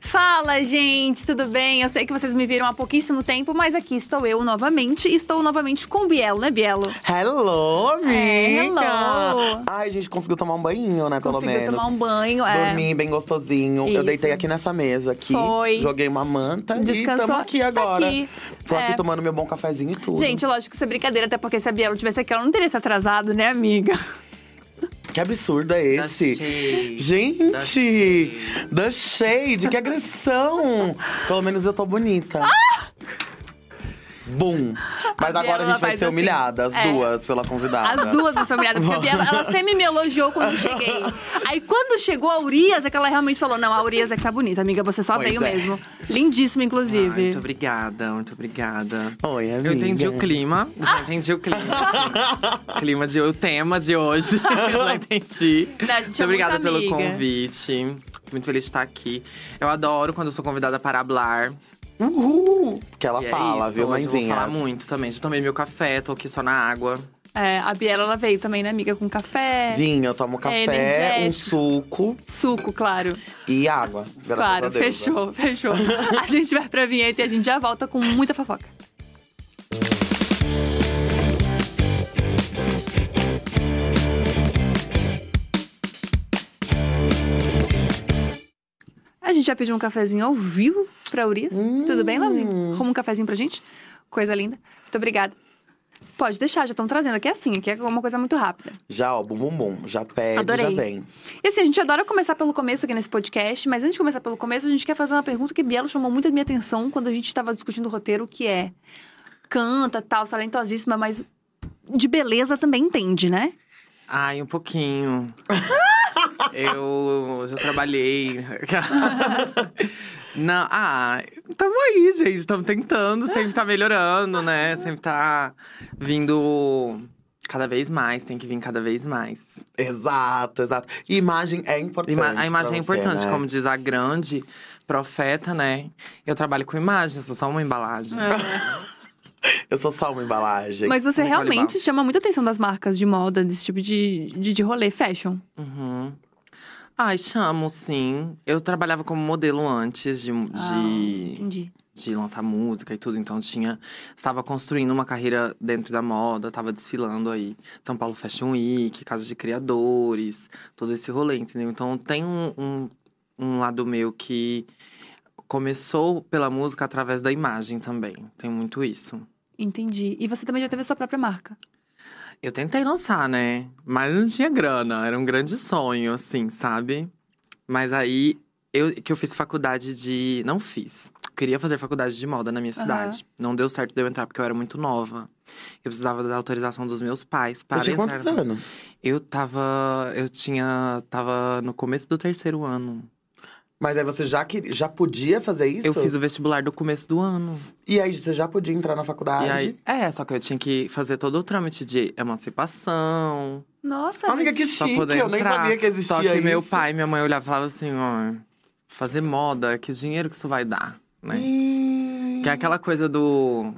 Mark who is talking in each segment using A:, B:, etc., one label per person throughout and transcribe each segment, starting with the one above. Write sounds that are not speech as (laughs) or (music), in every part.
A: Fala, gente, tudo bem? Eu sei que vocês me viram há pouquíssimo tempo, mas aqui estou eu novamente. e Estou novamente com o Bielo, né, Bielo?
B: Hello, amiga!
A: É, hello.
B: Ai, gente, conseguiu tomar um banho, né, pelo
A: Conseguiu
B: menos.
A: tomar um banho, é.
B: Dormi bem gostosinho.
A: Isso.
B: Eu deitei aqui nessa mesa aqui.
A: Foi.
B: Joguei uma manta e
A: Descansou.
B: tamo aqui
A: Tá
B: agora.
A: aqui.
B: Tô aqui
A: É.
B: tomando meu bom cafezinho e tudo.
A: Gente, lógico que isso é brincadeira, até porque se a Bielo tivesse aqui, ela não teria se atrasado, né, amiga?
B: que absurdo é esse?
C: shade.
B: Gente,
C: Da shade.
B: da shade,
A: (laughs)
B: que agressão! pelo menos eu tô bonita.
A: Ah!
B: Bum! Mas
A: A
B: agora
A: Biela
B: a gente vai
A: faz
B: ser
A: assim.
B: humilhada, as
A: É.
B: duas, pela convidada.
A: As duas nessa humilhada, porque a Bielo, ela sempre me elogiou quando eu cheguei. Aí quando chegou a Urias, é que ela realmente falou: não, a Urias é que tá bonita, amiga, você só
B: Pois
A: veio
B: é. Ah,
A: mesmo. Lindíssima,
C: Ai,
A: inclusive.
C: muito obrigada, muito obrigada.
B: Oi, amiga.
C: Eu entendi o clima, já entendi o
A: (laughs)
C: clima. O clima de o tema de hoje, eu já entendi.
A: Não, a gente é muito
C: obrigada pelo
A: amiga.
C: convite. Muito feliz de estar aqui. Eu adoro quando eu sou convidada para hablar.
B: então. Que ela
C: E
B: fala,
C: é isso.
B: viu,
C: Hoje eu vou
B: mãezinha?
C: falar muito também. Já tomei meu café, tô aqui só na água.
A: É, a Biela, ela veio também, né, amiga, com café,
B: Vinho, eu tomo café, um
A: É. energético.
B: suco
A: suco, claro.
B: e água. graças a
A: Claro,
B: Deus. né?
A: fechou, fechou. A gente vai pra vinheta e a gente já volta com muita fofoca. A gente já pediu um cafezinho ao vivo pra Urias.
B: Hum.
A: Tudo bem, Lauzinho? Arruma um cafezinho pra gente? Coisa linda. Muito obrigada. Pode deixar, já estão trazendo. Aqui é assim, aqui é uma coisa muito rápida.
B: Já, ó, bum bum bum. Já pede,
A: Adorei.
B: já vem.
A: E assim, a gente adora começar pelo começo aqui nesse podcast, mas antes de começar pelo começo, a gente quer fazer uma pergunta que Bielo chamou muito a minha atenção quando a gente estava discutindo o roteiro, que é canta, tal, talentosíssima, mas de beleza também entende, né?
C: Ai, um
B: (laughs)
C: pouquinho. eu já trabalhei. (laughs) Não, ah, tamo aí, gente. Estamos tentando, sempre tá melhorando, né? Sempre tá vindo cada vez mais, tem que vir cada vez mais.
B: Exato, exato. E imagem é importante.
C: Ima- a imagem
B: pra
C: é
B: você,
C: importante,
B: né?
C: como diz a grande profeta, né? Eu trabalho com imagem, eu sou só uma embalagem.
B: É. Eu sou só uma embalagem.
A: Mas você
C: Nicole
A: realmente
C: Bauer.
A: chama muita atenção das marcas de moda, desse tipo de, de, de rolê fashion.
C: Uhum. Ai, chamo, sim. Eu trabalhava como modelo antes de,
B: Ah,
C: de,
A: Entendi.
C: de lançar música e tudo. Então tinha. Estava construindo uma carreira dentro da moda, estava desfilando aí. São Paulo Fashion Week, Casa de Criadores, todo esse rolê, entendeu? Então tem um, um, um lado meu que começou pela música através da imagem também. Tem muito isso.
A: Entendi. E você também já teve a sua própria marca.
C: Eu tentei lançar, né? Mas não tinha grana. Era um grande sonho, assim, sabe? Mas aí, eu que eu fiz faculdade de. Não fiz. Queria fazer faculdade de moda na minha cidade. Não deu certo de eu entrar, porque eu era muito nova. Eu precisava da autorização dos meus pais para
B: Você tinha
C: entrar.
B: Tá quantos
C: na-
B: anos?
C: Eu tava. Eu tinha. Tava no começo do terceiro ano.
B: Mas aí você já, queria, já podia fazer isso?
C: Eu fiz o vestibular do começo do ano.
B: E aí você já podia entrar na faculdade?
C: E aí, é, só que eu tinha que fazer todo o trâmite de emancipação.
A: Nossa,
B: Amiga,
A: mas...
B: que
C: Só
B: chique,
C: poder
B: eu nem
C: entrar.
B: sabia que existia
C: Só que
B: isso.
C: meu pai e minha mãe olhavam e falavam assim, ó… Fazer moda, que dinheiro que isso vai dar, né? Que é aquela coisa do…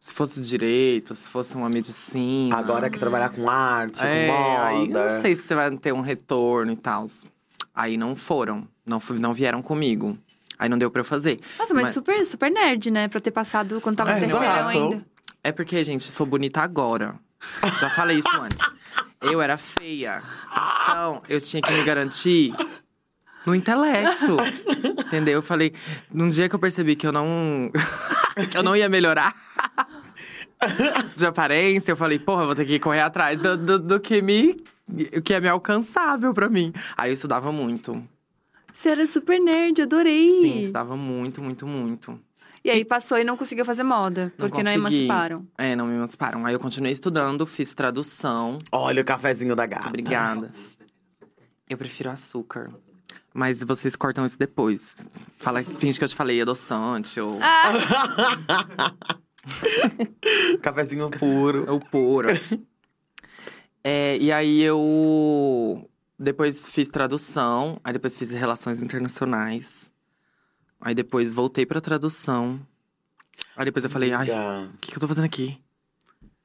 C: Se fosse direito, se fosse uma medicina…
B: Agora que trabalhar com arte,
C: é,
B: com moda.
C: aí não sei se você vai ter um retorno e tal. Aí não foram, não, fu- não vieram comigo. Aí não deu pra eu fazer.
A: Nossa, mas,
C: Mas-
A: super, super nerd, né? Pra ter passado quando tava no
B: É,
A: terceirão
B: exato.
A: ainda.
C: É porque, gente, sou bonita agora. Já falei isso antes. Eu era feia. Então, eu tinha que me garantir no intelecto. Entendeu? Eu falei, num dia que eu percebi que eu não. (laughs) que eu não ia melhorar (laughs) de aparência, eu falei, porra, eu vou ter que correr atrás do, do, do que me. O que é me alcançável pra mim. Aí eu estudava muito.
A: Você era super nerd, adorei.
C: Sim, estudava muito, muito, muito.
A: E aí passou e não conseguiu fazer moda, porque não,
C: consegui.
A: emanciparam.
C: É, não me emanciparam. Aí eu continuei estudando, fiz tradução.
B: Olha o cafezinho da gata.
C: Obrigada. Eu prefiro açúcar. Mas vocês cortam isso depois. Fala, finge que eu te falei adoçante ou
B: Cafezinho puro.
C: ou puro. É, e aí eu depois fiz tradução, aí depois fiz relações internacionais. Aí depois voltei pra tradução. Aí depois eu falei, ai, o
B: Amiga.
C: que, que eu tô fazendo aqui?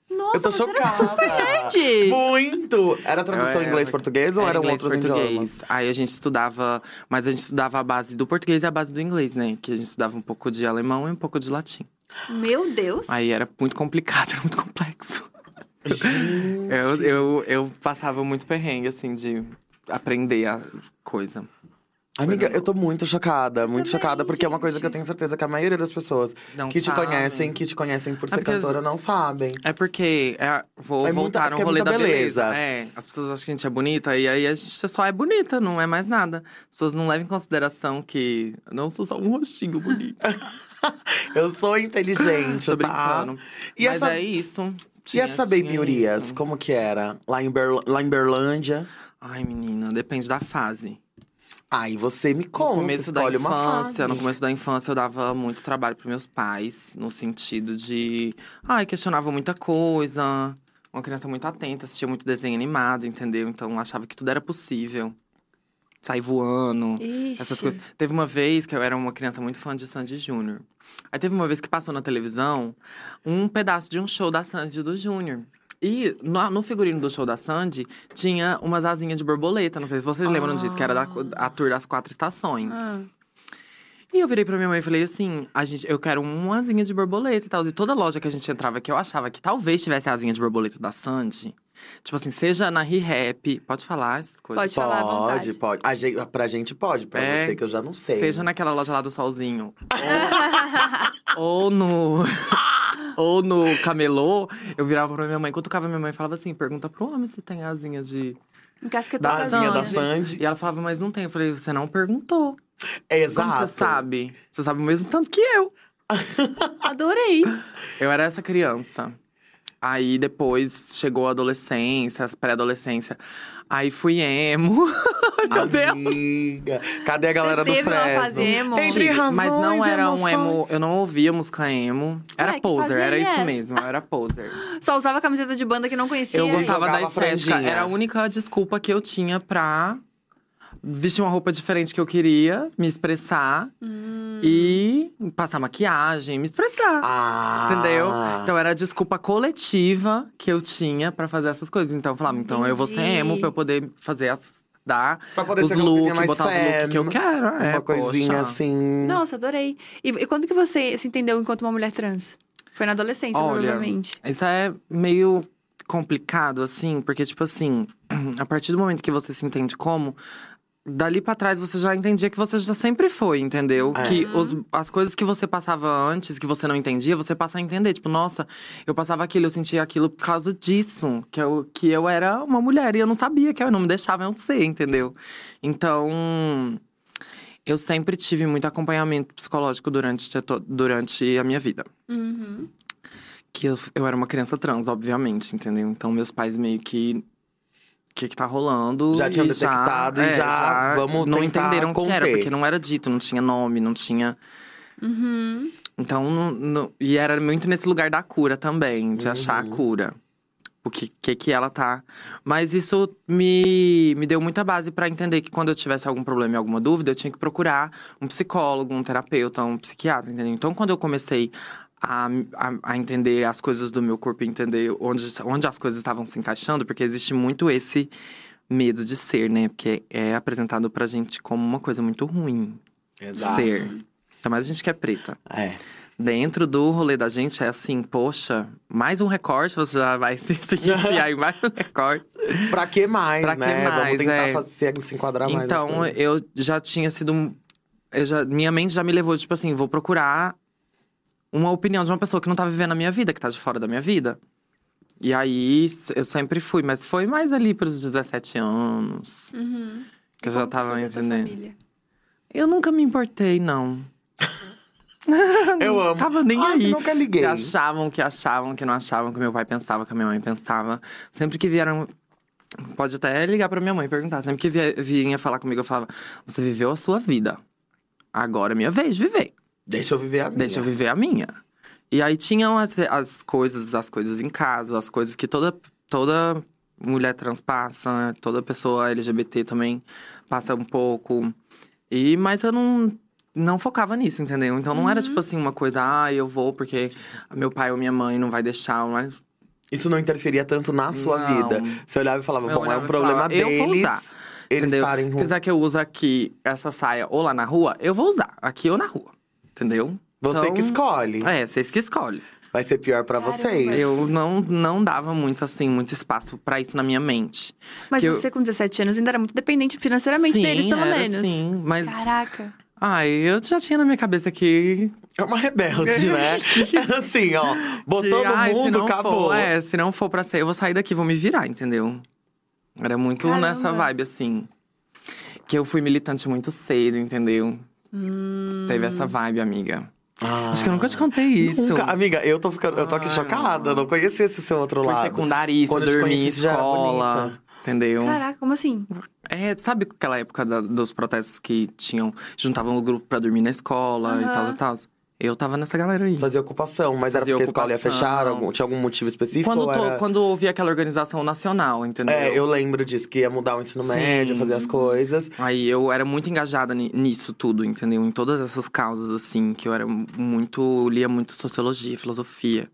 A: Nossa,
B: eu tô
A: você
B: chocada.
A: era super nerd!
B: Muito! Era tradução
C: Eu era-
B: inglês-português ou
C: Era
B: eram
C: é, inglês,
B: outros idiomas?
C: Aí a gente estudava, mas a gente estudava a base do português e a base do inglês, né? Que a gente estudava um pouco de alemão e um pouco de latim.
A: Meu Deus!
C: Aí era muito complicado, (laughs) era muito complexo. Eu, eu, eu passava muito perrengue, assim, de aprender a coisa.
B: Amiga, eu tô muito chocada, muito
A: também,
B: chocada, porque é uma coisa que eu
A: gente.
B: tenho certeza que a maioria das pessoas
C: Não
B: que te
C: sabem.
B: conhecem, que te conhecem por
C: Ah,
B: ser
C: porque as-
B: cantora, não sabem.
C: É porque é, vou
B: É muita-
C: voltar
B: porque
C: no
B: é
C: rolê
B: muita
C: da beleza.
B: beleza.
C: É, as pessoas acham que a gente é bonita e aí a gente só é bonita, não é mais nada. As pessoas não levam em consideração que não sou só um rostinho bonito.
B: Eu sou inteligente,
C: Tô
B: tá?
C: brincando.
B: E
C: Mas
B: essa-
C: é isso.
B: E
C: Tinha-
B: essa Baby
C: tinha
B: Urias,
C: isso.
B: como que era? Lá em, Berl... Lá em Berlândia?
C: Ai, menina, depende da fase.
B: Aí você me conta,
C: no começo da
B: escolhe uma fase.
C: infância, no começo da infância eu dava muito trabalho para meus pais, no sentido de, ai, questionava muita coisa. Uma criança muito atenta, assistia muito desenho animado, entendeu? Então achava que tudo era possível. Sair voando.
A: Ixi.
C: Essas coisas. Teve uma vez que eu era uma criança muito fã de Sandy Júnior. Aí teve uma vez que passou na televisão um pedaço de um show da Sandy e do Júnior. E no, no figurino do show da Sandy tinha umas asinhas de borboleta. Não sei se vocês lembram disso, que era da, co- a tour das quatro estações.
A: Ah.
C: E eu virei pra minha mãe e falei assim: a gente, eu quero uma asinha de borboleta e tal. E toda loja que a gente entrava que eu achava que talvez tivesse a asinha de borboleta da Sandy. Tipo assim, seja na Re-Rap, pode falar essas coisas.
A: Pode falar à vontade.
B: Pode, pode. A gente, pra gente pode, pra
C: É.
B: você que eu já não sei.
C: Seja naquela loja lá do (laughs) Solzinho. Ou, ou no. Ou no camelô, eu virava pra minha mãe. Quando tocava, minha mãe falava assim: pergunta pro homem se tem asinha de.
A: Encasquetou
B: Da
A: a
B: asinha da
A: um zona.
B: Sandy.
C: E ela falava, mas não tem. Eu falei, você não perguntou.
B: Exato.
C: Como você sabe? Você sabe o mesmo tanto que eu.
A: Adorei!
C: Eu era essa criança. Aí depois chegou a adolescência, as pré-adolescência. Aí fui emo. (laughs) Meu Deus!
B: Amiga, cadê a galera
A: teve
B: do
A: uma
B: Fresno?
A: fase emo?
B: Entre
C: Tive,
B: razões
C: Mas não
B: e
C: era um emo.
B: emoções.
C: Eu não ouvia música emo. Era
A: Ué, que
C: poser,
A: fazia
C: era isso
A: essa?
C: mesmo. Eu era poser.
A: Só usava camiseta de banda que não conhecia.
C: eu
A: e-
C: gostava da
B: Jogava
C: estética.
B: franjinha.
C: Era a única desculpa que eu tinha pra vestir uma roupa diferente que eu queria, me expressar
B: Hum.
C: e passar maquiagem, me expressar.
B: Ah,
C: Entendeu? Então era a desculpa coletiva que eu tinha pra fazer essas coisas. Então eu falava, então eu vou ser
A: Entendi.
C: emo pra eu poder fazer as. Dar
B: Pra poder
C: os
B: ser aquela coisinha
C: looks,
B: mais
C: botar os looks que eu
B: femme,
C: quero. é,
B: uma coisinha
C: poxa.
B: assim.
A: Nossa, adorei. E, e quando que você se entendeu enquanto uma mulher trans? Foi na adolescência,
C: Olha,
A: provavelmente.
C: Isso é meio complicado, assim, porque, tipo assim, (clears throat) a partir do momento que você se entende como. Dali pra trás você já entendia que você já sempre foi, entendeu?
B: É.
C: Que os- as coisas que você passava antes, que você não entendia, você passa a entender. Tipo, nossa, eu passava aquilo, eu sentia aquilo por causa disso. Que eu, que eu era uma mulher e eu não sabia que eu não me deixava eu ser, entendeu? Então. Eu sempre tive muito acompanhamento psicológico durante, to- durante a minha vida
A: Uhum.
C: que eu, eu era uma criança trans, obviamente, entendeu? Então meus pais meio que o que que tá rolando?
B: Já tinham
C: e é,
B: detectado e já, vamos
C: não
B: tentar
C: entenderam o que era,
B: conter.
C: porque não era dito, não tinha nome, não tinha
A: Uhum.
C: então, não- não- e era muito nesse lugar da cura também, de achar a cura. O que, que que ela tá. Mas isso me, me deu muita base pra entender que quando eu tivesse algum problema e alguma dúvida, eu tinha que procurar um psicólogo, um terapeuta, um psiquiatra, entendeu? Então, quando eu comecei a, a, a entender as coisas do meu corpo, e entender onde, onde as coisas estavam se encaixando, porque existe muito esse medo de ser, né? Porque é apresentado pra gente como uma coisa muito ruim
B: Exato.
C: ser. Ainda mais a gente que é preta
B: É.
C: dentro do rolê da gente é assim, poxa, mais um recorte, você já vai (laughs) se se
B: (laughs)
C: enfiar em mais um recorte.
B: Pra que mais,
C: Pra que
B: né? Vamos
C: mais,
B: tentar
C: é.
B: fazer- se, se enquadrar Tá mais. assim. nas
C: então,
B: coisas.
C: eu já tinha sido. um- eu já- minha mente já me levou, tipo assim, vou procurar uma opinião de uma pessoa que não tá vivendo a minha vida, que tá de fora da minha vida. E aí, s- eu sempre fui, mas foi mais ali pros 17 anos.
A: Uhum.
C: Que eu já
A: Como
C: tava
A: foi da tua
C: entendendo.
A: família?
C: Eu nunca me importei,
A: (laughs)
C: não. (laughs)
B: Ah, eu amo.
C: Tava nem
B: Ai,
C: aí.
B: Nunca liguei.
C: Que achavam, que achavam, que não achavam, que meu pai pensava, que a minha mãe pensava. Sempre que vieram Pode até ligar pra minha mãe e perguntar. Sempre que vie- vinha falar comigo, eu falava: Você viveu a sua vida. Agora é minha vez de viver.
B: Deixa eu viver a minha.
C: Deixa eu viver a minha. E aí tinham as, as coisas, as coisas em casa, as coisas que toda, toda mulher trans passa, toda pessoa LGBT também passa um pouco. E, mas eu não, não focava nisso, entendeu? Então não
B: Uhum.
C: era tipo assim uma coisa, ah, eu vou porque meu pai ou minha mãe não vai deixar. Não é?
B: Isso não interferia tanto na sua
C: Não.
B: vida. Você olhava e falava,
C: Eu
B: bom, é
C: olhava
B: um
C: e
B: problema
C: falava,
B: deles.
C: eu vou usar,
B: Eles
C: entendeu?
B: parem
C: Se
B: ruim.
C: quiser que eu use aqui essa saia ou lá na rua, eu vou usar. Aqui ou na rua. Entendeu?
B: Você
C: Então,
B: que escolhe.
C: É, vocês que escolhem.
B: Vai ser pior pra
A: Caramba.
B: vocês.
C: Eu não, não dava muito, assim, muito espaço pra isso na minha mente.
A: Mas
C: Que eu-
A: você, com 17 anos, ainda era muito dependente financeiramente deles, pelo
C: era
A: menos.
C: Sim, mas.
A: Caraca.
C: Ai, eu já tinha na minha cabeça que.
B: É uma
C: (laughs)
B: rebelde, né? assim, ó.
C: que,
B: Botou
C: ai,
B: no
C: se
B: mundo,
C: não
B: acabou.
C: For, é, se não for pra ser, eu vou sair daqui, vou me virar, entendeu? Era muito
A: Caramba.
C: nessa vibe, assim. Que eu fui militante muito cedo, entendeu? Teve
A: Hum.
C: essa vibe, amiga.
B: Ah.
C: Acho que eu nunca te contei isso.
B: Nunca- Amiga, eu tô ficando. Eu tô aqui
C: Ah.
B: chocada. Não conhecia esse seu outro
C: Fui
B: lado.
C: secundarista,
B: Quando eu te
C: dormi em
B: conheci, já era
C: escola.
B: bonita.
C: Entendeu?
A: Caraca, como assim?
C: É, sabe aquela época da- dos protestos que tinham. juntavam o grupo pra dormir na escola e
A: Aham.
C: tal e tal? Eu tava nessa galera aí.
B: Fazia ocupação, mas era
C: Fazia
B: porque a escola ia
C: ocupação.
B: fechar? algum- tinha algum motivo específico?
C: Quando,
B: ou
C: to-
B: era-
C: quando houve aquela organização nacional, entendeu?
B: É, eu lembro disso, que ia mudar o ensino
C: Sim.
B: médio, fazer as coisas.
C: Aí eu era muito engajada ni- nisso tudo, entendeu? Em todas essas causas, assim, que eu era mu- muito. lia muito sociologia, filosofia.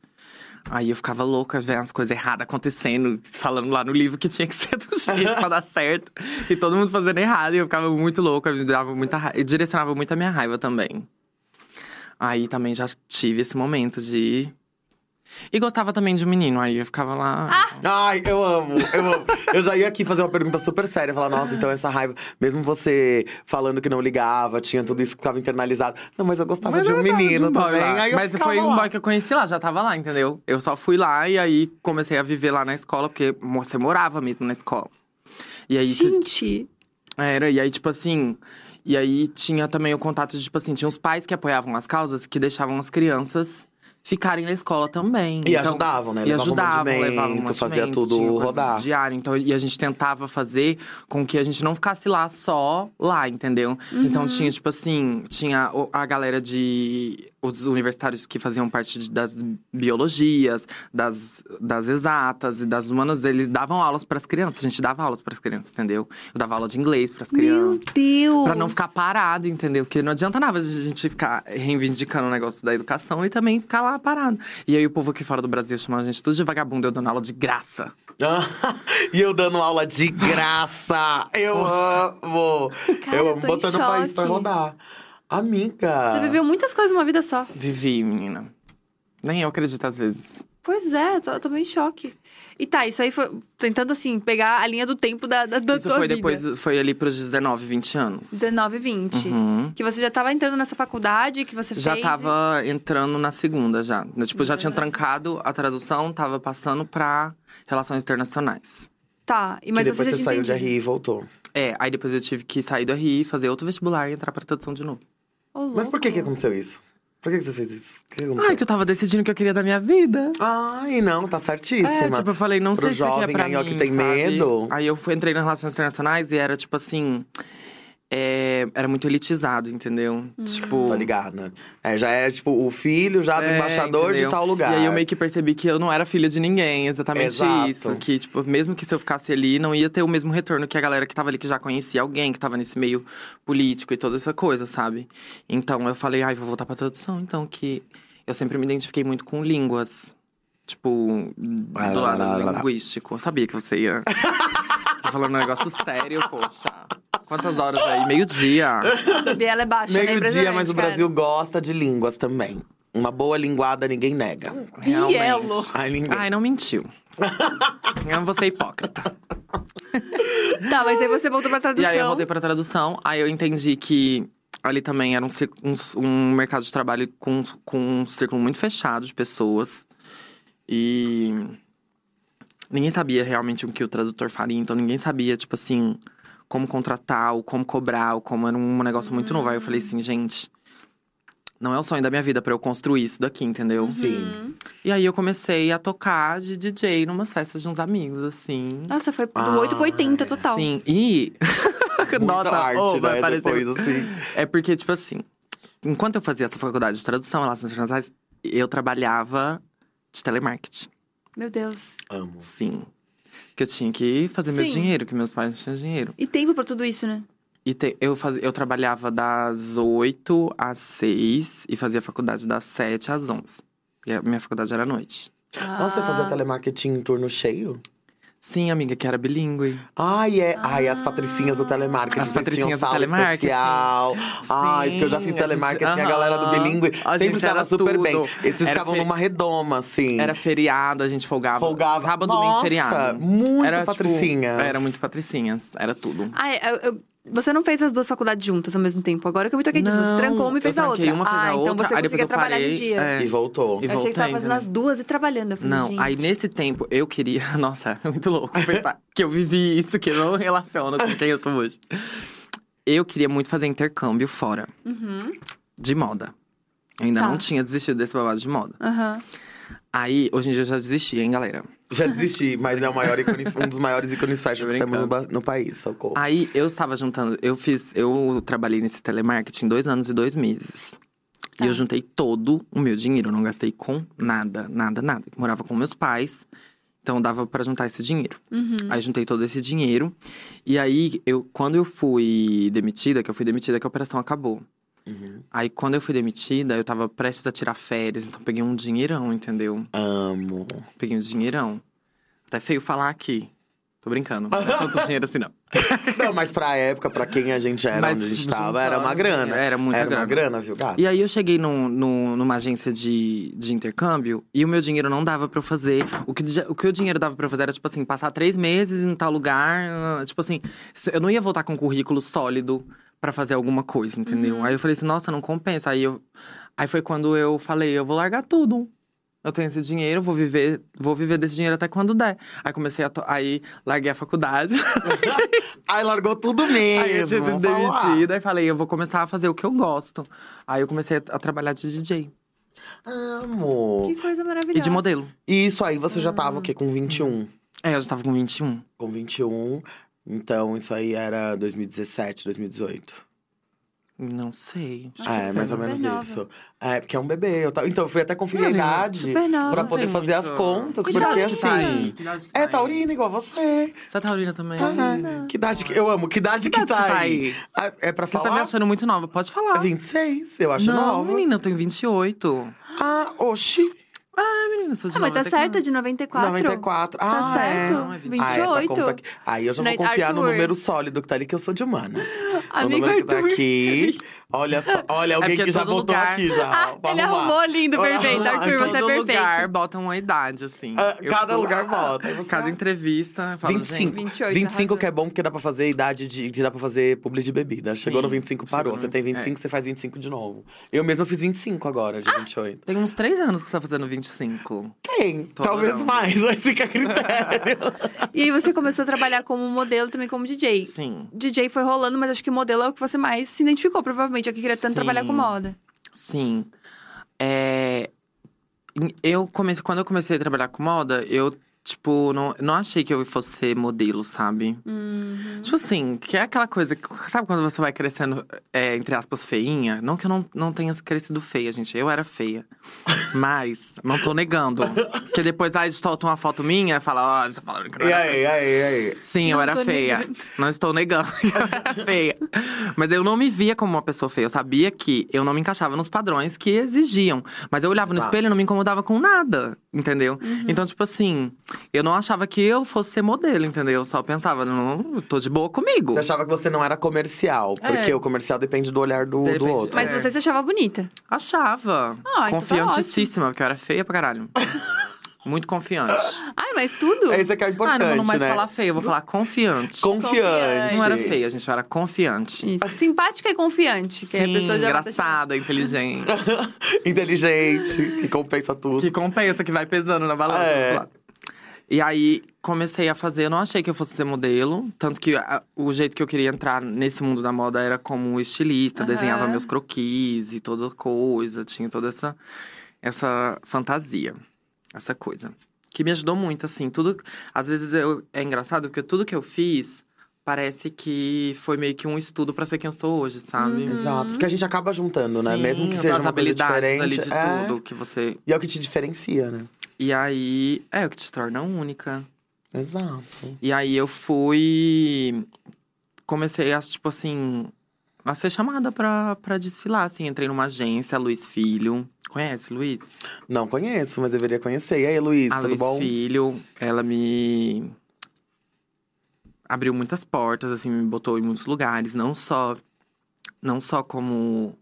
C: Aí eu ficava louca vendo as coisas erradas acontecendo, falando lá no livro que tinha que ser do jeito pra dar certo. E todo mundo fazendo errado. E eu ficava muito louca, me dava muita raiva. Direcionava muito a minha raiva também. Aí também já tive esse momento de. E gostava também de um menino, aí eu ficava lá.
B: Ai, eu amo, eu amo. eu já ia aqui fazer uma pergunta super séria, falar, nossa, então essa raiva, mesmo você falando que não ligava, tinha tudo isso que ficava internalizado. Não, mas eu gostava
C: Mas
B: de um
C: eu gostava
B: menino
C: de um boy
B: também.
C: lá.
B: Aí eu
C: Mas
B: ficava
C: foi um
B: lá.
C: boy que eu conheci lá, já tava lá, entendeu? Eu só fui lá e aí comecei a viver lá na escola, porque você morava mesmo na escola. E aí. cê-
A: Gente,
C: Era, e aí, tipo assim. E aí tinha também o contato de, tipo assim, tinha os pais que apoiavam as causas que deixavam as crianças ficarem na escola também.
B: E
C: Então,
B: ajudavam, né?
C: E
B: Levavam
C: ajudavam,
B: mantimento,
C: levavam mantimento,
B: fazia tudo
C: tinha coisa
B: rodar.
C: Diário, então, e a gente tentava fazer com que a gente não ficasse lá só lá, entendeu?
A: Uhum.
C: Então tinha, tipo assim, tinha o- a galera de. Os universitários que faziam parte de- das biologias, das, das exatas e das humanas, eles davam aulas para as crianças. A gente dava aulas para as crianças, entendeu? Eu dava aula de inglês para as
A: meu
C: crianças.
A: Deus.
C: Pra não ficar parado, entendeu? Porque não adianta nada a gente ficar reivindicando o negócio da educação e também ficar lá parado. E aí o povo aqui fora do Brasil chamando a gente tudo de vagabundo, eu dando aula de graça.
B: Ah, (laughs) e eu dando aula de graça. Eu
C: Poxa.
B: amo.
A: Cara,
B: eu
A: eu
B: amo
A: tô em
B: botando o país
A: choque.
B: pra rodar. Amiga.
A: Você viveu muitas coisas numa vida só.
C: Vivi, menina. Nem eu acredito às vezes.
A: Pois é, tô, tô meio em choque. E tá, isso aí foi tentando, assim, pegar a linha do tempo da, da, da
C: Isso
A: tua
C: foi
A: vida.
C: depois, foi ali pros 19, 20 anos.
A: 19 e 20.
C: Uhum.
A: Que você já tava entrando nessa faculdade, que você
C: Já
A: fez.
C: tava entrando na segunda, já. Tipo, já tinha
A: Nossa.
C: trancado a tradução, tava passando pra Relações Internacionais.
A: Tá, e
B: Que
A: mas
B: depois
A: você já
B: você
A: tinha
B: saiu de
A: entendido.
B: RI e voltou.
C: É, aí depois eu tive que sair do RI, fazer outro vestibular e entrar pra tradução de novo.
A: Ô,
B: Mas por que que
A: louco.
B: aconteceu isso? Por que que você fez isso? O que que aconteceu?
C: Ai, que eu tava decidindo o que eu queria da minha vida.
B: Ai, não, tá certíssima.
C: É, tipo, eu falei, não
B: Pro
C: sei se isso aqui é
B: jovem
C: pra
B: aí,
C: mim,
B: ó, que tem
C: sabe?
B: medo.
C: Aí eu fui, entrei nas relações internacionais e era, tipo assim… é, era muito elitizado, entendeu?
A: Hum.
C: Tipo…
B: Tá ligada? É, já é, tipo, o filho já do
C: é,
B: embaixador de
C: entendeu?
B: tal lugar.
C: E aí eu meio que percebi que eu não era filha de ninguém, exatamente
B: Exato.
C: isso. Que, tipo, mesmo que se eu ficasse ali, não ia ter o mesmo retorno que a galera que tava ali, que já conhecia alguém, que tava nesse meio político e toda essa coisa, sabe? Então eu falei, ai, vou voltar pra tradução, então, que eu sempre me identifiquei muito com línguas. Tipo,
B: Lá,
C: do
B: lá,
C: lado
B: lá, lá, lá.
C: linguístico. Eu sabia que você
B: (laughs)
C: ia. Tô falando um negócio sério, poxa. Quantas horas aí?
B: (laughs)
C: Meio-dia.
A: Nossa, ela é baixa, né?
B: Meio dia,
A: Impressionante,
B: mas o
A: cara.
B: Brasil gosta de línguas também. Uma boa linguada ninguém nega.
A: Bielo.
C: Realmente.
B: Ai, ninguém.
C: Ai, não mentiu. Eu vou ser hipócrita.
A: Tá, mas aí você voltou pra
C: E
A: tradução.
C: aí eu voltei pra tradução, aí eu entendi que ali também era um, cir- um, um mercado de trabalho com, com um círculo muito fechado de pessoas. E ninguém sabia realmente o que o tradutor faria, então ninguém sabia, tipo assim, como contratar, ou como cobrar, ou como era um negócio muito novo. Aí eu falei assim, gente. não é o sonho da minha vida pra eu construir isso daqui, entendeu?
B: Sim.
C: E aí eu comecei a tocar de DJ numas festas de uns amigos, assim.
A: Nossa, foi do
B: Ah,
A: 8 pro 80 total.
C: Sim, e. (laughs)
B: Muita arte,
C: oh,
B: né?
C: apareceu.
B: Depois, assim.
C: É porque, tipo assim, enquanto eu fazia essa faculdade de tradução, relações internacionais, eu trabalhava de telemarketing.
A: Meu Deus.
B: Amo.
C: Sim. Porque eu tinha que fazer meu
A: Sim.
C: dinheiro, que meus pais não tinham dinheiro.
A: E tempo pra tudo isso, né?
C: E te- eu, faz, eu trabalhava das 8 às 6 e fazia faculdade das 7 às 11. E a minha faculdade era à noite.
B: Nossa, você fazia
A: Ah,
B: telemarketing em turno cheio?
C: Sim, amiga, que era bilíngue.
B: Ai, é. Ai, as patricinhas
A: Ah.
B: do telemarketing.
C: As
B: Vocês
C: patricinhas
B: tinham
C: do
B: sala
C: telemarketing.
B: Especial. Ai,
C: Sim,
B: porque eu já fiz
C: a gente-
B: telemarketing, a
C: aham.
B: galera do bilíngue
C: A
B: sempre
C: gente
B: estava
C: era
B: super
C: tudo.
B: bem. Esses
C: Era
B: ficavam
C: fe-
B: numa redoma, assim.
C: Era feriado, a gente folgava.
B: Folgava.
C: Sábado,
B: Nossa,
C: domingo, feriado.
B: muito
C: era,
B: patricinhas.
C: Tipo, era muito patricinhas, era tudo.
A: Ah, é, eu- eu- você não fez as duas faculdades juntas ao mesmo tempo. Agora que eu me toquei disso, você
C: Não,
A: trancou uma e
C: eu
A: fez a
C: tranquei
A: outra.
C: uma, fez
A: ah,
C: a
A: então
C: outra,
A: você
C: aí depois
A: conseguia
C: eu
A: trabalhar
C: parei,
A: de dia.
C: é.
B: E voltou.
C: E
A: eu achei que tava
C: voltei,
A: fazendo
C: né?
A: as duas e trabalhando. Eu falei,
C: Não,
A: gente.
C: aí nesse tempo eu queria. (laughs) Nossa, é muito louco pensar que eu vivi isso, que eu não relaciono com quem eu sou hoje. Eu queria muito fazer intercâmbio fora
A: Uhum,
C: de moda. Eu ainda
A: Tá.
C: não tinha desistido desse babado de moda.
A: aham.
C: Aí, hoje em dia eu já desisti, hein, galera?
B: (laughs) Já desisti, mas é o maior ícone, um dos maiores ícones fashion
C: Tô
B: que temos no,
C: brincando. Ah.
B: ba- no país, socorro.
C: Aí eu estava juntando, eu fiz, eu trabalhei nesse telemarketing dois anos e dois meses.
A: Tá.
C: E eu juntei todo o meu dinheiro, eu não gastei com nada, nada, nada. Eu morava com meus pais, então dava pra juntar esse dinheiro. Aí eu juntei todo esse dinheiro. E aí, eu, quando eu fui demitida, que eu fui demitida, que a operação acabou. Aí, quando eu fui demitida, eu tava prestes a tirar férias, então peguei um dinheirão, entendeu?
B: Ah. Amo.
C: Peguei um dinheirão. Até feio falar aqui. Tô brincando, não é tanto dinheiro assim não.
B: Não, mas pra época, pra quem a gente era,
C: Mas
B: onde a gente
C: juntando
B: tava, era uma grana.
C: dinheiro, era muita
B: Era
C: grana.
B: uma grana, viu, gato?
C: E aí eu cheguei num, num- numa agência de, de intercâmbio e o meu dinheiro não dava pra eu fazer. O que, di- o que o dinheiro dava pra eu fazer era, tipo assim, passar três meses em tal lugar. ah, Tipo assim, se- eu não ia voltar com um currículo sólido pra fazer alguma coisa, entendeu?
B: Uhum.
C: Aí eu falei assim, nossa, não compensa. Aí, eu, aí foi quando eu falei, eu vou largar tudo. Eu tenho esse dinheiro, vou viver, vou viver desse dinheiro até quando der. Aí comecei a. to- Aí larguei a faculdade. (laughs)
B: Aí largou tudo mesmo.
C: Aí eu tinha sido
B: vamos lá.
C: demitida e falei, eu vou começar a fazer o que eu gosto. Aí eu comecei a, a trabalhar de DJ
B: Amo.
A: Que coisa maravilhosa.
C: e de modelo.
B: E isso aí você já tava o quê? Com 21?
C: É, eu já tava com 21.
B: Com 21. Então, isso aí era 2017, 2018.
C: Não sei.
A: Nossa,
B: é,
A: você
B: mais
A: é
B: ou menos
A: super nova.
B: isso. É, porque é um bebê. Eu tava... Então, eu fui até conferir a
C: Não,
B: idade
A: super nova.
B: pra
C: Não
B: poder
C: tem
B: fazer as
C: muito.
B: contas.
A: Que
B: Porque
A: idade que tá
B: assim.
A: aí?
B: É taurina igual você.
C: Você é taurina também?
B: Tá. Que idade que. Eu amo. Que idade que,
C: idade
B: tá,
C: que tá
B: aí?
C: aí?
B: Ah, É pra
C: Você
B: falar?
C: tá me achando muito nova, pode falar.
B: 26, eu acho
C: não,
B: nova.
C: menina, eu tenho 28.
B: Ah, oxi.
C: Ah, menina, eu "Hum, sou de
A: Ah, mas
C: nova
A: tá
C: até
A: certa,
C: que-
A: de 94.
B: 94.
A: Tá
B: ah,
A: certo?
C: não, é
A: 28.
C: 28.
B: Ah, essa conta aqui. Aí eu já vou
A: Noite,
B: confiar no
A: Arthur.
B: número sólido que tá ali, que eu sou de humanas.
A: Amigo
B: o número que tá
A: Arthur. (laughs)
B: aqui. Olha só, olha, alguém
C: porque
B: que já
C: todo
B: botou
C: lugar-
B: aqui já. ó, pra
A: Ah, Ele
B: arrumar.
A: arrumou lindo,
B: Olha
A: perfeito.
B: lá,
A: Arthur,
C: Todo
A: você é perfeito.
C: lugar bota uma idade, assim.
B: Ah,
C: Eu
B: cada
C: fico-
B: lugar bota. Aí você-
C: Cada entrevista. eu Falo,
B: 25.
C: gente,
A: 28,
B: 25 que
A: arrasou.
B: é bom, porque dá pra fazer idade de. que dá pra fazer publi de bebida. Chegou no 25,
C: chegou
B: parou.
C: no
B: Você tem
C: 25,
B: 25, você faz 25 de novo. Eu mesma fiz 25 agora,
A: Ah,
B: de 28.
C: Tem uns três anos que você tá fazendo 25.
B: Tem,
C: Tô
B: talvez
C: adorando.
B: mais, (laughs) mas fica a critério.
A: E aí você começou a trabalhar como modelo também como DJ.
C: Sim.
A: DJ foi rolando, mas acho que modelo é o que você mais se identificou, provavelmente. É que queria tanto
C: Sim.
A: trabalhar com moda.
C: Sim. É, em- Eu comecei, quando eu comecei a trabalhar com moda, eu, tipo, não, não achei que eu fosse ser modelo, sabe? Tipo assim, que é aquela coisa, que- sabe quando você vai crescendo, é, entre aspas, feinha? Não que eu não, não tenha crescido feia, gente, eu era feia. Mas, não tô negando. Porque depois, aí, solta uma foto minha e fala, ó, você falando que eu não
B: E
C: era
B: aí, e aí, e aí?
C: Sim,
A: Não
C: eu era
A: tô
C: feia.
A: negando.
C: Não estou negando que eu era feia. Mas eu não me via como uma pessoa feia. Eu sabia que eu não me encaixava nos padrões que exigiam. Mas eu olhava no
B: Exato.
C: espelho e não me incomodava com nada, entendeu?
A: Uhum.
C: Então, tipo assim, eu não achava que eu fosse ser modelo, entendeu? Eu Só pensava, não, eu tô de boa comigo.
B: Você achava que você não era comercial, porque
C: É.
B: o comercial depende do olhar do, do
C: Depende.
B: outro.
A: Mas
C: É.
A: você se achava bonita.
C: Achava.
A: Ah, então tá
C: Confiantíssima, porque eu era feia pra
A: (laughs)
C: caralho. Muito confiante.
A: Ai, mas tudo.
B: É isso que é o
C: ah,
B: importante,
C: não vou mais
B: né?
C: falar feia, eu vou falar confiante.
B: Confiante.
A: Confiante.
C: Não era feia, gente, eu era confiante.
A: Isso. Simpática e confiante. Que a
C: Sim,
A: pessoa já vai deixar-
C: engraçada, inteligente.
B: Inteligente, que compensa tudo.
C: Que compensa, que vai pesando na balança.
B: É.
C: Claro. E aí comecei a fazer, eu não achei que eu fosse ser modelo. Tanto que a- o jeito que eu queria entrar nesse mundo da moda era como estilista,
A: Aham.
C: desenhava meus croquis e toda coisa, tinha toda essa, essa fantasia, essa coisa. Que me ajudou muito, assim, tudo. Às vezes eu, é engraçado porque tudo que eu fiz parece que foi meio que um estudo pra ser quem eu sou hoje, sabe?
B: Exato. Porque a gente acaba juntando, né?
C: Sim,
B: Mesmo que seja
C: aquelas
B: uma coisa
C: habilidades
B: diferente.
C: ali de
B: é.
C: tudo que você.
B: E é o que te diferencia, né?
C: E aí, é o que te torna única.
B: Exato.
C: E aí eu fui. Comecei a, tipo assim. A ser chamada pra, pra desfilar, assim. Entrei numa agência, Luiz Filho. Conhece, Luiz?
B: Não conheço, mas deveria conhecer. E aí, Luiz,
C: a
B: tudo
C: Ah, Luiz
B: tá bom?
C: Filho, ela me. Abriu muitas portas, assim, me botou em muitos lugares, não só. Não só como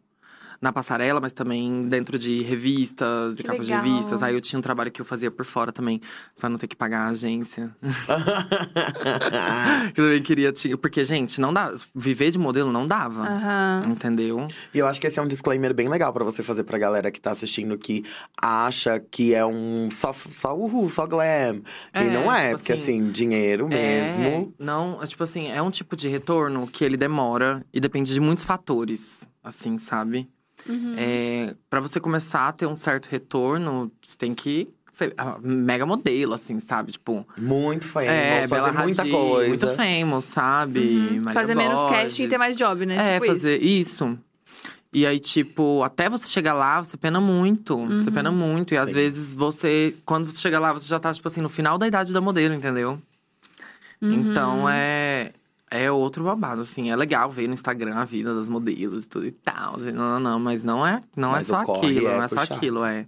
C: na passarela, mas também dentro de revistas, de
A: Que
C: capas
A: legal.
C: de revistas. Aí eu tinha um trabalho que eu fazia por fora também, pra não ter que pagar a agência. (laughs) Que eu também queria. tinha- Porque, gente, não dá. Viver de modelo não dava.
A: Aham.
C: Entendeu?
B: E eu acho que esse é um disclaimer bem legal pra você fazer pra galera que tá assistindo que acha que é um só, só uhul, só glam.
C: É,
B: e não é,
C: tipo
B: porque
C: assim,
B: assim, dinheiro mesmo.
C: É, não, é tipo assim, é um tipo de retorno que ele demora e depende de muitos fatores, assim, sabe?
A: Uhum.
C: É, para você começar a ter um certo retorno, você tem que ser ah, mega modelo, assim, sabe? Tipo,
B: Muito fame,
C: é,
B: fazer
C: Bela
B: muita
C: Hadid,
B: coisa.
C: muito famous, sabe? Maria
A: Uhum. Hum, Fazer menos casting e
C: Borges.
A: ter mais job, né?
C: É,
A: Tipo
C: fazer isso. E aí, tipo, até você chegar lá, você pena muito. Você pena
A: Uhum.
C: muito. E às
B: Sim.
C: vezes você. Quando você chega lá, você já tá, tipo assim, no final da idade da modelo, entendeu?
A: Uhum.
C: Então é. É outro babado, assim. É legal ver no Instagram a vida das modelos e tudo e tal. Não, não, não. Mas não é, não
B: Mas
C: é
B: o
C: só
B: corre
C: aquilo.
B: é
C: não é só
B: puxado.
C: aquilo, é.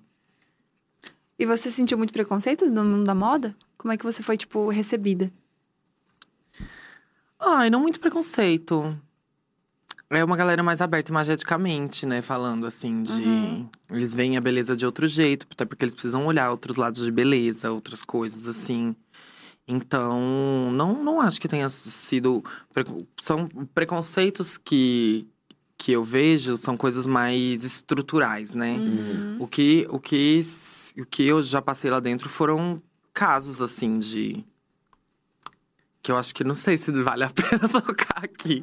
A: E você sentiu muito preconceito no mundo da moda? Como é que você foi, tipo, recebida?
C: Ai, não muito preconceito. É uma galera mais aberta imageticamente, né? Falando assim de.
A: Uhum.
C: Eles veem a beleza de outro jeito, até porque eles precisam olhar outros lados de beleza, outras coisas assim. Então, não, não acho que tenha sido. precon- São preconceitos que, que eu vejo são coisas mais estruturais, né? O que, o, que, s- o que eu já passei lá dentro foram casos, assim, de. Que eu acho que não sei se vale a (laughs) pena tocar aqui.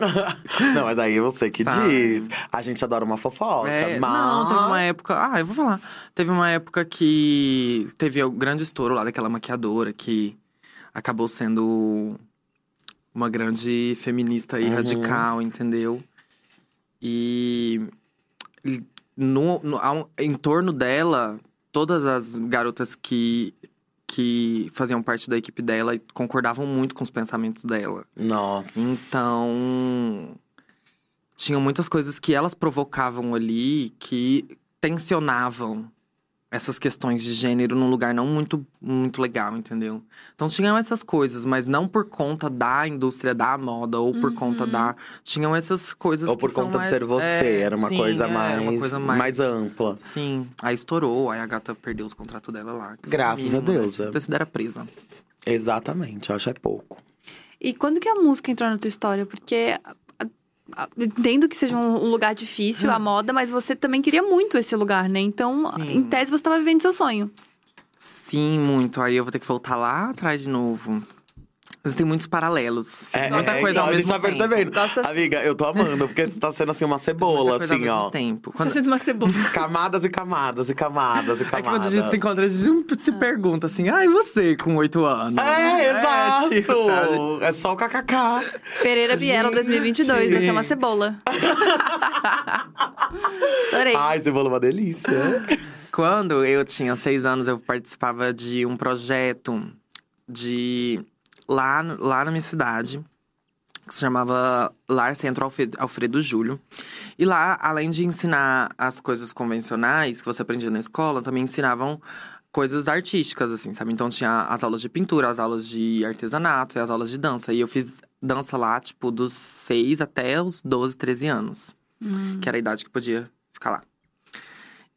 B: Não, mas aí você que
C: Sabe?
B: diz. A gente adora uma fofoca,
C: É,
B: mas.
C: Não, teve uma época. Ah, eu vou falar. Teve uma época que teve o grande estouro lá daquela maquiadora que acabou sendo uma grande feminista e
B: Uhum.
C: radical, entendeu? E e no, no- ao- em torno dela, todas as garotas que, que faziam parte da equipe dela concordavam muito com os pensamentos dela.
B: Nossa.
C: Então, tinham muitas coisas que elas provocavam ali que tensionavam essas questões de gênero num lugar não muito, muito legal, entendeu? Então tinham essas coisas, mas não por conta da indústria da moda ou por conta da. Tinham essas coisas
B: Ou por
C: que são
B: conta
C: mais-
B: de ser você,
C: É,
B: era uma
C: sim,
B: coisa
C: é, era
B: mais.
C: uma coisa mais.
B: ampla.
C: Sim. Aí estourou, aí a gata perdeu os contratos dela lá. que foi o
B: Graças
C: mínimo,
B: a Deus,
C: Né?
B: é.
C: Então, se era presa.
B: Exatamente, eu acho é pouco.
A: E quando que a música entrou na tua história? Porque a- a- entendo que seja um um lugar difícil, a moda, mas você também queria muito esse lugar, né? Então,
C: Sim.
A: em tese, você tava vivendo seu sonho.
C: Sim, muito. Aí eu vou ter que voltar lá atrás de novo. Mas tem muitos paralelos. Fiz muita coisa
B: então,
C: ao
B: a gente
C: mesmo
B: tá
C: tempo.
B: percebendo.
A: Gosto assim.
B: Amiga, eu tô amando, porque você tá sendo assim uma
C: Muita
B: cebola,
C: coisa
B: assim,
C: ao
B: ó.
C: mesmo tempo.
A: Você
C: Quando...
A: tá sendo uma cebola.
B: Camadas e camadas e camadas
C: (laughs)
B: e
C: É que quando a
B: camadas.
C: gente se encontra, a gente se pergunta assim, ai, você com oito anos?
B: É, exato!
C: tipo, sabe?
B: é só o kkk.
A: (laughs) Pereira Biela 2022, vai ser uma
C: Gente.
A: cebola. Adorei.
B: Ai, cebola é uma delícia.
C: (laughs) Quando eu tinha seis anos, eu participava de um projeto de lá, no- lá na minha cidade, que se chamava Lar Centro Alfredo, Alfredo Júlio. E lá, além de ensinar as coisas convencionais que você aprendia na escola, também ensinavam coisas artísticas, assim, sabe? Então tinha as aulas de pintura, as aulas de artesanato e as aulas de dança. E eu fiz dança lá, tipo, dos seis até os 12, 13 anos. Que era a idade que podia ficar lá.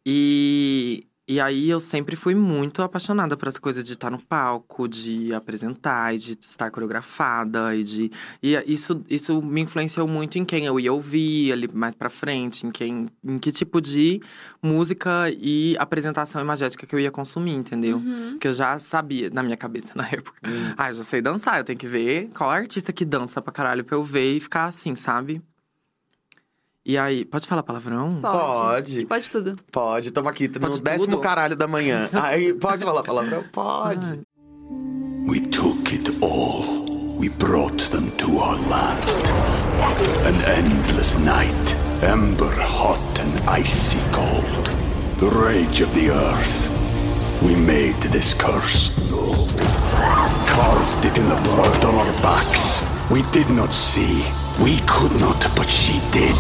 C: E E aí eu sempre fui muito apaixonada por as coisas de estar no palco, de apresentar, e de estar coreografada e de e isso isso me influenciou muito em quem eu ia ouvir ali mais pra frente, em quem em que tipo de música e apresentação imagética que eu ia consumir, entendeu? Porque eu já sabia na minha cabeça (laughs) na época. Ah, eu já sei dançar, eu tenho que ver qual artista que dança pra caralho pra eu ver e ficar assim, sabe? E aí, pode falar palavrão?
B: Pode.
A: Pode. Pode tudo.
B: Pode, tamo aqui, no
C: Pode
B: décimo
C: tudo.
B: caralho da manhã. Aí, pode falar palavrão? Pode.
D: We took it all. We brought them to our land. An endless night, ember hot and icy cold. The rage of the earth. We made this curse. Carved it in the blood on our backs. We did not see. We could not, but she did.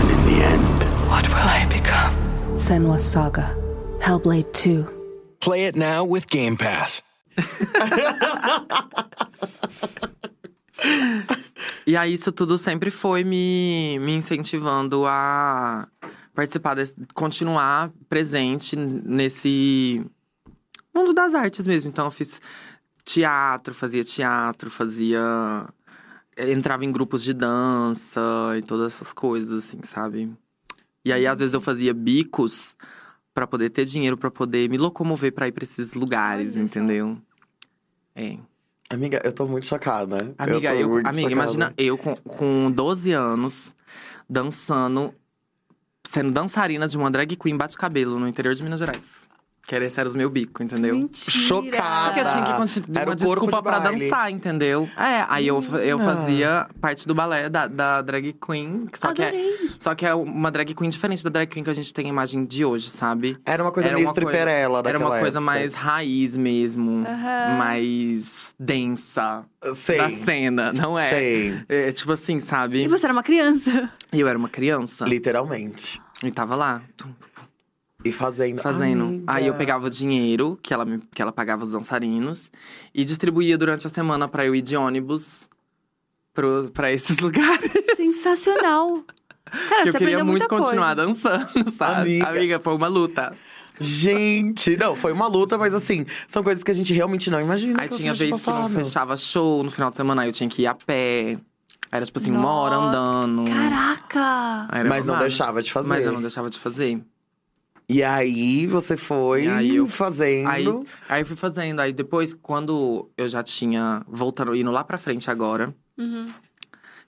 D: And in the end,
E: What will I become? Senwa Saga. Hellblade 2.
F: Play it now with Game Pass.
C: E aí, isso tudo sempre foi me, me incentivando a participar, desse, continuar presente nesse mundo das artes mesmo. Então, eu fiz teatro, fazia teatro, fazia. Entrava em grupos de dança e todas essas coisas, assim, sabe? E aí, às vezes, eu fazia bicos pra poder ter dinheiro, pra poder me locomover pra ir pra esses lugares,
A: Olha só.
C: entendeu? É.
B: Amiga, eu tô muito chocada.
C: Amiga,
B: tô
C: eu,
B: muito
C: amiga
B: chocada.
C: imagina eu com, com 12 anos dançando, sendo dançarina de uma drag queen bate-cabelo no interior de Minas Gerais. Que era- esse era o meu bico, entendeu?
A: Mentira.
B: Chocada.
C: Porque eu tinha que continuar
B: Era
C: uma
B: o corpo
C: desculpa
B: de
C: pra
B: baile.
C: dançar, entendeu? É, aí eu, fa- eu fazia parte do balé da, da drag queen. que Só que, é,
A: Adorei.
C: só que é uma drag queen diferente da drag queen que a gente tem a imagem de hoje, sabe?
B: Era uma coisa meio stripperela
C: Era
B: daquela
C: uma coisa
B: época.
C: mais raiz mesmo,
A: Aham.
C: mais densa
B: Sei.
C: da cena, não é?
B: Sei.
C: É, tipo assim, sabe?
A: E você era uma criança.
C: Eu era uma criança
B: Literalmente.
C: e tava lá, tum,
B: E fazendo.
C: fazendo.
B: Amiga.
C: Aí eu pegava o dinheiro que ela, me- que ela pagava os dançarinos e distribuía durante a semana pra eu ir de ônibus pro, pra esses (laughs) lugares.
A: Sensacional.
C: eu
A: Cara, você
C: queria
A: aprendeu
C: muito
A: muita
C: continuar
A: coisa.
C: dançando, (laughs) sabe?
B: Amiga.
C: foi uma luta.
B: Gente, não, foi uma luta, mas assim, são coisas que a gente realmente não imagina.
C: Aí
B: que
C: tinha
B: vocês
C: vez que não
B: passaram.
C: fechava show no final de semana, aí eu tinha que ir a pé. Era tipo assim, uma hora
A: Nossa.
C: andando.
A: Caraca!
C: Era
B: Mas não
C: babado.
B: deixava de fazer.
C: Mas eu não deixava de fazer.
B: E aí você foi
C: E aí eu-
B: fazendo.
C: Aí, aí eu fui fazendo. Aí depois, quando eu já tinha. Voltando, indo lá pra frente agora.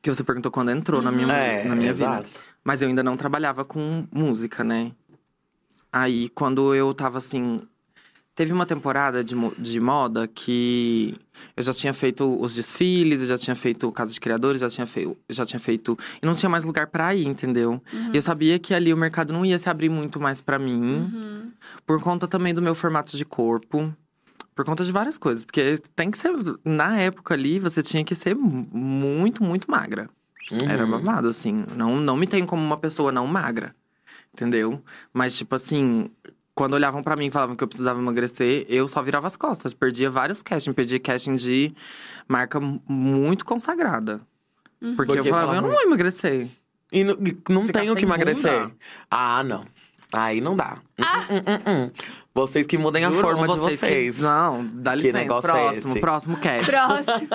C: Que você perguntou quando entrou na minha,
B: É,
C: na minha
B: exato.
C: vida. Mas eu ainda não trabalhava com música, né? Aí quando eu tava assim. Teve uma temporada de, mo- de moda que eu já tinha feito os desfiles, eu já tinha feito o Casa de Criadores, já tinha, fei, já tinha feito. E não tinha mais lugar pra ir, entendeu?
B: Uhum.
C: E eu sabia que ali o mercado não ia se abrir muito mais pra mim.
B: Uhum.
C: Por conta também do meu formato de corpo. Por conta de várias coisas. Porque tem que ser. Na época ali, você tinha que ser mu- muito, muito magra. Era
B: Uhum.
C: babado, assim. Não, não me tenho como uma pessoa não magra. Entendeu? Mas, tipo assim. Quando olhavam pra mim e falavam que eu precisava emagrecer, eu só virava as costas. Perdia vários castings. Perdia casting de marca mu- muito consagrada. Porque, eu
B: Porque
C: falava,
B: falava
C: eu não vou emagrecer.
B: E não, e não
C: Ficar
B: tenho que
C: sem
B: emagrecer.
C: bunda?
B: Ah, não. Aí não dá. Hum, hum, hum, hum. Vocês que mudem a
C: Ah! Juro,
B: forma de
C: vocês que-
B: vocês.
C: Não, dá
B: Que
C: licença.
B: negócio é
C: Próximo,
B: esse?
C: próximo cast.
A: Próximo.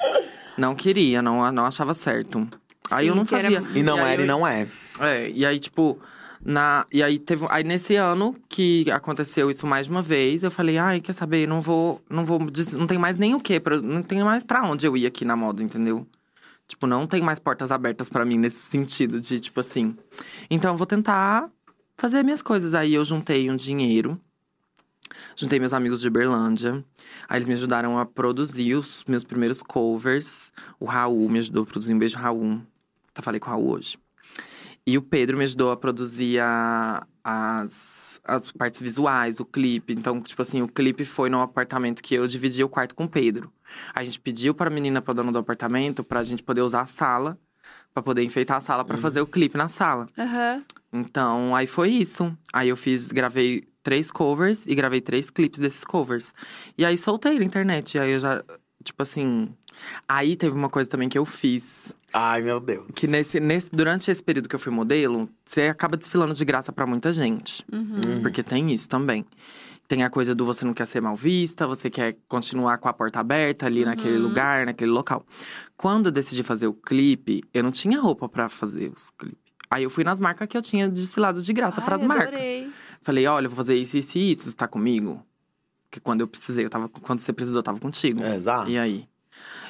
C: (laughs) Não queria, não, não achava certo. aí
A: Sim,
C: eu não
A: que era-
C: fazia.
B: E não
C: aí
B: era
C: eu-
B: e não é.
C: É, e aí, tipo, na, e aí teve. Aí nesse ano que aconteceu isso mais de uma vez, eu falei, ai, quer saber, não vou. Não vou. des- Não tem mais nem o quê, pra, não tem mais pra onde eu ir aqui na moda, entendeu? Tipo, não tem mais portas abertas pra mim nesse sentido de, tipo assim. Então, eu vou tentar fazer minhas coisas. Aí eu juntei um dinheiro. Juntei meus amigos de Uberlândia. Aí eles me ajudaram a produzir os meus primeiros covers. O Raul me ajudou a produzir. Um beijo, Raul. Tá, falei com o Raul hoje. E o Pedro me ajudou a produzir a- as, as partes visuais, o clipe. Então, tipo assim, o clipe foi num apartamento que eu dividi o quarto com o Pedro. A gente pediu pra menina, pra dona do apartamento, pra gente poder usar a sala. Pra poder enfeitar a sala, pra fazer o clipe na sala.
A: Aham.
C: Então, aí foi isso. Aí eu fiz, gravei três covers e gravei três clipes desses covers. E aí soltei na internet. E aí eu já, tipo assim. Aí teve uma coisa também que eu fiz.
B: Ai, meu Deus.
C: Que nesse, nesse, durante esse período que eu fui modelo, você acaba desfilando de graça pra muita gente.
A: Uhum.
C: Porque tem isso também. Tem a coisa do você não quer ser mal vista, você quer continuar com a porta aberta ali
A: Uhum.
C: naquele lugar, naquele local. Quando eu decidi fazer o clipe, eu não tinha roupa pra fazer os clipes. Aí eu fui nas marcas que eu tinha desfilado de graça
A: Ai,
C: pras marcas.
A: adorei.
C: Falei, olha, eu vou fazer isso, isso e isso, você tá comigo? Porque quando eu precisei, eu tava. Quando você precisou, eu tava contigo.
B: É, exato.
C: Ah. E aí?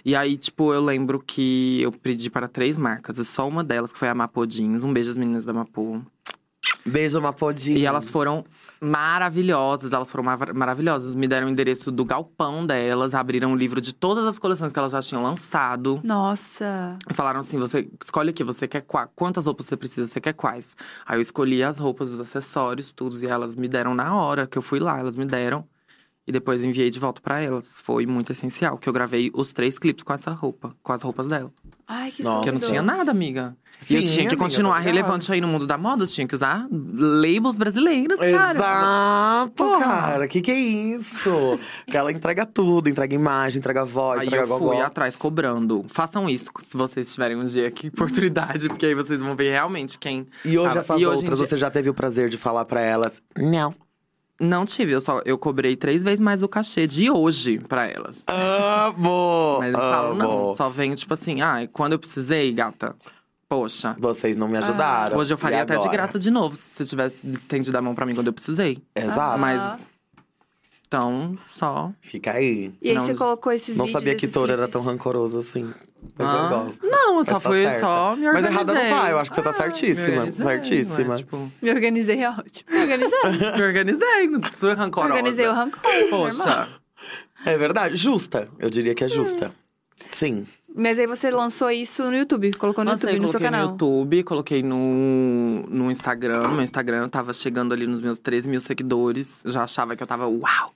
C: E aí, tipo, eu lembro que eu pedi para três marcas. E só uma delas, que foi a Mapô Jeans. Um beijo às meninas da Mapô.
B: Beijo, Mapodinha.
C: E elas foram maravilhosas, elas foram mava- maravilhosas. Me deram o endereço do galpão delas, abriram o livro de todas as coleções que elas já tinham lançado.
A: Nossa.
C: E falaram assim, você escolhe aqui, você quer qua- quantas roupas você precisa, você quer quais. Aí eu escolhi as roupas, os acessórios, tudo. E elas me deram na hora que eu fui lá, elas me deram. E depois enviei de volta pra elas. Foi muito essencial, que eu gravei os três clipes com essa roupa, com as roupas dela.
A: Ai, que
B: Nossa.
C: Porque eu não
A: tudo.
C: tinha nada, amiga.
B: Sim,
C: e eu tinha que
B: amiga,
C: continuar
B: tá ligado.
C: relevante aí no mundo da moda, eu tinha que usar labels brasileiras, cara.
B: Exato,
C: Porra.
B: cara. Que que é
C: (laughs)
B: isso? que ela entrega tudo. Entrega imagem, entrega voz,
C: Aí
B: entrega
C: eu
B: gogó.
C: fui atrás cobrando. Façam isso se vocês tiverem um dia aqui, (laughs) oportunidade, porque aí vocês vão ver realmente quem.
B: E hoje
C: tava.
B: essas
C: E hoje em
B: outras,
C: dia-
B: você já teve o prazer de falar pra elas? Não.
C: Não tive, eu só eu cobrei três vezes mais o cachê de hoje pra elas.
B: Amo!
C: Mas eu falo, não. Só venho, tipo assim, ai, quando eu precisei, gata. Poxa.
B: Vocês não me ajudaram.
C: Ah, Hoje eu faria
B: E
C: até de
B: agora?
C: graça de novo, se você tivesse estendido a mão pra mim quando eu precisei.
B: Exato.
C: Mas. Então, só.
B: Fica aí.
A: E aí
C: Não,
A: você colocou esses
B: Não
A: vídeos,
B: sabia que
A: esses
B: Toro era
A: clipes.
B: tão rancoroso assim. Mas
C: Ah,
B: eu gosto.
C: não,
B: Mas
C: só
B: tá
C: fui-
B: certa.
C: só me
B: Mas errada não
C: organizei. Ah,
B: tá, eu acho que você tá
C: Me
B: certíssima.
C: organizei,
B: certíssima.
C: ué, tipo,
A: Me organizei, é ótimo. Me
B: (laughs)
A: organizei.
C: me organizei, não sou rancorosa.
A: Organizei né, o rancor, normal.
C: Poxa.
B: É verdade, justa. Eu diria que é justa. Sim.
A: Mas aí você lançou isso no YouTube, colocou no
C: Lancei,
A: YouTube, no seu
C: coloquei
A: canal.
C: no YouTube, coloquei no, no Instagram. Meu Instagram eu tava chegando ali nos meus 3 mil seguidores. Eu Já achava que eu tava uau!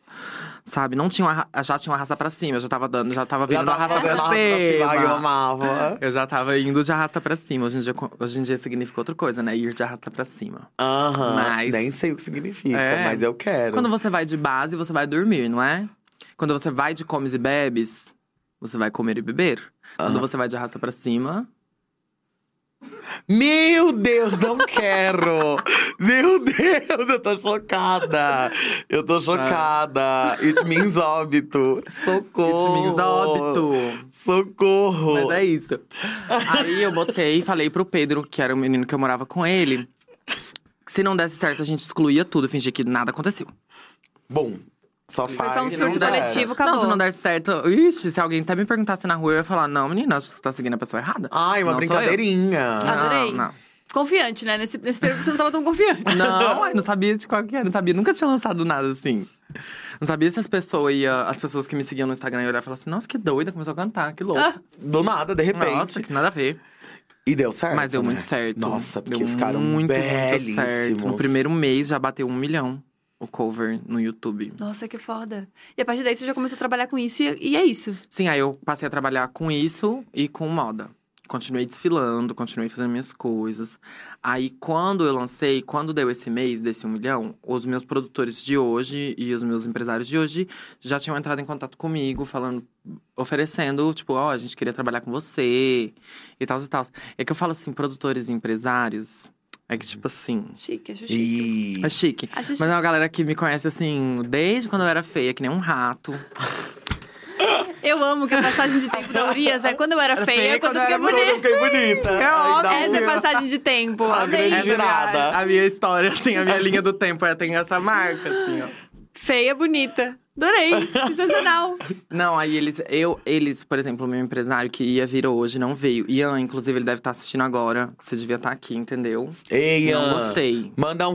C: Sabe? Não tinha uma, ra- já tinha uma raça pra cima, eu já tava dando, já tava vindo
B: Já
C: na
B: tava
C: raça
B: fazendo assim,
C: pra
B: arrasta pra cima, eu
C: cima.
B: amava.
C: Eu já tava indo de arrasta pra cima. Hoje em dia, co- hoje em dia significa outra coisa, né? Ir de arrasta pra cima.
B: Aham.
C: Mas-
B: Nem sei o que significa,
C: É.
B: mas eu quero.
C: Quando você vai de base, você vai dormir, não é? Quando você vai de comes e bebes, você vai comer e beber. Quando você vai de arrasta pra cima,
B: Meu Deus, não quero! (laughs) Meu Deus, eu tô chocada! Eu tô
C: Ah.
B: chocada! It means óbito! Socorro!
C: it means óbito.
B: Socorro!
C: Mas é isso. Aí eu botei e falei pro Pedro, que era o menino que eu morava com ele, que se não desse certo, a gente excluía tudo, fingia que nada aconteceu.
B: Bom, só faz.
C: é
A: só um
B: e
A: surto
B: não dá.
A: coletivo. acabou.
C: Não, se não der certo, ixi, se alguém até me perguntasse na rua, eu ia falar: não, menina, acho que você tá seguindo a pessoa errada.
B: Ai, uma
C: Não sou eu. Ah.
B: brincadeirinha.
C: Não,
A: Adorei.
C: não.
A: Confiante, né? Nesse, nesse período você não tava tão confiante.
C: Não, ai, não sabia de qual que era, não sabia, nunca tinha lançado nada assim. Não sabia se as pessoas ia, as pessoas que me seguiam no Instagram iam olhar e falar assim, nossa, que doida, começou a cantar, que louca.
B: Do nada, de repente.
C: Nossa, que nada a ver.
B: E deu certo.
C: Mas deu
B: né?
C: muito certo.
B: Nossa, porque
C: deu
B: ficaram
C: muito, muito
B: belíssimos.
C: certo. No primeiro mês já bateu um milhão o cover no YouTube.
A: Nossa, que foda. E a partir daí você já começou a trabalhar com isso e, e é isso.
C: Sim, aí eu passei a trabalhar com isso e com moda. Continuei desfilando, continuei fazendo minhas coisas. Aí, quando eu lancei, quando deu esse mês desse um milhão, os meus produtores de hoje e os meus empresários de hoje já tinham entrado em contato comigo, falando, oferecendo, tipo, ó, a gente queria trabalhar com você e tal e tal. É que eu falo assim, produtores e empresários, é que tipo assim.
A: Chique, acho chique.
B: E...
C: É chique.
A: Acho
C: Mas é uma galera que me conhece assim, desde quando eu era feia, que nem um rato.
A: Eu amo que a passagem de tempo da Urias é quando eu era feia, quando, eu fiquei
B: eu
A: bonita.
B: fiquei bonita. É
C: óbvio.
A: Essa é a passagem de tempo. Amei.
B: grande-
C: é a
B: Virada.
C: minha, a minha história, assim, a minha linha do tempo. é tem essa marca, assim, ó.
A: Feia, bonita. (laughs) Adorei. Sensacional.
C: Não, aí eles, eu, eles, por exemplo, o meu empresário que ia vir hoje não veio. Ian, inclusive, ele deve estar assistindo agora. Você devia estar aqui, entendeu?
B: Ei,
C: Não
B: Ian,
C: gostei.
B: Manda um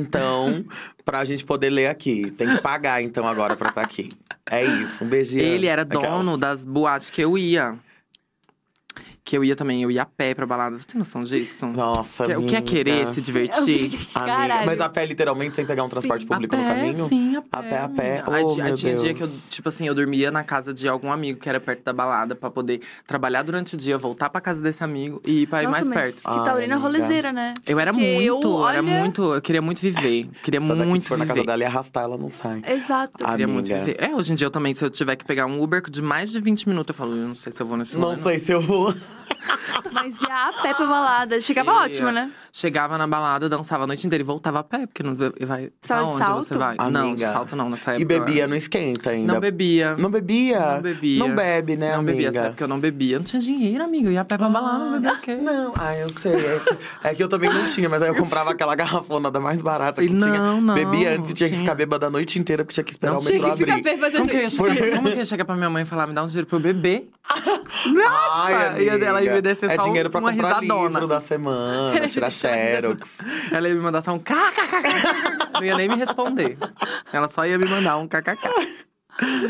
C: (laughs)
B: então, pra gente poder ler aqui. Tem que pagar, então, agora pra estar aqui. É isso, um beijinho.
C: Ele era
B: Aquelas.
C: dono das boates que eu ia. Que eu ia também, eu ia a pé pra balada. Você tem noção disso?
B: Nossa,
C: Que- o que é
B: amiga.
C: querer se divertir?
B: Amiga,
A: Caralho.
B: Mas a pé, literalmente, sem pegar um transporte público
C: a pé,
B: no caminho?
C: Sim, a pé.
B: A pé, a pé.
C: Aí,
B: Oh,
C: ti- aí
B: meu
C: tinha dia que eu,
B: Deus.
C: tipo assim, eu dormia na casa de algum amigo que era perto da balada pra poder trabalhar durante o dia, voltar pra casa desse amigo e ir pra ir
A: Nossa,
C: mais
A: mas
C: perto.
A: que taurina
B: Ai, amiga.
A: rolezeira, né?
C: Eu era
A: Porque
C: muito,
A: eu,
C: eu era
A: olha-
C: muito, eu queria muito viver. Queria
B: Essa daqui, se
C: muito
B: for na
C: viver.
B: casa dela e arrastar, ela não sai.
A: Exato.
B: Ah,
C: Queria muito
B: Amiga.
C: viver. É, hoje em dia eu também, se eu tiver que pegar um Uber de mais de 20 minutos, eu falo, eu não sei se eu vou nesse
B: Não
C: rolê,
B: sei se eu vou.
A: Mas e a pé pra balada? Chegava
C: Ia.
A: ótimo, né?
C: Chegava na balada, dançava a noite inteira e voltava a pé, porque não be- vai.
A: Você tava
C: pra
A: de
C: onde você
A: salto?
C: vai? Não, de
B: Amiga.
C: salto não, nessa época. eu
B: E
C: era-
B: bebia, não esquenta ainda.
C: Não bebia.
B: Não bebia?
C: Não bebia.
B: Não bebe, né,
C: Não bebia,
B: amiga?
C: sabe? Porque eu não bebia. Não tinha dinheiro, amigo. Eu ia a pé pra balada, não bebia o quê?
B: Não, ah, eu sei. É que, é que eu também não tinha, mas aí eu comprava aquela garrafona da mais barata que
C: Não,
B: tinha.
C: não,
B: Bebia antes e tinha que
C: tinha.
B: ficar bêbada a noite inteira, porque tinha que esperar
C: Não
B: o
C: tinha
A: Tinha
B: metrô
A: que ficar
B: abrir.
A: bêbado
C: Como que, eu ia
A: noite.
C: chegar, como que eu ia chegar pra minha mãe e falar, me dá um dinheiro pra eu beber?
B: Ai,
C: (laughs) Nossa! e
B: amiga,
C: ela ia me descer
B: é
C: só um-
B: dinheiro pra
C: uma
B: comprar
C: risadona.
B: livro
C: (laughs)
B: da semana, tirar xerox.
C: Ela ia me mandar só um kkkk. Não ia nem me responder. Ela só ia me mandar um kkk.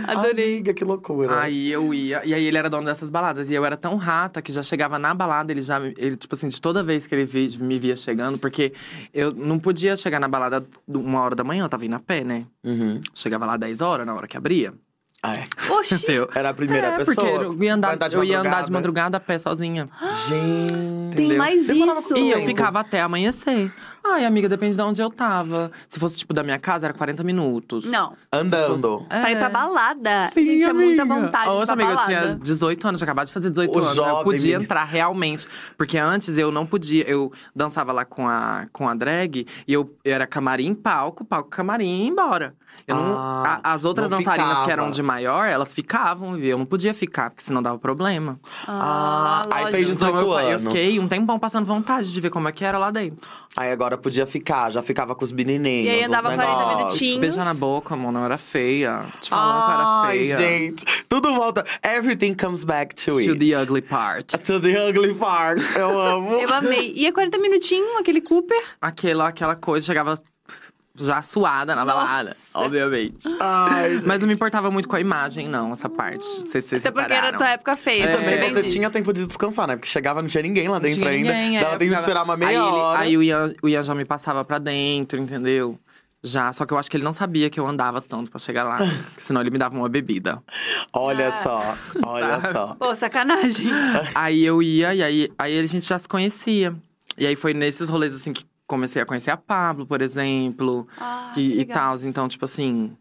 B: Adorei. Amiga, que loucura.
C: Aí eu ia. E aí ele era dono dessas baladas. E eu era tão rata que já chegava na balada, ele já. me- Ele, tipo assim, de toda vez que ele vi- me via chegando, porque eu não podia chegar na balada uma hora da manhã, eu tava indo a pé, né?
B: Uhum.
C: Chegava lá 10 horas, na hora que abria.
B: Ah, é.
A: Oxi!
C: Entendeu?
B: Era a primeira
C: É,
B: pessoa.
C: porque eu ia
B: Vai
C: andar, eu ia andar de madrugada a pé
B: (gasps)
C: sozinha.
B: Gente.
A: Tem mais
B: Demorava
A: isso.
C: E eu
B: tempo?
C: ficava até amanhecer. Ai, amiga, depende de onde eu tava. Se fosse, tipo, da minha casa, era 40 minutos.
A: Não,
B: Andando.
A: pra ir pra balada.
C: Sim,
A: gente, é muita
C: amiga.
A: vontade de ir
C: Hoje,
A: pra
C: amiga,
A: balada.
C: eu tinha 18 anos, tinha acabado de fazer 18
B: O
C: anos. né? eu
B: jovem,
C: podia
B: menina.
C: entrar realmente. Porque antes eu não podia. Eu dançava lá com a, com a drag e eu, eu era camarim, palco, palco, camarim e embora. Eu não-
B: Ah,
C: a- as outras
B: não
C: dançarinas que
B: ficava.
C: eram de maior, elas ficavam. E eu não podia ficar, porque senão dava problema.
A: Ah,
B: Ah, aí
A: lógico.
B: fez
C: Então
B: 18
C: eu, eu
B: anos.
C: fiquei um tempão passando vontade de ver como é que era lá dentro.
B: Aí agora podia ficar, já ficava com os menininhos.
A: E aí
B: os
A: andava 40
B: negócios.
A: minutinhos. Tinhos.
C: Beijar na boca, mano, eu era feia. Te falando
B: Ai,
C: que eu era feia.
B: gente. Tudo volta. Everything comes back to,
C: To
B: it.
C: the ugly part.
B: To the ugly part. Eu amo.
A: Eu amei. E é 40 minutinhos, aquele Cooper.
C: Aquela, aquela coisa chegava já suada na balada,
A: Nossa.
C: obviamente.
B: Ai, gente.
C: Mas não me importava muito com a imagem, não, essa parte. Não sei se vocês
A: Até porque
C: repararam.
A: era tua época feia.
C: É,
A: né?
B: Também
A: Bem
B: você
A: disso.
B: tinha tempo de descansar, né? Porque chegava, não tinha ninguém lá dentro
C: Tinha
B: ainda.
C: ninguém, é,
B: Dava tempo de
C: ficava-
B: esperar uma meia
C: aí ele-
B: hora.
C: aí o Ian, o Ian já me passava pra dentro, entendeu? Já, só que eu acho que ele não sabia que eu andava tanto pra chegar
B: (laughs)
C: lá. que senão ele me dava uma bebida.
B: Olha só, olha só.
A: Pô, sacanagem.
C: (laughs) aí eu ia, e aí, aí a gente já se conhecia. E aí foi nesses rolês, assim, que comecei a conhecer a Pablo, por exemplo.
A: Ah,
C: que-
A: que
C: e
A: legal.
C: tal. Então, tipo assim.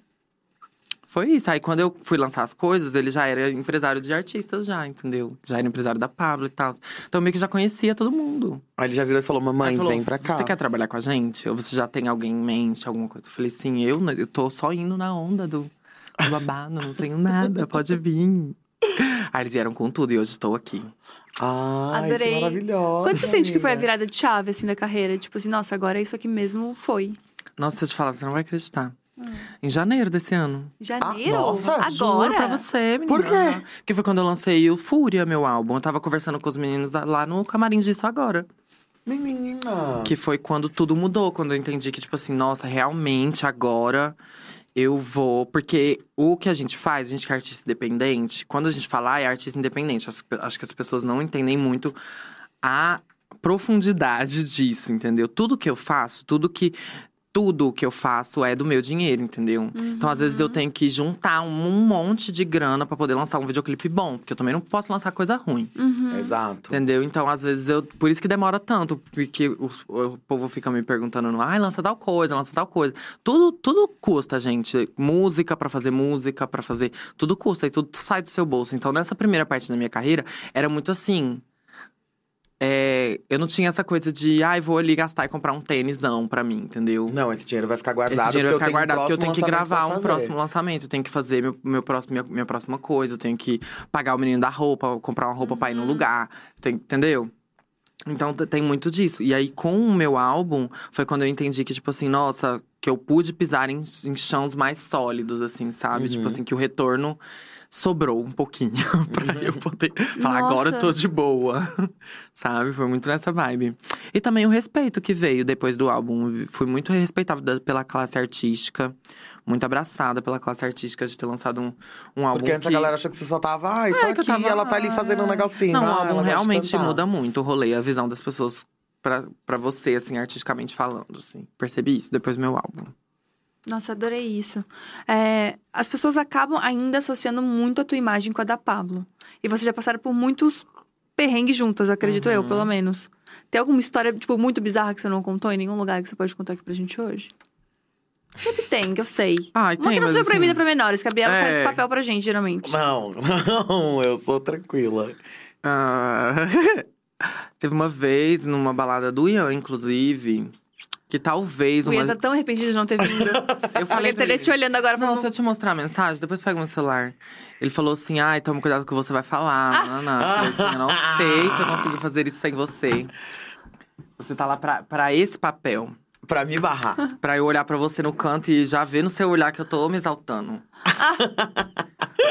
C: Foi isso. Aí quando eu fui lançar as coisas, ele já era empresário de artistas, já, entendeu? Já era empresário da Pablo e tal. Então meio que já conhecia todo mundo.
B: Aí ele já virou e falou: Mamãe,
C: Aí falou,
B: vem pra cá.
C: Você quer trabalhar com a gente? Ou você já tem alguém em mente, alguma coisa? Eu falei, sim, eu, não- eu tô só indo na onda do, do babado, não tenho nada, pode
B: (laughs)
C: vir. Aí eles vieram com tudo e hoje estou aqui.
B: Ai,
A: Adorei.
B: que maravilhosa.
A: Quando você sente que foi a
B: amiga.
A: virada de chave, assim, da carreira? Tipo assim, nossa, agora isso aqui mesmo foi.
C: Nossa, se eu te falar, você não vai acreditar.
B: Hum.
C: Em janeiro desse ano.
A: Janeiro?
B: Ah, nossa,
A: agora?
C: Juro pra você, menina.
B: Por quê?
C: Porque foi quando eu lancei o Fúria, meu álbum. Eu tava conversando com os meninos lá no camarim disso agora.
B: Menina.
C: Que foi quando tudo mudou, quando eu entendi que, tipo assim, nossa, realmente agora eu vou. Porque o que a gente faz, a gente que é artista independente, quando a gente fala, ah, é artista independente, acho, que- acho que as pessoas não entendem muito a profundidade disso, entendeu? Tudo que eu faço, tudo que. Tudo que eu faço é do meu dinheiro, entendeu? Então, às vezes, eu tenho que juntar um monte de grana pra poder lançar um videoclipe bom, porque eu também não posso lançar coisa ruim.
B: Exato.
C: Entendeu? Então, às vezes, eu. Por isso que demora tanto, porque os- o povo fica me perguntando, ai, lança tal coisa, lança tal coisa. Tudo, tudo custa, gente. Música pra fazer música, pra fazer. Tudo custa e tudo sai do seu bolso. Então, nessa primeira parte da minha carreira, era muito assim. é, eu não tinha essa coisa de, ai, vou ali gastar e comprar um tênisão pra mim, entendeu?
B: Não, esse dinheiro vai ficar guardado.
C: Esse dinheiro vai ficar
B: porque eu tenho um
C: guardado, porque eu tenho que gravar um
B: próximo lançamento pra fazer.
C: próximo lançamento. Eu tenho que fazer meu, meu próximo, minha, minha próxima coisa. Eu tenho que pagar o menino da roupa, comprar uma roupa pra
B: Uhum.
C: ir no lugar. tem- entendeu? Então t- tem muito disso. E aí, com o meu álbum, foi quando eu entendi que, tipo assim, nossa, que eu pude pisar em, em chãos mais sólidos, assim, sabe?
B: Uhum.
C: Tipo assim, que o retorno sobrou um pouquinho (laughs) pra
B: Uhum.
C: eu poder falar, agora eu tô
A: Nossa.
C: de boa. sabe? Foi muito nessa vibe. E também o respeito que veio depois do álbum. Fui muito respeitada pela classe artística, muito abraçada pela classe artística de ter lançado um, um álbum.
B: Porque antes
C: que-
B: a galera achou que você só tava, ai, tô
C: É, que eu
B: aqui,
C: tava-
B: ela tá ali fazendo um negocinho.
C: Não,
B: ah,
C: o
B: ela
C: álbum
B: gosta de
C: realmente
B: cantar.
C: muda muito o rolê, a visão das pessoas pra, pra você, assim, artisticamente falando, assim. Percebi isso depois do meu álbum.
A: Nossa, adorei isso. É, as pessoas acabam ainda associando muito a tua imagem com a da Pablo. E vocês já passaram por muitos perrengues juntas, acredito eu,
C: Uhum.
A: pelo menos. Tem alguma história, tipo, muito bizarra que você não contou em nenhum lugar que você pode contar aqui pra gente hoje? Sempre tem, que eu sei.
C: Ai,
A: Uma
C: tem,
A: que não
C: mas
A: seja
C: assim-
A: proibida pra menores, que a Biela faz
C: É.
A: esse papel pra gente, geralmente.
B: Não, não, eu sou tranquila.
C: Ah, (laughs) Teve uma vez, numa balada do Ian, inclusive, que talvez
A: O
C: uma.
A: Ian tá tão arrependido de não ter vindo.
C: (laughs) Eu falei
A: Ele tá
C: pra
A: te olhando agora
C: Não,
A: falando,
C: se eu te mostrar a mensagem, depois pega meu celular. Ele falou assim: ai, toma cuidado com o que você vai falar. Não, não. Eu, falei assim, eu não sei se eu consigo fazer isso sem você. Você tá lá pra, pra esse papel.
B: Pra me barrar.
C: Pra um eu olhar pra você no canto e já ver no seu olhar que eu tô me exaltando.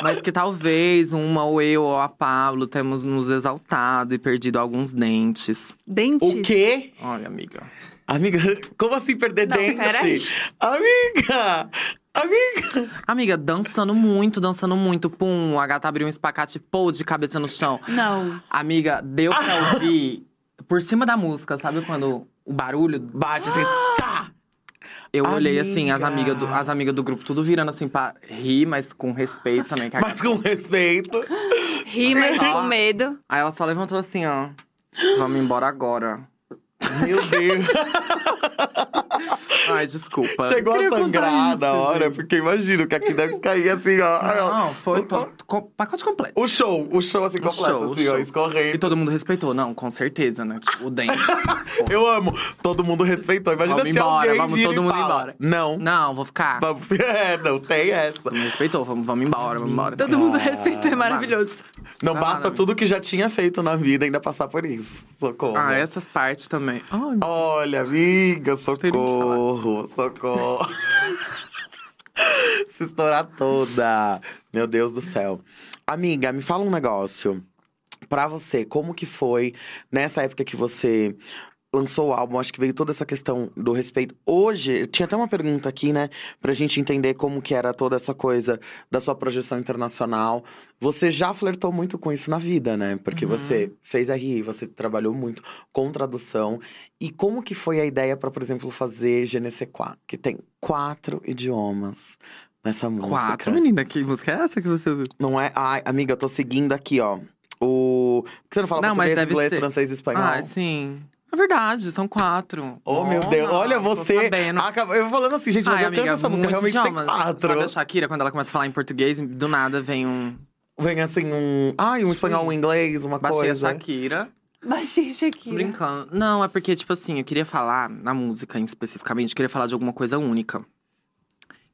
C: Mas que talvez uma, ou eu, ou a Pablo, temos nos exaltado e perdido alguns dentes.
A: Dentes?
B: o quê?
C: Olha, amiga.
B: Amiga, como assim perder
A: Não,
B: dente?
A: peraí.
B: Amiga! Amiga!
C: Amiga, dançando muito, dançando muito. Pum, a gata abriu um espacate, pô, de cabeça no chão.
A: Não.
C: Amiga, deu
B: Ah.
C: pra ouvir por cima da música, sabe quando o barulho?
B: Bate assim, tá!
C: Eu olhei assim, as
B: Amiga.
C: amigas do, as amigas do grupo tudo virando assim pra rir, mas com respeito também. que a
B: Mas com respeito.
A: Ri, mas
C: Ó.
A: com medo.
C: Aí ela só levantou assim, ó. Vamos embora agora.
B: Meu Deus.
C: Ai, desculpa.
B: Chegou a
C: Queria contar
B: sangrar
C: isso,
B: na hora,
C: gente.
B: porque imagino que aqui deve cair assim, ó.
C: Não, foi um to- co- pacote completo.
B: O show, o show assim,
C: O
B: completo,
C: show, o
B: assim, ó,
C: show. E
B: escorrendo.
C: todo mundo respeitou. Não, com certeza, né? Tipo, o
B: (laughs)
C: dente.
B: Eu amo. Todo mundo respeitou. Imagina
C: Vamos
B: se
C: embora,
B: alguém
C: vamos
B: vira
C: todo
B: e
C: mundo
B: fala,
C: embora.
B: Não.
C: Não, vou ficar.
B: Vamos- (laughs) É, não tem essa.
C: Todo mundo respeitou, vamos, vamos embora, vamos embora.
A: Todo mundo respeitou, é maravilhoso.
B: Não
C: Vai lá,
B: basta
C: Nami.
B: tudo que já tinha feito na vida ainda passar por isso. Socorro.
C: Ah, essas partes também. Ai,
B: Olha, amiga,
C: tem nem o que
B: socorro, socorro. (laughs) Se estourar toda. Meu Deus do céu. Amiga, me fala um negócio. Pra você, como que foi nessa época que você lançou o álbum? Acho que veio toda essa questão do respeito. Hoje, eu tinha até uma pergunta aqui, né? Pra gente entender como que era toda essa coisa da sua projeção internacional. Você já flertou muito com isso na vida, né? Porque
C: Uhum.
B: você fez RI, você trabalhou muito com tradução. E como que foi a ideia pra, por exemplo, fazer GNC4? Que tem quatro idiomas nessa música.
C: quatro, menina, que música é essa que você ouviu?
B: Não é? Ai, amiga, eu tô seguindo aqui, ó. O. Por que você não fala
C: Não, mas
B: português,
C: deve
B: inglês,
C: ser.
B: francês e espanhol?
C: Ah, sim. É verdade, são quatro.
B: Oh, meu
C: Olha,
B: Deus. Olha
C: tô
B: você.
C: sabendo.
B: Acaba... Eu falando assim, gente, mas
C: Ai,
B: eu
C: amiga,
B: canto essa música.
C: muitos
B: Realmente
C: idiomas.
B: tem quatro.
C: Sabe a Shakira, quando ela começa a falar em português, do nada vem um…
B: Vem assim um. Ai, um espanhol, um inglês, uma
C: Baixei
B: coisa.
C: a Shakira.
A: Baixei isso aqui.
C: Tô brincando. Não, é porque, tipo assim, eu queria falar, na música em- especificamente, eu queria falar de alguma coisa única.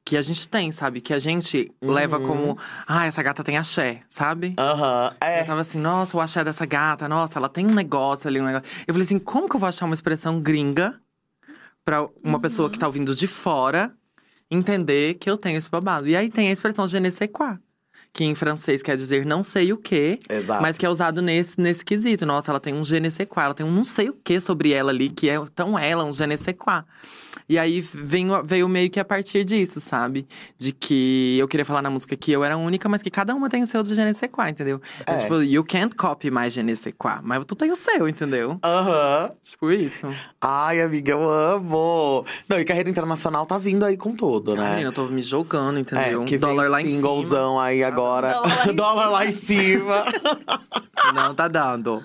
C: Que a gente tem, sabe? Que a gente
B: Uhum.
C: leva como, ah, essa gata tem axé, sabe?
B: Aham.
C: Eu
B: É.
C: tava assim, nossa, o axé dessa gata, nossa, ela tem um negócio ali, um negócio. Eu falei assim, como que eu vou achar uma expressão gringa pra uma
B: Uhum.
C: pessoa que tá ouvindo de fora entender que eu tenho esse babado? E aí tem a expressão je ne sais quoi, que em francês quer dizer não sei o quê.
B: Exato.
C: Mas que é usado nesse, nesse quesito. Nossa, ela tem um je ne sais quoi, ela tem um não sei o que sobre ela ali, que é tão ela, um je ne sais quoi. E aí veio, veio meio que a partir disso, sabe? De que eu queria falar na música que eu era única, mas que cada uma tem o seu de je ne sais quoi, entendeu? É.
B: É.
C: tipo, you can't copy my je ne sais quoi, mas tu tem o seu, entendeu?
B: Aham.
C: Tipo isso.
B: Ai, amiga, eu amo. Não, e carreira internacional tá vindo aí com tudo, né?
C: Menina, Tá eu tô me jogando, entendeu? Um
B: É, que
C: Dólar
B: vem
C: lá em cima. Ah,
B: singlezão aí agora.
A: Dólar lá em
B: (laughs) Dólar lá em cima.
C: (laughs) Não tá (laughs) dando.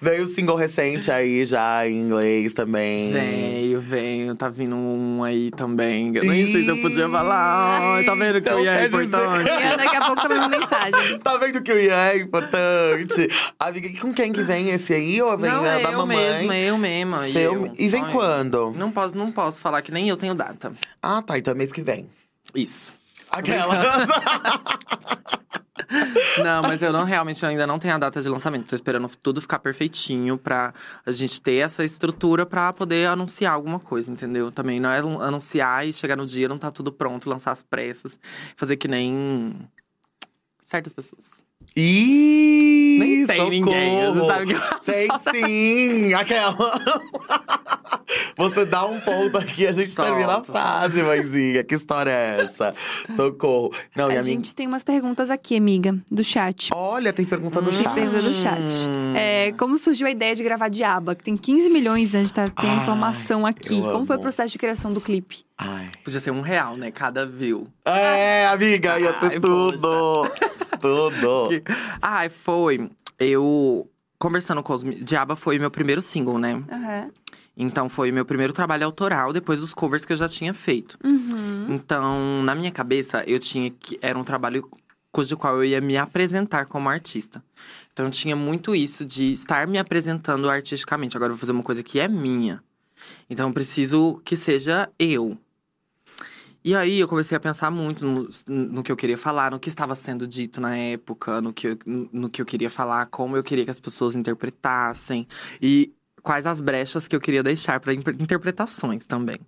B: Veio o single recente aí já em inglês também.
C: Veio, veio. Tá vindo um aí também. Eu nem sei se eu podia falar. Ai, tá vendo que
B: Então
C: eu ia é
B: quer dizer-
C: importante.
A: Ian, daqui a pouco tá mandando mensagem.
B: Tá vendo que o Ian é importante? (laughs) Amiga, e com quem que vem esse aí? Ou vem
C: Não,
B: né,
C: é
B: da
C: eu
B: mamãe?
C: mesma, eu mesma.
B: Seu-
C: eu,
B: E vem
C: só eu.
B: quando?
C: Não posso, não posso falar que nem eu tenho data.
B: Ah, tá, então é mês que vem.
C: Isso.
B: Aquela.
C: Não, mas eu não realmente eu ainda não tenho a data de lançamento. Tô esperando tudo ficar perfeitinho pra a gente ter essa estrutura pra poder anunciar alguma coisa, entendeu? Também não é lan- anunciar e chegar no dia, não tá tudo pronto, lançar as pressas, fazer que nem certas pessoas.
B: Ih,
C: Nem tem
B: socorro.
C: ninguém, você sabe que eu-
B: Tem sim, aquela. Você dá um ponto aqui, a gente
C: Solta,
B: termina a
C: solta.
B: frase, mãezinha. Que história é essa? Socorro. Não, e
A: A
B: a minha...
A: gente tem umas perguntas aqui, amiga, do chat.
B: Olha, tem pergunta do
A: Hum, Tem
B: chat.
A: pergunta do chat. É, como surgiu a ideia de gravar Diaba? Que tem 15 milhões, a gente tá, tem
B: Ai,
A: informação aqui.
B: eu
A: Como foi o
B: amo.
A: processo de criação do clipe?
B: Ai.
C: Podia ser um real, né? Cada view.
B: É, amiga, ia ser
C: Ai,
B: tudo. Tudo.
C: Que- Ai, foi. Eu. Conversando com os. mi- Diaba foi meu primeiro single, né?
A: Aham.
C: Então foi meu primeiro trabalho autoral, depois dos covers que eu já tinha feito.
A: Uhum.
C: Então, na minha cabeça, eu tinha que. Era um trabalho cujo qual eu ia me apresentar como artista. Então tinha muito isso de estar me apresentando artisticamente. Agora eu vou fazer uma coisa que é minha. Então eu preciso que seja eu. E aí eu comecei a pensar muito no, no que eu queria falar, no que estava sendo dito na época, no que, eu, no que eu queria falar, como eu queria que as pessoas interpretassem e quais as brechas que eu queria deixar para interpretações também.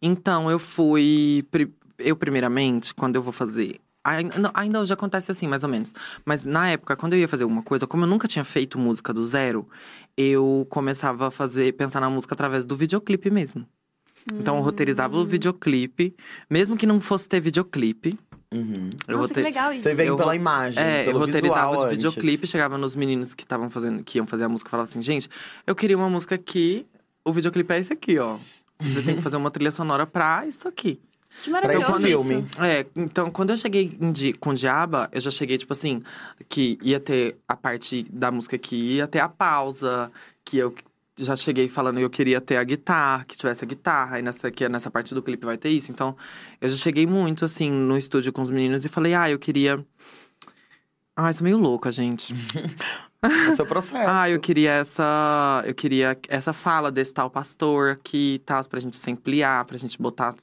C: Então eu fui. pri- Eu, primeiramente, quando eu vou fazer. ai- não, Ainda hoje acontece assim, mais ou menos. Mas na época, quando eu ia fazer uma coisa, como eu nunca tinha feito música do zero, eu começava a fazer, pensar na música através do videoclipe mesmo. Então eu roteirizava
A: Hum.
C: o videoclipe, mesmo que não fosse ter videoclipe.
B: Uhum.
C: eu
A: Nossa, que
C: rote-
A: legal isso.
B: Você vem
C: Eu
B: pela
C: ro-
B: imagem,
C: É, eu
B: pelo
C: roteirizava
B: visual
C: de
B: antes.
C: videoclipe, chegava nos meninos que estavam fazendo, que iam fazer a música e falava assim, gente, eu queria uma música aqui, o videoclipe é esse aqui, ó. Vocês têm que fazer uma trilha sonora pra isso aqui.
A: Que
B: Pra
A: maravilhoso
B: esse
C: Maravilhoso
A: isso.
B: filme.
C: É, então quando eu cheguei em Di- com Diaba, eu já cheguei, tipo assim, que ia ter a parte da música que ia ter a pausa, que eu já cheguei falando que eu queria ter a guitarra, que tivesse a guitarra, e nessa, que nessa parte do clipe vai ter isso. Então, eu já cheguei muito, assim, no estúdio com os meninos e falei, ah, eu queria. Ah, isso é meio louca, gente.
B: É o seu processo.
C: Ah, eu queria essa. Eu queria essa fala desse tal pastor aqui e tal, pra gente se ampliar, pra gente botar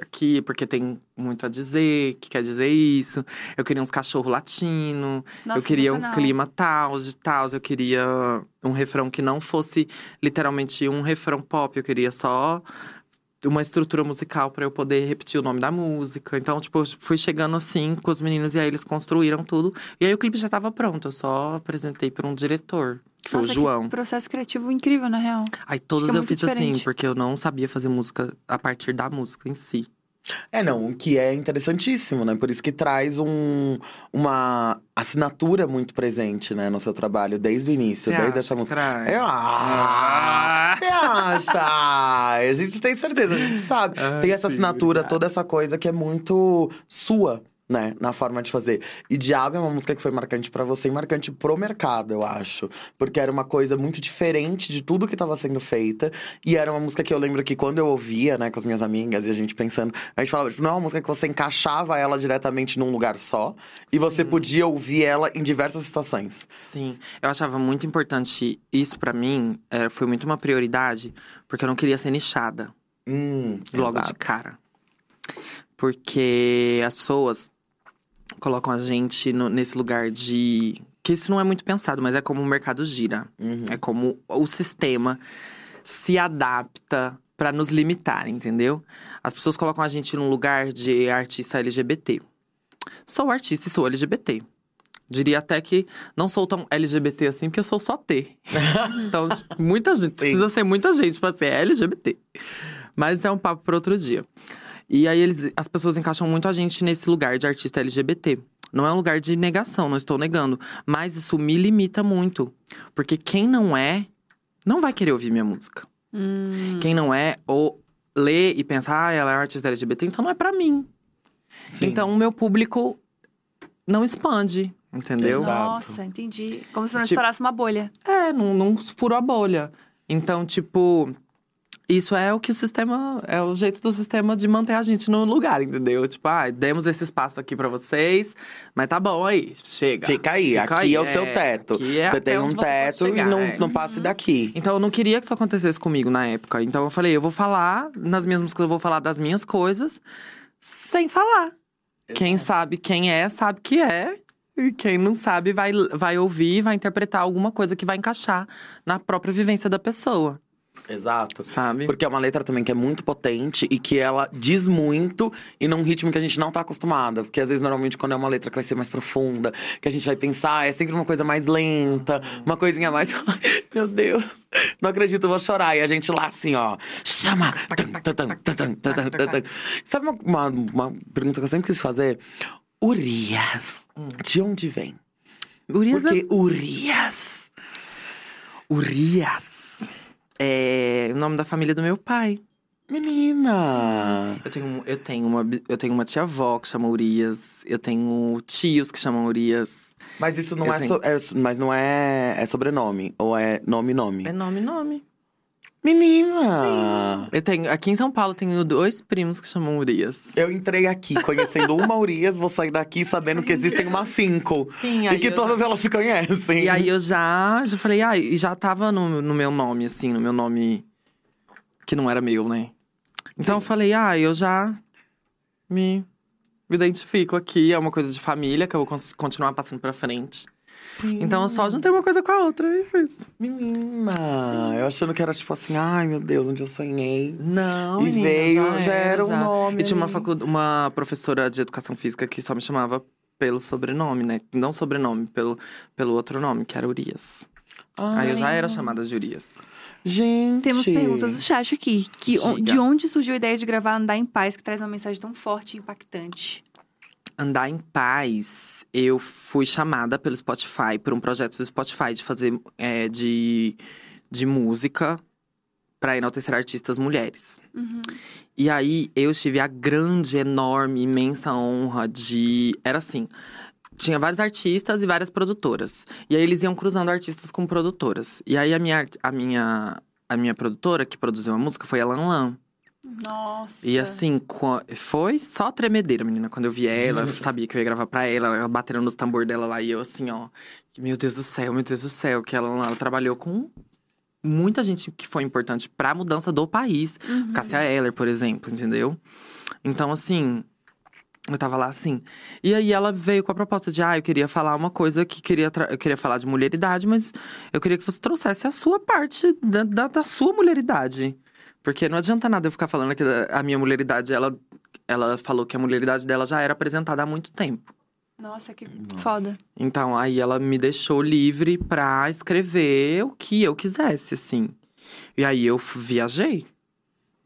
C: aqui, porque tem muito a dizer, que quer dizer isso. Eu queria uns cachorro latino,
A: Nossa,
C: eu queria um
A: sensacional.
C: clima tal, de tal, eu queria um refrão que não fosse literalmente um refrão pop, eu queria só uma estrutura musical pra eu poder repetir o nome da música. Então, tipo, eu fui chegando assim com os meninos e aí eles construíram tudo. E aí o clipe já tava pronto, eu só apresentei pra um diretor, que foi
A: Nossa,
C: o
A: que
C: João.
A: processo criativo incrível, na real.
C: Aí todos
A: Acho que é
C: eu fiz
A: muito
C: assim,
A: diferente.
C: porque eu não sabia fazer música a partir da música em si.
B: É, não, o que é interessantíssimo, né? Por isso que traz um, uma assinatura muito presente, né, no seu trabalho, desde o início,
C: Você
B: desde
C: acha
B: essa
C: que
B: música. É.
C: traz?
B: Eu, ah, você acha? Ai, A gente tem certeza, a gente sabe.
C: Ai,
B: tem essa
C: sim,
B: assinatura,
C: obrigado.
B: toda essa coisa que é muito sua. Né, na forma de fazer. E Diabo é uma música que foi marcante pra você e marcante pro mercado, eu acho. Porque era uma coisa muito diferente de tudo que tava sendo feita. E era uma música que eu lembro que quando eu ouvia, né, com as minhas amigas e a gente pensando, a gente falava, tipo, não é uma música que você encaixava ela diretamente num lugar só. E você podia ouvir ela em diversas situações.
C: Sim, eu achava muito importante isso pra mim, eh, foi muito uma prioridade, porque eu não queria ser nichada.
B: Hum,
C: logo de
B: exato.
C: cara. Porque as pessoas colocam a gente no- nesse lugar de. Que isso não é muito pensado, mas é como o mercado gira.
B: Uhum.
C: É como o sistema se adapta pra nos limitar, entendeu? As pessoas colocam a gente num lugar de artista LGBT. Sou artista e sou LGBT. Diria até que não sou tão LGBT assim, porque eu sou só
B: (laughs)
C: T. então, muita gente. Precisa ser muita gente pra ser LGBT. Mas é um papo para outro dia. E aí eles, as pessoas encaixam muito a gente nesse lugar de artista LGBT. Não é um lugar de negação, não estou negando. Mas isso me limita muito. Porque quem não é, não vai querer ouvir minha música. Quem não é, ou lê e pensa, ah, ela é uma artista LGBT, então não é pra mim.
B: Sim.
C: Então o meu público não expande, entendeu?
B: Exato.
A: Nossa, entendi. Como se não
C: Tipo-
A: estourasse uma bolha.
C: É, não, não furou a bolha. Então, tipo, isso é o que o sistema. É o jeito do sistema de manter a gente no lugar, entendeu? Tipo, ah, demos esse espaço aqui pra vocs, mas tá bom aí, chega.
B: Fica aí,
C: Fica
B: aqui
C: aí,
B: é o seu
C: é,
B: teto.
C: aqui é
B: você
C: até
B: tem um
C: onde você pode
B: teto
C: chegar,
B: e não,
C: é.
B: não passe daqui.
C: Então eu não queria que isso acontecesse comigo na época. Então eu falei, eu vou falar nas minhas músicas, eu vou falar das minhas coisas, sem falar. Quem sabe quem é, sabe que é. E quem não sabe vai, vai ouvir, vai interpretar alguma coisa que vai encaixar na própria vivência da pessoa,
B: Exato.
C: sabe?
B: Porque é uma letra também que é muito potente e que ela diz muito e num ritmo que a gente não tá acostumada. Porque às vezes, normalmente, quando é uma letra que vai ser mais profunda, que a gente vai pensar, é sempre uma coisa mais lenta, uma coisinha mais. (laughs) Meu Deus, não acredito, eu vou chorar. E a gente lá assim, ó, chama! Tum, tum, tum, tum, tum, tum, tum, tum, tum. Sabe uma, uma, uma pergunta que eu sempre quis fazer? Urias,
C: Hum.
B: de onde vem?
C: Urias é
B: Porque Urias.
C: Urias. É o nome da família do meu pai.
B: Menina!
C: Eu tenho, eu tenho, uma, bi- eu tenho uma tia-avó que chama Urias. Eu tenho tios que chamam Urias.
B: Mas isso não
C: Eu
B: é,
C: sei.
B: so- é so- Mas não é. É sobrenome. Ou é nome, nome.
C: É nome, nome.
B: Menina!
C: Eu tenho, aqui em São Paulo tenho dois primos que chamam Urias.
B: Eu entrei aqui conhecendo uma Urias, vou sair daqui sabendo que existem umas cinco.
C: Sim,
B: e
C: aí
B: que
C: eu-
B: todas elas se conhecem.
C: E aí eu já, já falei, ah, e já tava no, no meu nome, assim, no meu nome que não era meu, né? Então eu falei, ah, eu já me, me identifico aqui, é uma coisa de família que eu vou cons- continuar passando pra frente.
B: Sim.
C: Então eu só juntei uma coisa com a outra e foi isso.
B: Menina, eu achando que era tipo assim, ai meu Deus, onde eu sonhei.
C: Não,
B: E
C: menina,
B: veio,
C: já,
B: já era um nome
C: E tinha uma,
B: ali.
C: facu- uma professora de educação física que só me chamava pelo sobrenome, né? Não sobrenome, pelo, pelo outro nome, que era Urias. Aí eu já era chamada de Urias.
B: Gente.
A: Temos perguntas do chat aqui. Que, on-
C: Diga.
A: de onde surgiu a ideia de gravar Andar em Paz, que traz uma mensagem tão forte e impactante?
C: Andar em Paz, eu fui chamada pelo Spotify, por um projeto do Spotify de fazer é, de, de música para enaltecer artistas mulheres. E aí eu tive a grande, enorme, imensa honra de. Era assim. Tinha vários artistas e várias produtoras. E aí eles iam cruzando artistas com produtoras. E aí a minha, art- a minha, a minha produtora que produziu a música foi a Lan Lan.
A: Nossa.
C: E assim, qua- foi só tremedeira, menina. Quando eu vi ela, eu sabia que eu ia gravar pra ela, ela batendo nos tambor dela lá. E eu assim, ó, meu Deus do céu, meu Deus do céu. Que ela, ela trabalhou com muita gente que foi importante pra mudança do país. Cássia Eller, por exemplo, entendeu? Então, assim, eu tava lá assim. E aí ela veio com a proposta de, ah, eu queria falar uma coisa que queria tra- eu queria falar de mulheridade, mas eu queria que você trouxesse a sua parte da, da, da sua mulheridade. Porque não adianta nada eu ficar falando que a minha mulheridade, ela, ela falou que a mulheridade dela já era apresentada há muito tempo.
A: Nossa, que foda.
C: Então, aí ela me deixou livre pra escrever o que eu quisesse, assim. E aí eu fu- viajei.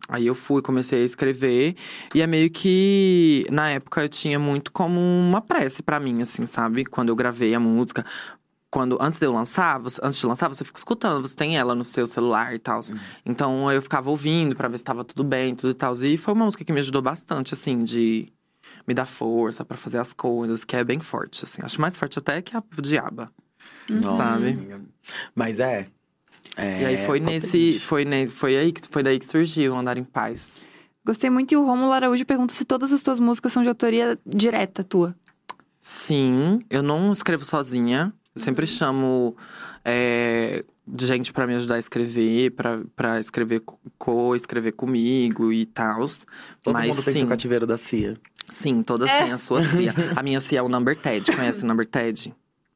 C: Aí eu fui, comecei a escrever. E é meio que. Na época eu tinha muito como uma prece pra mim, assim, sabe? Quando eu gravei a música. Quando, antes de eu lançar, você- antes de lançar, você fica escutando, você tem ela no seu celular e tal. Então eu ficava ouvindo pra ver se tava tudo bem, tudo e tal. E foi uma música que me ajudou bastante, assim, de me dar força pra fazer as coisas, que é bem forte, assim. Acho mais forte até que a diaba.
B: Nossa,
C: sabe?
B: amiga. Mas é. é
C: e aí foi
B: potente.
C: nesse. Foi, ne- foi, aí, que- foi daí que surgiu Andar em Paz.
A: Gostei muito. E o Romulo Araújo pergunta se todas as tuas músicas são de autoria direta tua.
C: Sim, eu não escrevo sozinha. Eu sempre chamo é, de gente pra me ajudar a escrever, pra, pra escrever co- co-escrever comigo e tal.
B: Todo
C: Mas
B: mundo
C: sim,
B: tem seu cativeiro da CIA.
C: sim, todas
A: É.
C: têm a sua cia. A minha cia é o Number Ted. Conhece o Number Ted?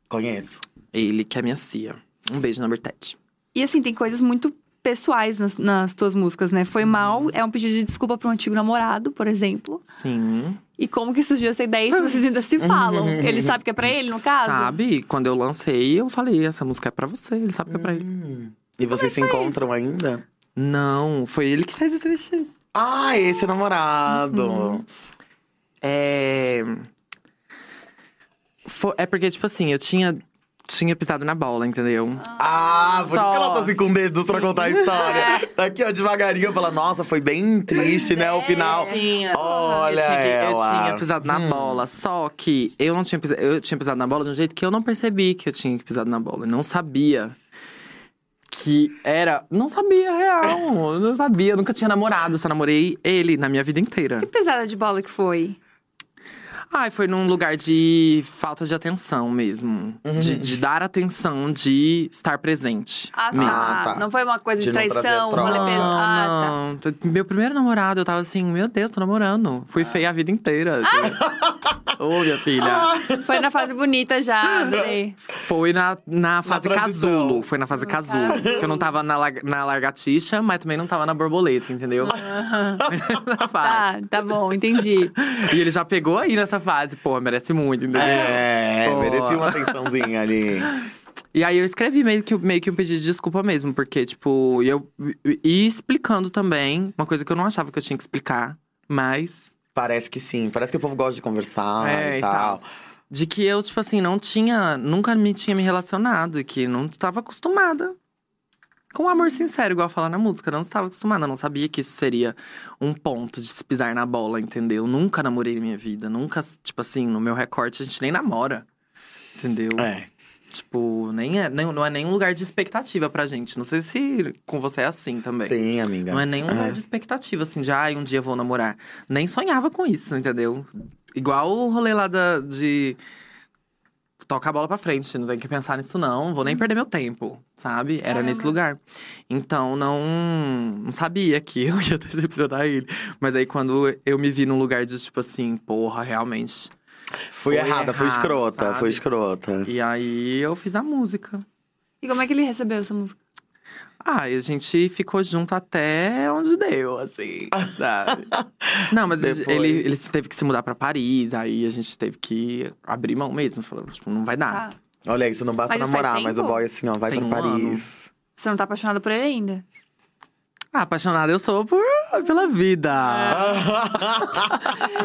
B: Conheço.
C: Ele que é a minha cia. Um beijo, Number Ted.
A: E assim, tem coisas muito pessoais nas, nas tuas músicas, né? Foi mal,
B: Uhum.
A: é um pedido de desculpa para um antigo namorado, por exemplo.
C: Sim.
A: E como que surgiu essa ideia? e Se vocês ainda se
B: (laughs)
A: falam. ele sabe que é pra ele, no caso?
C: Sabe? Quando eu lancei, eu falei, essa música é pra você. Ele sabe que é pra ele.
B: Hum. E vocês se encontram ainda?
C: Não, foi ele que fez esse vestido.
B: Ah, esse namorado.
C: Uhum. É. Fo- É porque, tipo assim, eu tinha, tinha pisado na bola, entendeu?
B: Ah, por isso
C: Só. É.
B: que ela tá assim com dedos pra contar a história. Tá aqui, ó, devagarinho, fala, nossa, foi bem triste, né, o final.
C: Tinha.
B: Olha
C: eu tinha, que-
B: ela.
C: Eu tinha pisado na bola, só que eu não tinha pisado, eu tinha pisado na bola de um jeito que eu não percebi que eu tinha pisado na bola. Eu não sabia que era, não sabia real, eu não sabia, eu nunca tinha namorado, só namorei ele na minha vida inteira.
A: Que pesada de bola que foi.
C: Ai, foi num lugar de falta de atenção mesmo, de, de dar atenção, de estar presente.
A: Ah, tá.
B: Ah, tá.
A: Não foi uma coisa de,
B: De não trazer
A: traição,
B: troca.
A: rolê
C: Não,
A: pesado. Ah,
C: não. Meu primeiro namorado, eu tava assim, meu Deus, tô namorando. Fui feia a vida inteira.
A: Ah.
C: (laughs) Ô, minha filha.
A: tá. Foi na fase bonita já,
B: (laughs)
A: adorei.
C: Foi na, na fase
B: transição.
C: casulo. Foi na
A: Ah,
C: fase
A: tá.
C: casulo. Que eu não tava na, lar- na largatixa, mas também não tava na borboleta, entendeu? (laughs) Nessa fase.
A: Tá, tá bom, entendi.
C: E ele já pegou aí nessa fase. Pô, merece muito, entendeu?
B: É,
C: Pô.
B: merecia uma atençãozinha ali.
C: E aí eu escrevi meio que, meio que um pedido de desculpa mesmo, porque, tipo, eu e explicando também uma coisa que eu não achava que eu tinha que explicar, mas.
B: Parece que sim, parece que o povo gosta de conversar
C: É,
B: e
C: e
B: tal.
C: tal. De que eu, tipo assim, não tinha. Nunca me tinha me relacionado e que não estava acostumada. Com amor sincero, igual fala na música. Não estava acostumada, não sabia que isso seria um ponto de se pisar na bola, entendeu? Nunca namorei na minha vida. Nunca, tipo assim, no meu recorte a gente nem namora. Entendeu?
B: É.
C: Tipo, nem é, nem- não é nenhum lugar de expectativa pra gente. Não sei se com você é assim também.
B: Sim, amiga.
C: Não é nenhum lugar
B: É.
C: de expectativa, assim, de ai, um dia eu vou namorar. Nem sonhava com isso, entendeu? Igual o rolê lá da, de tocar a bola pra frente, não tem que pensar nisso, não. Vou nem perder meu tempo, sabe? Era
A: Caramba.
C: nesse lugar. Então não, não sabia que (laughs) eu ia decepcionar ele. Mas aí quando eu me vi num lugar de tipo assim, porra, realmente. foi
B: Fui errada, fui
C: errado,
B: escrota,
C: sabe?
B: fui escrota.
C: E aí eu fiz a música.
A: E como é que ele recebeu essa música?
C: Ah, e a gente ficou junto até onde deu, assim,
B: (laughs)
C: sabe? Não, mas
B: Depois.
C: ele, ele teve que se mudar pra Paris, aí a gente teve que abrir mão mesmo. Falou, tipo, não vai dar.
A: Tá.
B: Ah, Olha aí, você não basta
A: Mas isso faz
B: namorar, mas o
A: tempo?
B: boy assim, ó, vai
C: Tem
B: pra
C: um
B: Paris.
A: Você não tá apaixonada por ele ainda?
C: Ah, apaixonada eu sou por, pela vida.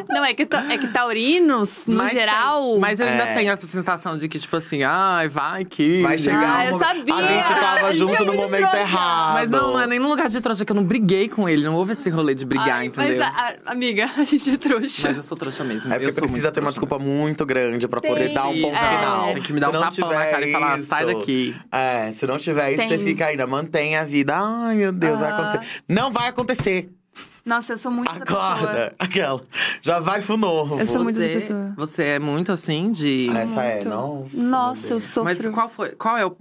A: Não, é que, ta- é que taurinos, É, no
C: Mas tem-
A: geral...
C: mas eu ainda
B: É.
C: tenho essa sensação de que, tipo assim, ai, vai que.
B: Vai chegar.
A: Ah, eu
B: um momento-
A: sabia!
B: A gente
A: A
B: tava
A: gente é
B: junto no
A: muito
B: momento
A: trouxa.
B: errado.
C: Mas não, não é nem num lugar de trouxa que eu não briguei com ele. Não houve esse rolê de brigar,
A: Ai,
C: entendeu?
A: Mas,
C: Mas,
A: a- a- amiga, (laughs) a gente é trouxa.
C: eu sou trouxa mesmo.
B: É
C: eu
B: porque
C: sou
B: precisa
C: muito
B: ter uma
C: trouxa
B: desculpa muito grande pra poder
A: Tem-
B: dar um ponto
A: é.
B: final.
C: Tem que me dar
B: Se
C: um
B: não
C: tapão na
B: tiver
C: cara e falar, "Sai daqui."
B: É, se não tiver isso, você
A: Tem.
B: fica ainda, mantém a vida. Ai, meu Deus, vai
A: Aham.
C: Ah.
B: acontecer. Não vai acontecer!
A: Nossa, eu sou muito essa pessoa.
B: Acorda! Aquela. Já vai pro novo.
A: Eu sou muito essa
C: Você-
A: pessoa.
C: Você é muito assim de.
B: Ah, Essa é,
A: Muito.
B: nossa.
A: Nossa,
B: meu
A: eu
B: Deus.
A: sofro.
C: Mas qual foi? Qual é o.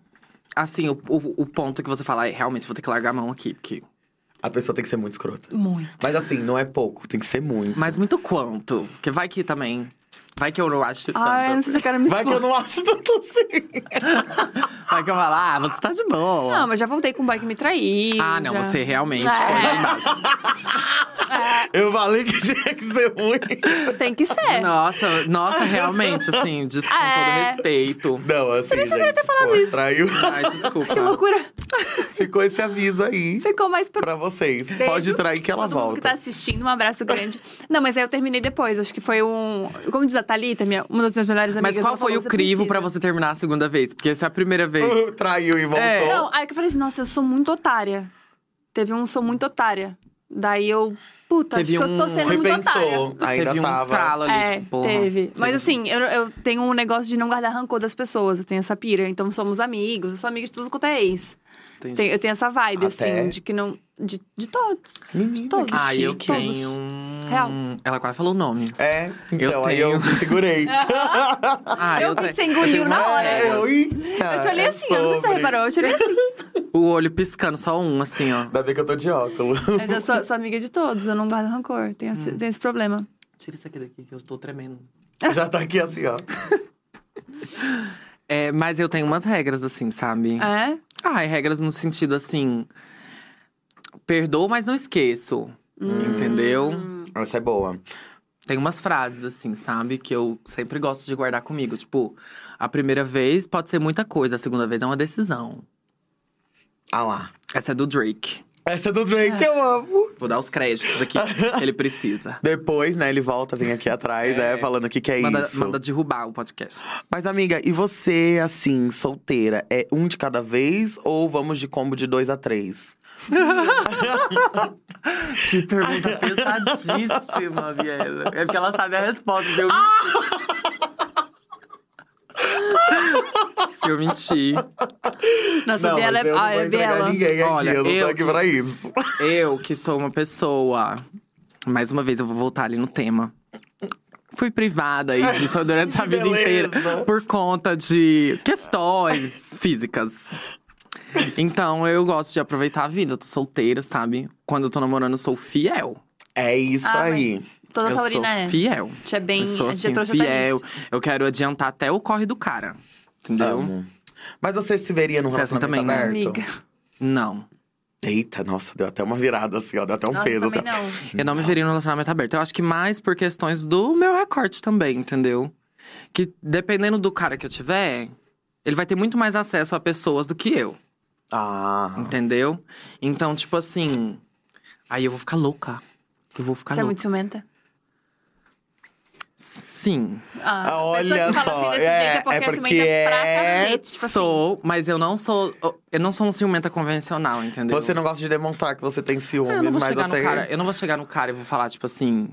C: Assim, o, o, o ponto que você fala, "Ai, realmente vou ter que largar a mão aqui. Porque...
B: A pessoa tem que ser muito escrota.
A: Muito.
B: Mas assim, não é pouco, tem que ser muito.
C: Mas muito quanto? Porque vai que também. Vai que eu não acho tanto.
A: Ai, Ah, eu não sei se eu quero me
B: Tá, Vai que eu
A: expor.
B: não acho tanto assim.
C: Vai que eu falar, ah, você tá de boa.
A: Não, mas já voltei com um boy que me traiu.
C: ah, não,
A: já.
C: você realmente
A: É.
C: foi lá embaixo.
B: Eu falei que tinha que ser muito.
A: Tem que ser.
C: Nossa,
A: (laughs)
C: nossa, realmente, assim, des- com
A: É.
C: todo respeito.
B: Não, assim. Por
A: isso eu queria ter falado isso.
B: Traiu. (laughs)
C: Ai, desculpa.
A: (laughs) Que loucura.
B: Ficou esse aviso aí
A: Ficou mais pro
B: pra vocês.
A: Beijo.
B: Pode trair que ela
A: Todo mundo
B: volta.
A: que tá assistindo, um abraço grande. Não, mas aí eu terminei depois. Acho que foi um. Como diz a Thalita, minha, uma das minhas melhores amigas.
C: Mas qual
A: ela falou,
C: foi o
A: "Você
C: crivo
A: precisa".
C: pra você terminar a segunda vez? Porque se é a primeira vez.
B: Uh, Traiu e voltou.
C: É.
A: Não, aí que eu falei assim, nossa, eu sou muito otária. Teve um sou muito otária. Daí eu. Puta,
C: Teve
A: acho que eu tô
C: um-
B: tá
A: sendo muito otária.
B: Repensou. Ainda
C: teve um
B: tava.
C: estralo ali,
A: É,
C: tipo, porra.
A: teve. Mas assim, eu, eu tenho um negócio de não guardar rancor das pessoas. Eu tenho essa pira. Então somos amigos. Eu sou amiga de tudo quanto é ex.
C: Entendi.
A: Tem- eu tenho essa vibe,
B: Até-
A: assim, de que não. De, de todos.
B: Menina,
A: todos.
B: que
C: Ah, eu
B: chique.
A: Todos.
C: tenho. um-
A: Real.
C: Ela quase falou o nome.
B: É, então
C: Eu
B: aí eu
C: tenho.
B: me (laughs) segurei. É,
C: Ah,
A: Eu
C: tenho-
A: que você engoliu
C: tenho
A: na
C: uma
A: hora.
C: régua.
B: eu,
A: Eu te olhei assim, eu não sei se você reparou, eu te olhei assim.
C: O olho piscando, só um, assim, ó.
B: Ainda bem que eu tô de
A: (laughs)
B: óculos.
A: Mas eu sou, sou amiga de todos, eu não guardo rancor. Tem
B: Hum.
A: esse, tem esse problema.
C: Tira isso aqui daqui, que eu estou tremendo.
B: Já tá aqui assim, ó.
C: É, mas eu tenho umas regras, assim, sabe?
A: É?
C: Ah, e regras no sentido assim. Perdoa, mas não esqueço. Entendeu?
B: Essa é boa.
C: Tem umas frases, assim, sabe? Que eu sempre gosto de guardar comigo. Tipo, a primeira vez pode ser muita coisa, a segunda vez é uma decisão.
B: Ah lá.
C: Essa é do Drake.
B: Essa é do Drake, eu amo.
C: Vou dar os créditos (laughs) aqui. ele precisa.
B: Depois, né, ele volta, vem aqui atrás, né, falando o que que é
C: Manda,
B: isso.
C: manda derrubar o podcast.
B: Mas, amiga, e você, assim, solteira, é um de cada vez ou vamos de combo de dois a três?
C: Que pergunta pesadíssima, Biela. É porque ela sabe a resposta, deu (laughs) Se eu mentir.
A: Nossa, a Biela é. Ah, é Biela.
B: ninguém
C: Olha,
B: aqui, eu não tô
C: eu-
B: aqui pra isso.
C: Eu, que sou uma pessoa. Mais uma vez, eu vou voltar ali no tema. Fui privada aí disso durante a
B: Que
C: vida
B: beleza.
C: inteira por conta de questões físicas. Então, eu gosto de aproveitar a vida. Eu tô solteira, sabe? Quando eu tô namorando, eu sou fiel.
B: É isso
A: Ah, mas
B: aí.
A: Toda
C: eu sou
A: taurina é.
C: fiel.
A: A gente é bem.
C: eu sou
A: a gente é
C: assim,
A: trouxa até
C: fiel.
A: nisso.
C: Eu quero adiantar até o corre do cara. Entendeu?
B: Amo. Mas você se veria num
C: Você é assim
B: relacionamento
C: também, né?
B: aberto?
A: Amiga.
C: Não.
B: Eita, nossa, deu até uma virada assim, ó. Deu até um
A: Nossa,
B: peso.
A: também
B: assim, ó.
A: não.
C: Eu não me veria no relacionamento aberto. Eu acho que mais por questões do meu recorte também, entendeu? Que dependendo do cara que eu tiver, ele vai ter muito mais acesso a pessoas do que eu,
B: Ah,
C: entendeu? Então, tipo assim. Aí eu vou ficar louca. Eu vou ficar
A: Você é
C: louca.
A: muito ciumenta?
C: Sim.
A: Ah,
B: Ah,
A: a pessoa
B: olha
A: que fala
B: só,
A: assim desse
B: é-
A: jeito é porque
B: é
A: é,
B: porque
A: ciumenta pra
B: é-
A: cacete. Tipo assim.
C: sou, mas eu não sou. Eu não sou um ciumenta convencional, entendeu?
B: Então, você não gosta de
A: Ah,
B: demonstrar que você tem ciúmes,
C: eu não vou
B: mas
C: chegar
B: você.
C: no cara. Eu não vou chegar no cara e vou falar, tipo assim.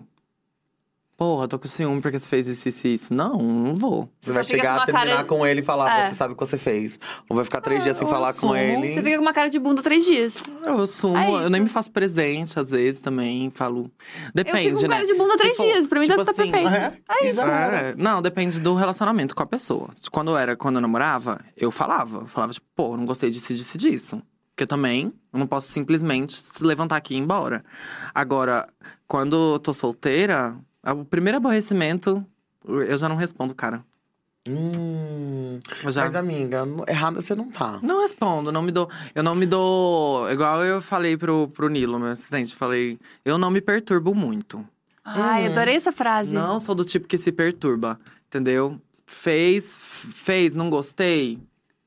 C: Porra, tô com ciúme porque você fez isso, isso e isso. Não, não vou.
A: Você
B: Você vai
A: fica
B: chegar
A: com
B: a
A: uma
B: terminar
A: cara-
B: com ele e falar,
A: É. Ah,
B: você sabe o que você fez. Ou vai ficar três dias sem
C: eu
B: falar com
C: assumo.
B: ele.
A: Você fica com uma cara de bunda três dias.
C: Eu assumo,
A: É
C: eu nem
A: isso.
C: me faço presente, às vezes, também, falo. Depende,
A: eu fico com
C: né?
A: cara de bunda três
C: Se for,
A: dias, pra mim
C: tipo
A: tá, tá
C: assim,
B: né?
A: perfeito. É isso.
C: É, não, depende do relacionamento com a pessoa. Quando eu era, quando eu namorava, eu falava. Eu Falava, tipo, pô, não gostei disso, disso, e disso. Porque eu também eu não posso simplesmente se levantar aqui e ir embora. Agora, quando eu tô solteira, o primeiro aborrecimento, eu já não respondo, cara.
B: Hum,
C: Eu já
B: Mas, amiga, não- errada você não tá.
C: não respondo, não me dou. Eu não me dou. Igual eu falei pro, pro Nilo, meu assistente, falei, eu não me perturbo muito.
A: Ai, adorei essa frase.
C: Hum. Não sou do tipo que se perturba, entendeu? Fez, f- fez, não gostei.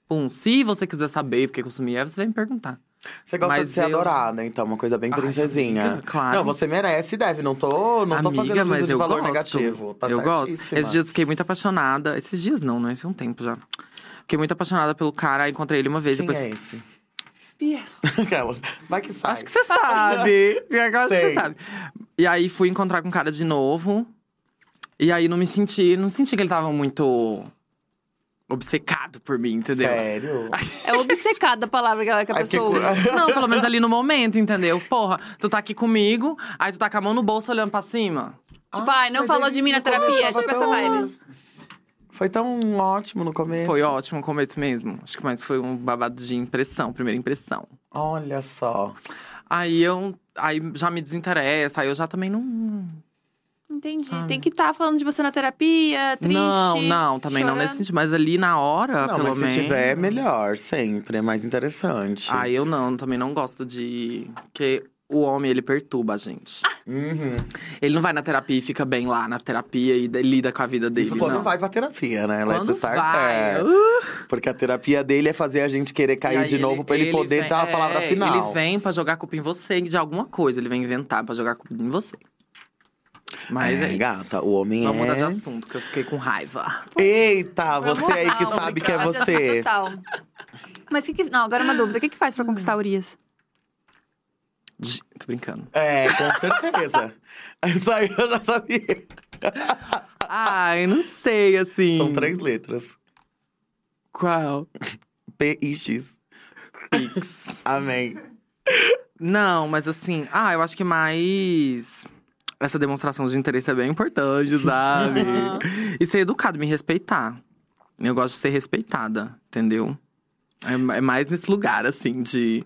C: Pum, se você quiser saber porque consumir é, você vem me perguntar.
B: Você gosta
C: Mas
B: de ser
C: eu-
B: adorada, então, uma coisa bem
C: Ai,
B: princesinha.
C: amiga, claro.
B: Não, você merece e deve. Não tô, não tô fazendo
C: Amiga,
B: juízo
C: mas
B: de
C: eu
B: valor
C: gosto.
B: negativo. Tá
C: eu gosto.
B: certíssima.
C: Esses dias eu fiquei muito apaixonada. Esses dias não, né? Esse é um tempo já. Fiquei muito apaixonada pelo cara, encontrei ele uma vez.
B: Quem
C: depois...
B: é esse? (laughs)
A: Pierce.
B: Aquelas. Vai que sai.
C: Acho que você sabe. Agora
B: Sei.
C: você sabe. E aí fui encontrar com o cara de novo. E aí não me senti, não senti que ele tava muito obcecado por mim, entendeu?
B: Sério?
A: É obcecada a palavra que a- que a
B: Ai, que
A: pessoa
B: cu-
A: usa.
C: Não, pelo menos ali no momento, entendeu? Porra, tu tá aqui comigo, aí tu tá com a mão no bolso olhando pra cima.
A: Tipo, ai, não
B: mas
A: falou
B: ele
A: de mim na
B: não falou,
A: terapia.
B: tava
A: Tipo essa
B: tão-
A: vibe.
B: Foi tão ótimo no começo.
C: Foi ótimo o começo mesmo. Acho que mais foi um babado de impressão, primeira impressão.
B: Olha só.
C: Aí eu. Aí já me desinteressa, aí eu já também não.
A: Entendi. Tem que estar falando de você na terapia, triste.
C: não, não, também não nesse
A: chorando.
C: sentido. Mas ali na hora,
B: não,
C: pelo
B: mas
C: menos.
B: se tiver, melhor. Sempre. É mais interessante.
C: Ah, eu não, também não gosto de. Porque o homem, ele perturba a gente.
B: Uhum.
C: Ele não vai na terapia e fica bem lá na terapia e da- lida com a vida dele.
B: Isso quando
C: não.
B: vai pra terapia, né? É. Let's
C: Quando
B: start
C: vai. Uh!
B: there. Porque a terapia dele é fazer a gente querer
C: E
B: cair
C: aí
B: de novo pra ele, poder
C: vem-
B: dar a palavra
C: é,
B: final.
C: Ele vem pra jogar culpa em você de alguma coisa. Ele vem inventar pra jogar culpa em você. Mas é,
B: é,
C: isso.
B: gata, o homem
C: Vamos mudar de
B: é.
C: assunto, que eu fiquei com raiva.
B: Eita,
A: Vamos
B: você aí
A: lá,
B: que
A: vamos
B: sabe que é
A: lá,
B: você.
A: Total. Mas que que. Não, agora uma dúvida. O que que faz pra conquistar Urias?
C: De- Tô brincando.
B: É, com certeza. (laughs) Isso aí eu já sabia.
C: Ai, não sei, assim.
B: São três letras.
C: Qual?
B: P e X. Amém.
C: Não, mas assim… Ah, eu acho que mais… Essa demonstração de interesse é bem importante, (laughs) sabe? e ser educado, me respeitar. Eu gosto de ser respeitada, entendeu? É, ma- é mais nesse lugar, assim, de…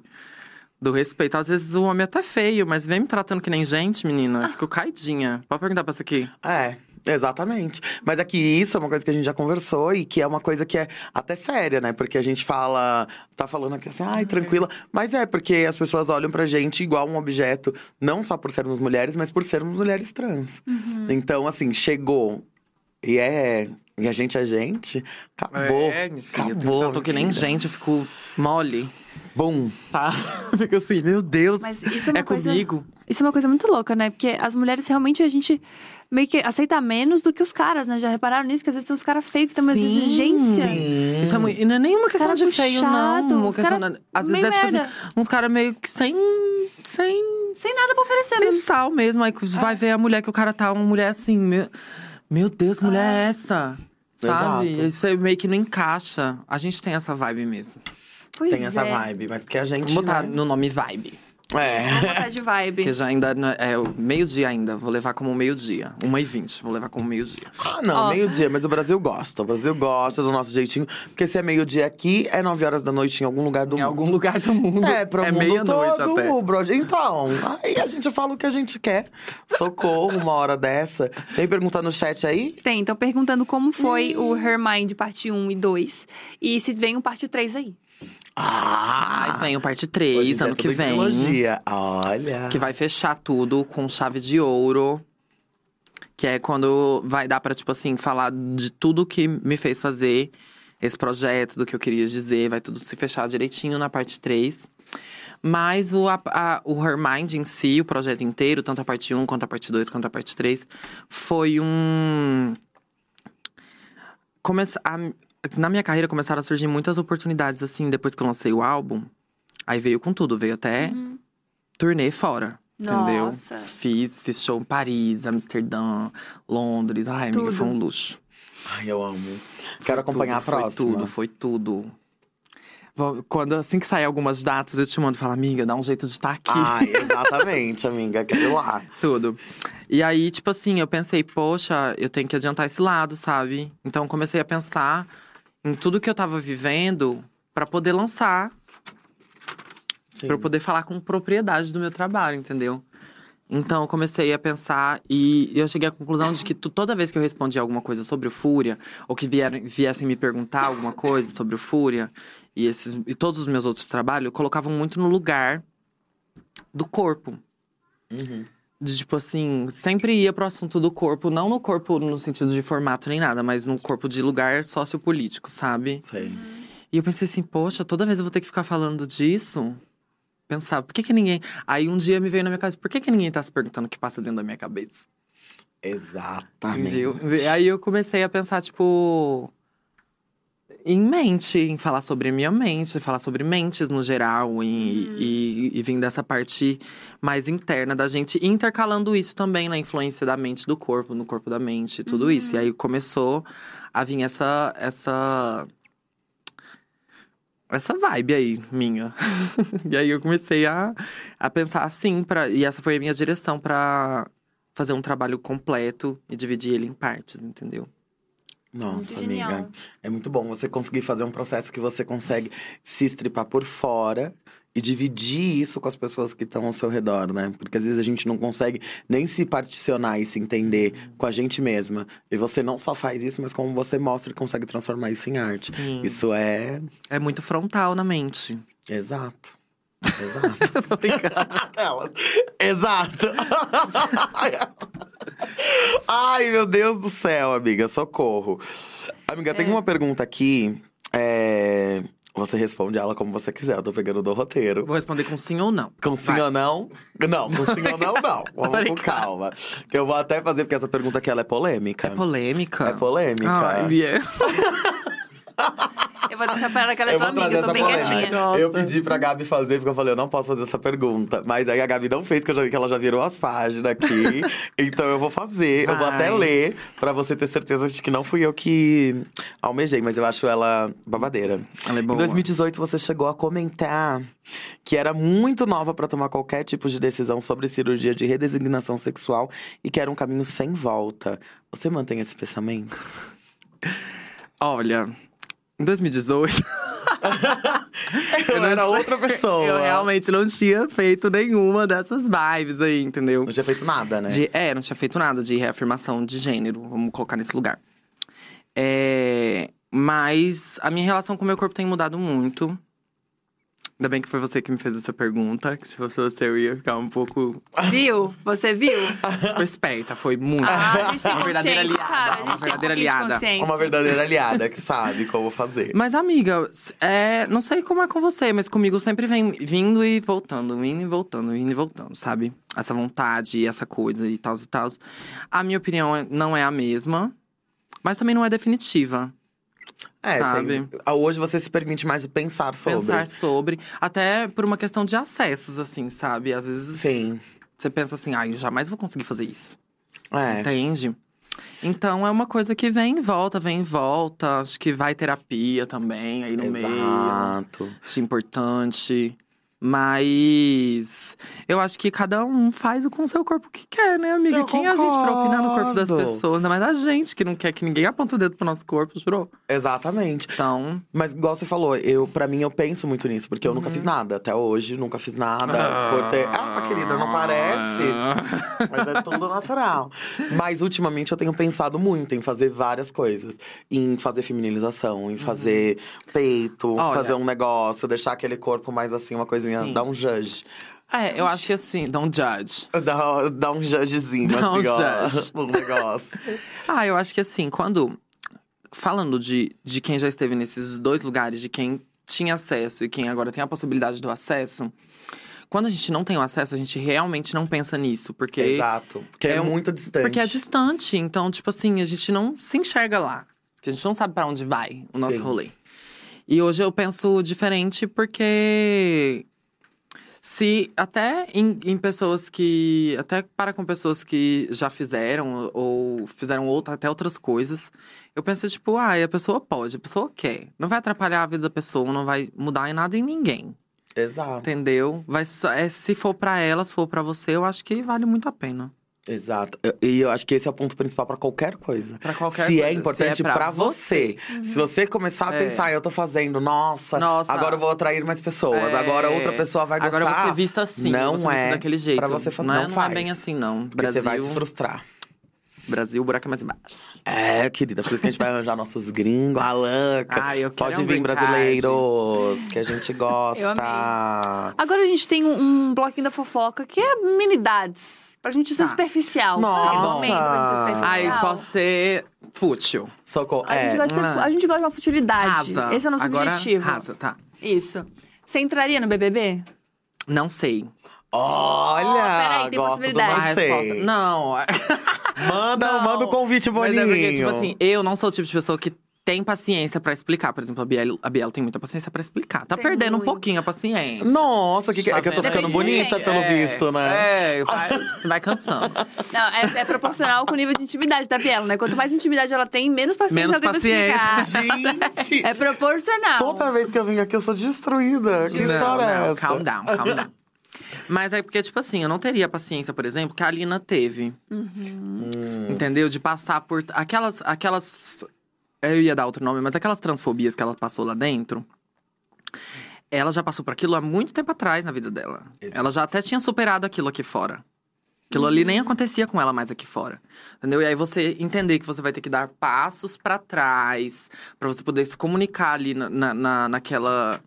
C: Do respeito. Às vezes o homem é até feio, mas vem me tratando que nem gente, menina. Eu fico caidinha. Pode perguntar pra essa aqui.
B: É, exatamente. Mas é que isso é uma coisa que a gente já conversou e que é uma coisa que é até séria, né? Porque a gente fala, tá falando aqui assim, ai, tranquila. Mas é porque as pessoas olham pra gente igual um objeto, não só por sermos mulheres, mas por sermos mulheres trans. Então, assim, chegou e é. E a gente é gente, acabou.
C: É, minha filha,
B: acabou.
C: Eu tô que nem
B: minha filha.
C: gente, eu fico mole.
B: Bum.
C: Tá? (laughs) Fico assim, meu Deus.
A: Mas isso é uma coisa-
C: comigo.
A: Isso é uma coisa muito louca, né? Porque as mulheres realmente a gente meio que aceita menos do que os caras, né? Já repararam nisso? Que às vezes tem uns caras feios que tem umas
C: Sim.
A: exigência.
C: Isso é muito, e não é nenhuma questão
A: cara
C: de feio, não.
A: puxado,
C: Uma
A: os
C: questão
A: cara
C: da- às vezes é
A: meio
C: tipo
A: merda.
C: assim, uns caras meio que sem. sem.
A: Sem nada pra oferecer,
C: sem
A: né?
C: sal mesmo. Aí que vai ver a mulher que o cara tá, uma mulher assim. Meu, meu Deus, que mulher
A: Ah.
C: é essa? Sabe?
B: Exato.
C: Isso aí meio que não encaixa. A gente tem essa vibe mesmo.
A: Pois
B: Tem essa
A: é.
B: vibe, mas porque a gente.
C: Vamos botar
B: né?
C: no nome vibe.
B: É.
A: Vamos botar de vibe.
C: Porque já ainda. não- É o meio-dia ainda. Vou levar como meio-dia. 1h20. Vou levar como meio-dia.
B: Ah, não,
A: Ó.
B: meio-dia, mas o Brasil gosta. O Brasil gosta do nosso jeitinho. Porque se é meio-dia aqui, é 9 horas da noite em algum lugar do
C: Em
B: mundo.
C: algum lugar do mundo.
B: É, pro mundo
C: meia-noite
B: todo,
C: até.
B: brother. Então, aí a gente fala o que a gente quer. Socorro, uma hora dessa. Tem pergunta no chat aí?
A: Tem, então perguntando como foi o Her Mind parte 1 e 2. E se vem um parte 3 aí.
B: Ah!
C: Aí vem o parte
B: hoje em
C: 3,
B: dia
C: ano
B: é
C: que
B: tudo
C: vem.
B: tecnologia. Olha.
C: Que vai fechar tudo com chave de ouro. Que é quando vai dar pra, tipo assim, falar de tudo que me fez fazer esse projeto, do que eu queria dizer. Vai tudo se fechar direitinho na parte 3. Mas o, a, a, o Her Mind em si, o projeto inteiro, tanto a parte 1, quanto a parte 2, quanto a parte 3, foi um. Começa a- Na minha carreira começaram a surgir muitas oportunidades, assim, depois que eu lancei o álbum. Aí veio com tudo, veio até turnê fora. Entendeu?
A: Uhum. Nossa.
C: Fiz, fiz show em Paris, Amsterdã, Londres. Ai, amiga,
A: Tudo.
C: foi um luxo.
F: Ai, eu amo.
C: Foi
F: Quero acompanhar
C: tudo,
F: a próxima.
C: Foi tudo, foi tudo. Vou- Quando, assim que sair algumas datas, eu te mando e falo, amiga, dá um jeito de estar aqui.
B: Ah,
F: Ai, exatamente, amiga. Quero ir lá.
C: Tudo. E aí, tipo assim, eu pensei, poxa, eu tenho que adiantar esse lado, sabe? Então comecei a pensar em tudo que eu tava vivendo pra poder lançar, pra eu poder falar com propriedade do meu trabalho, entendeu? Então eu comecei a pensar e eu cheguei à conclusão de que tu- toda vez que eu respondia alguma coisa sobre o Fúria, ou que vieram, viessem me perguntar alguma coisa sobre o Fúria e, esses, e todos os meus outros trabalhos, eu colocava muito no lugar do corpo. De, tipo assim, sempre ia pro assunto do corpo, não no corpo no sentido de formato nem nada, mas no corpo de lugar sociopolítico, sabe?
F: Sei.
C: E eu pensei assim, poxa, toda vez eu vou ter que ficar falando disso? Pensava, por que que ninguém. Aí um dia me veio na minha cabeça, por que que ninguém tá se perguntando o que passa dentro da minha cabeça?
F: Exatamente.
C: Entendeu? Aí eu comecei a pensar, tipo. Em mente, em falar sobre minha mente, falar sobre mentes no geral, e, e, e vim dessa parte mais interna da gente, e intercalando isso também na influência da mente do corpo, no corpo da mente, tudo isso. E aí começou a vir essa. essa essa vibe aí, minha. (laughs) e aí eu comecei a, a pensar assim, pra, e essa foi a minha direção pra fazer um trabalho completo e dividir ele em partes, entendeu?
F: Nossa,
A: Muito
F: amiga.
A: genial.
F: É muito bom você conseguir fazer um processo que você consegue se estripar por fora e dividir isso com as pessoas que estão ao seu redor, né? Porque às vezes a gente não consegue nem se particionar e se entender com a gente mesma. E você não só faz isso, mas como você mostra e consegue transformar isso em arte. Isso é.
C: É muito frontal na mente. (laughs)
F: Exato. Exato.
C: Tô brincando.
F: Ela. Exato. Ai, meu Deus do céu, amiga, socorro. Amiga, tem uma pergunta aqui. é, Você responde ela como você quiser, eu tô pegando do roteiro.
C: Vou responder com sim ou não.
F: Com sim
C: Vai.
F: ou não? Não, com sim ou não, não. Vamos com
C: Obrigada.
F: calma. Eu vou até fazer, porque essa pergunta aqui ela é polêmica.
C: É polêmica.
F: É polêmica.
C: Ai, Bia.
A: Eu vou deixar pra ela que ela é
F: Eu
A: tua
F: vou
A: amiga,
F: trazer
A: eu
F: essa
A: tô bem
F: polêmica.
A: quietinha.
F: Eu pedi pra Gabi fazer, porque eu falei, eu não posso fazer essa pergunta. Mas aí a Gabi não fez, que, eu já, que ela já virou as páginas aqui. então eu vou fazer, eu vou
C: Vai.
F: até ler, pra você ter certeza de que não fui eu que almejei, mas eu acho ela babadeira.
C: Ela é boa.
F: Em 2018, você chegou a comentar que era muito nova pra tomar qualquer tipo de decisão sobre cirurgia de redesignação sexual e que era um caminho sem volta. Você mantém esse pensamento?
C: Olha, em 2018.
F: Eu,
C: não
F: era
C: tinha-
F: outra pessoa.
C: Eu realmente não tinha feito nenhuma dessas vibes aí, entendeu?
F: Não tinha feito nada, né?
C: De- é, não tinha feito nada de reafirmação de gênero, vamos colocar nesse lugar. É, mas a minha relação com o meu corpo tem mudado muito. Ainda bem que foi você que me fez essa pergunta, que se fosse você eu ia ficar um pouco
A: Viu? Você viu?
C: esperta, foi muito.
A: Ah, a gente tem
C: Uma verdadeira
A: consciência,
C: aliada,
A: sabe? A
C: uma
A: gente
C: verdadeira
A: tem um pouquinho de
C: aliada.
A: consciência.
F: Uma verdadeira aliada que sabe como fazer.
C: Mas, amiga, s- é, não sei como é com você, mas comigo sempre vem vindo e voltando, indo e voltando, indo e voltando, sabe? Essa vontade, essa coisa e tal e tal. A minha opinião é- não é a mesma, mas também não é definitiva.
F: É,
C: sabe?
F: você- ah, hoje você se permite mais pensar sobre.
C: Pensar sobre. Até por uma questão de acessos, assim, sabe? Às vezes
F: Sim.
C: você pensa assim, ai, eu jamais vou conseguir fazer isso.
F: É.
C: Entende? Então é uma coisa que vem e volta, vem e volta. Acho que vai terapia também aí no meio.
F: Exato.
C: Isso é importante. Mas eu acho que cada um faz o com o seu corpo que quer, né, amiga?
F: Eu
C: Quem é a gente pra opinar no corpo das
F: concordo.
C: pessoas? Ainda mais a gente que não quer que ninguém aponte o dedo pro nosso corpo, jurou?
F: Exatamente.
C: Então.
F: Mas igual você falou, eu para mim eu penso muito nisso, porque eu
C: Uhum.
F: nunca fiz nada até hoje, nunca fiz nada. Por ter... Ah, querida, não parece.
C: Ah.
F: Mas é tudo natural. Mas ultimamente eu tenho pensado muito em fazer várias coisas. Em fazer feminilização, em fazer peito,
C: Uhum. Olha.
F: fazer um negócio, deixar aquele corpo mais assim, uma coisinha,
C: Sim.
F: dar um judge.
C: (laughs) É, eu acho que assim, don't judge.
F: Dá, dá um judgezinho,
C: Dá
F: assim,
C: um
F: ó.
C: judge.
F: (laughs) Um negócio.
C: Ah, eu acho que assim, quando. Falando de, de quem já esteve nesses dois lugares, de quem tinha acesso e quem agora tem a possibilidade do acesso, quando a gente não tem o acesso, a gente realmente não pensa nisso. Porque
F: Exato. Porque é,
C: É um-
F: muito distante.
C: Porque é distante. Então, tipo assim, a gente não se enxerga lá. Porque a gente não sabe pra onde vai o nosso
F: Sim.
C: rolê. E hoje eu penso diferente porque se até em, em pessoas que. Até para com pessoas que já fizeram ou fizeram outra, até outras coisas, eu penso, tipo, ah, a pessoa pode, a pessoa quer. Não vai atrapalhar a vida da pessoa, não vai mudar em nada em ninguém.
F: Exato.
C: Entendeu? Vai só- é, se for pra ela, se for pra você, eu acho que vale muito a pena.
F: Exato. E- E eu acho que esse é o ponto principal pra qualquer coisa.
C: Pra qualquer
F: se
C: coisa.
F: é importante
C: Se
F: pra você. Se você começar a
C: É.
F: pensar, "Ah, eu tô fazendo, nossa,
C: Nossa.
F: agora eu vou atrair mais pessoas,
C: É.
F: agora outra pessoa vai gostar.
C: Agora você vista assim,
F: Não
C: você vista
F: é
C: daquele jeito.
F: pra você fazer-
C: Não, é-
F: não
C: não
F: faz.
C: é bem assim, não.
F: Porque
C: Brasil,
F: você vai se frustrar.
C: Brasil, o buraco é mais embaixo.
F: É, querida, por isso que a gente vai arranjar nossos gringos, a Lanca.
C: Ai, eu quero
F: Pode
C: um
F: vir,
C: green card.
F: brasileiros, que a
C: (laughs)
F: gente gosta.
A: Eu amei. Agora a gente tem um, um bloquinho da fofoca que é minidades. Pra gente ser
C: Tá.
A: superficial.
F: Nossa.
A: Sabe aquele momento pra gente ser
F: Ah.
A: superficial?
C: Ai, eu posso ser fútil.
F: Socorro.
A: A, gente
F: É,
A: gosta de ser,
C: hum.
A: a gente gosta de uma futilidade.
C: Rasa.
A: Esse é o nosso
C: Agora,
A: objetivo.
C: Rasa, tá.
A: Isso. Você entraria no BBB?
C: Não sei.
F: Olha,
A: Ó, peraí, tem
F: gosto do
A: possibilidade.
F: não
C: a
F: sei.
C: resposta. Não. (laughs)
F: Manda,
C: Não.
F: manda o convite,
C: Mas
F: Boninho.
C: é porque, tipo assim, eu não sou o tipo de pessoa que tem paciência pra explicar. Por exemplo, a Biel, a Biel tem muita paciência pra explicar. Tá
A: Tem
C: perdendo um
A: muito.
C: pouquinho a paciência.
F: Nossa, que, que-
C: Tá
F: é que eu tô
C: vendo?
F: ficando
A: Depende de
F: bonita,
A: quem.
F: pelo
C: É,
F: visto, né?
C: É, vai, vai cansando.
A: Não, é, é proporcional com o nível de intimidade da Biela, né? Quanto mais intimidade ela tem, menos paciência
C: Menos
A: ela tem
C: paciência.
A: pra explicar.
F: Gente,
A: É proporcional.
F: toda vez que eu vim aqui, eu sou destruída. Que
C: não,
F: história
C: não,
F: é essa?
C: calm down, calm down. Mas é porque, tipo assim, eu não teria a paciência, por exemplo, que a Alina teve. Entendeu? De passar por. Aquelas. aquelas eu ia dar outro nome, mas aquelas transfobias que ela passou lá dentro. Ela já passou por aquilo há muito tempo atrás na vida dela.
F: Exato.
C: Ela já até tinha superado aquilo aqui fora. Aquilo ali nem acontecia com ela mais aqui fora. Entendeu? E aí você entender que você vai ter que dar passos pra trás, pra você poder se comunicar ali na, na- na, naquela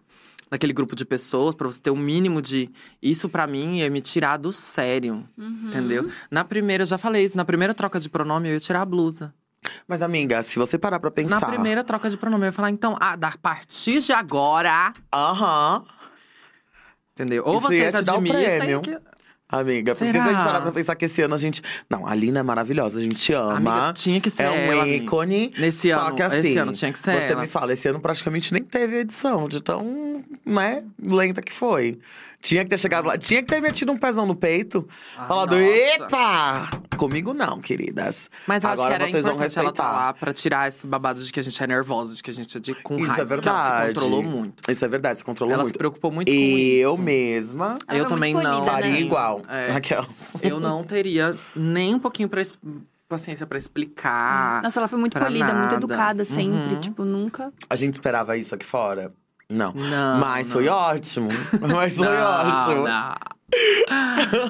C: naquele grupo de pessoas pra você ter um mínimo de isso pra mim ia me tirar do sério, entendeu? Na primeira eu já falei isso, na primeira troca de pronome eu ia tirar a blusa.
F: Mas, amiga, se você parar pra pensar.
C: Na primeira troca de pronome eu ia falar então, ah, da- a partir de agora,
F: Aham.
C: entendeu? Ou
F: Isso
C: vocês
F: ia te dar um
C: admitem
F: prêmio.
C: que
F: Amiga, porque
C: Será?
F: se a gente parar pra pensar que esse ano a gente. Não, a Lina é maravilhosa, a gente ama.
C: Amiga, tinha que ser
F: É um
C: ela, amiga.
F: ícone.
C: Nesse
F: só
C: ano,
F: que assim.
C: esse ano tinha que ser
F: Você
C: ela.
F: me fala, esse ano praticamente nem teve edição, de tão, né, lenta que foi. Tinha que ter chegado lá, tinha que ter metido um pezão no peito,
C: Ah,
F: falado,
C: nossa.
F: epa! Comigo não, queridas.
C: Mas eu acho que
F: Agora
C: era
F: vocês vão
C: importante ela
F: respeitar.
C: estar lá pra tirar esse babado de que a gente é nervosa, de que a gente é de com
F: Isso
C: raiva.
F: é
C: que Ela se
F: verdade.
C: controlou muito.
F: Isso é verdade, se controlou
C: ela se
F: muito.
C: preocupou muito com isso.
F: Eu mesma
A: Ela
C: eu
A: foi
C: também
A: muito
C: não.
A: polida,
F: faria
A: né?
F: igual.
C: É.
F: Aquelas.
C: Eu não teria nem um pouquinho pra es- paciência pra explicar.
A: Nossa, ela foi muito
C: Pra
A: polida, muito
C: nada.
A: educada sempre.
C: Uhum.
A: Tipo, nunca.
F: A gente esperava isso aqui fora? Não.
C: Não,
F: Mas
C: não.
F: foi ótimo.
C: (laughs)
F: Mas
C: Tá,
F: foi ótimo.
C: não.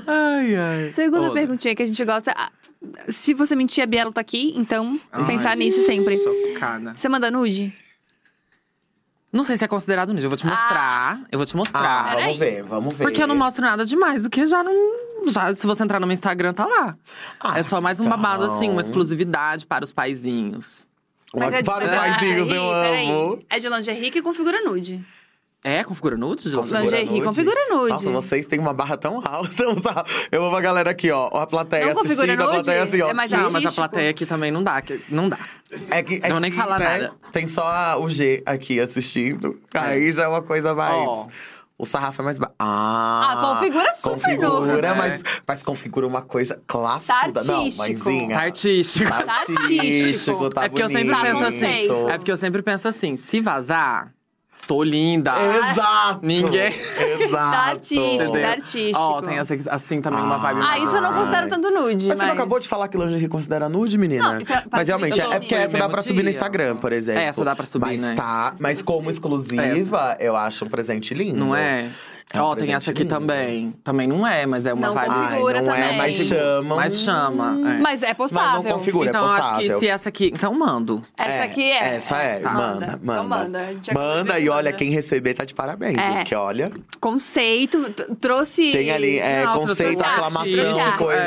C: ai, ai.
A: Segunda
C: Outra.
A: perguntinha que a gente gosta. ah, se você mentir, a Bielo tá aqui, então
F: Ah,
C: Ai,
A: pensar nisso sempre.
C: Chocada.
A: Você manda nude?
C: Não sei se é considerado nisso. Eu vou
A: Ah.
C: te mostrar. Eu vou te
F: Ah,
C: mostrar.
F: vamos ver, vamos ver.
C: porque eu não mostro nada demais do que já não. Já, se você entrar no meu Instagram, tá lá.
F: Ah,
C: é só mais um
F: então.
C: babado, assim, uma exclusividade para os paizinhos.
A: Mas é de-
F: Vários
A: mas é-
F: paizinhos,
A: peraí,
F: eu
A: peraí.
F: amo.
A: É de lingerie que configura nude.
C: É? Configura nude? Gil?
F: Configura
A: Lingerie,
F: nude?
A: configura nude.
F: Nossa, vocês têm uma barra tão alta. (laughs) Eu amo a galera aqui, ó. A plateia
A: Não configura
F: assistindo, a
A: nude?
F: plateia assim, ó.
A: É mais
C: Não,
A: alto.
C: mas a plateia aqui também não dá. que- Não dá.
F: É que,
C: Não
F: é
C: vou nem
F: que,
C: falar
F: né,
C: nada.
F: Tem só a- o G aqui assistindo. Aí já é uma coisa mais…
C: Ó.
F: O sarrafo é mais… ba- Ah,
A: Ah, configura super
F: Configura,
C: nude.
F: mas, mas configura uma coisa clássica.
A: Tá
F: Não,
A: artístico.
F: mãezinha.
C: Tá artístico.
A: Tá artístico.
F: tá
C: é porque eu sempre
F: bonito.
C: penso assim.
A: Tá
C: É porque eu sempre penso assim, se vazar, tô linda.
F: Exato!
C: É Ninguém-
F: É, Exato!
A: Tá artístico,
C: Entendeu?
A: tá artístico.
C: Ó, tem essa, assim também uma vibe.
A: Ah,
C: mais
A: isso eu não
C: assim.
A: considero tanto nude.
F: Mas você não acabou de falar que lingerie considera nude, menina?
A: Não, isso é parte
F: mas realmente,
A: do
F: é, é porque
A: nome.
F: essa dá pra
C: Mesmo
F: subir no
C: dia.
F: Instagram, por exemplo.
C: É, essa dá pra subir,
F: mas
C: né?
F: Tá, mas como exclusiva, eu acho um presente lindo.
C: Não é?
F: É um
C: Ó, tem essa aqui
F: presente lindo.
C: também. Também não é, mas é uma
A: Não
C: vibe.
F: Ai,
A: Configura
F: não é,
A: também.
F: mas chama.
C: Mas chama. é.
A: Mas é
F: Mas não
A: postável.
F: configura,
C: então
F: é
C: eu acho
F: postável.
C: que se essa aqui. Então mando.
A: Essa aqui é.
F: Essa é,
A: Tá.
F: manda,
A: Então
F: manda.
A: manda, a gente acaba
F: Manda e
A: vendo,
F: olha,
A: né?
F: quem receber tá de parabéns.
A: É.
F: Porque olha,
A: Conceito, t- trouxe.
F: tem ali é,
C: Não,
F: conceito,
C: trouxe arte,
F: aclamação,
A: trouxe arte.
F: coesão.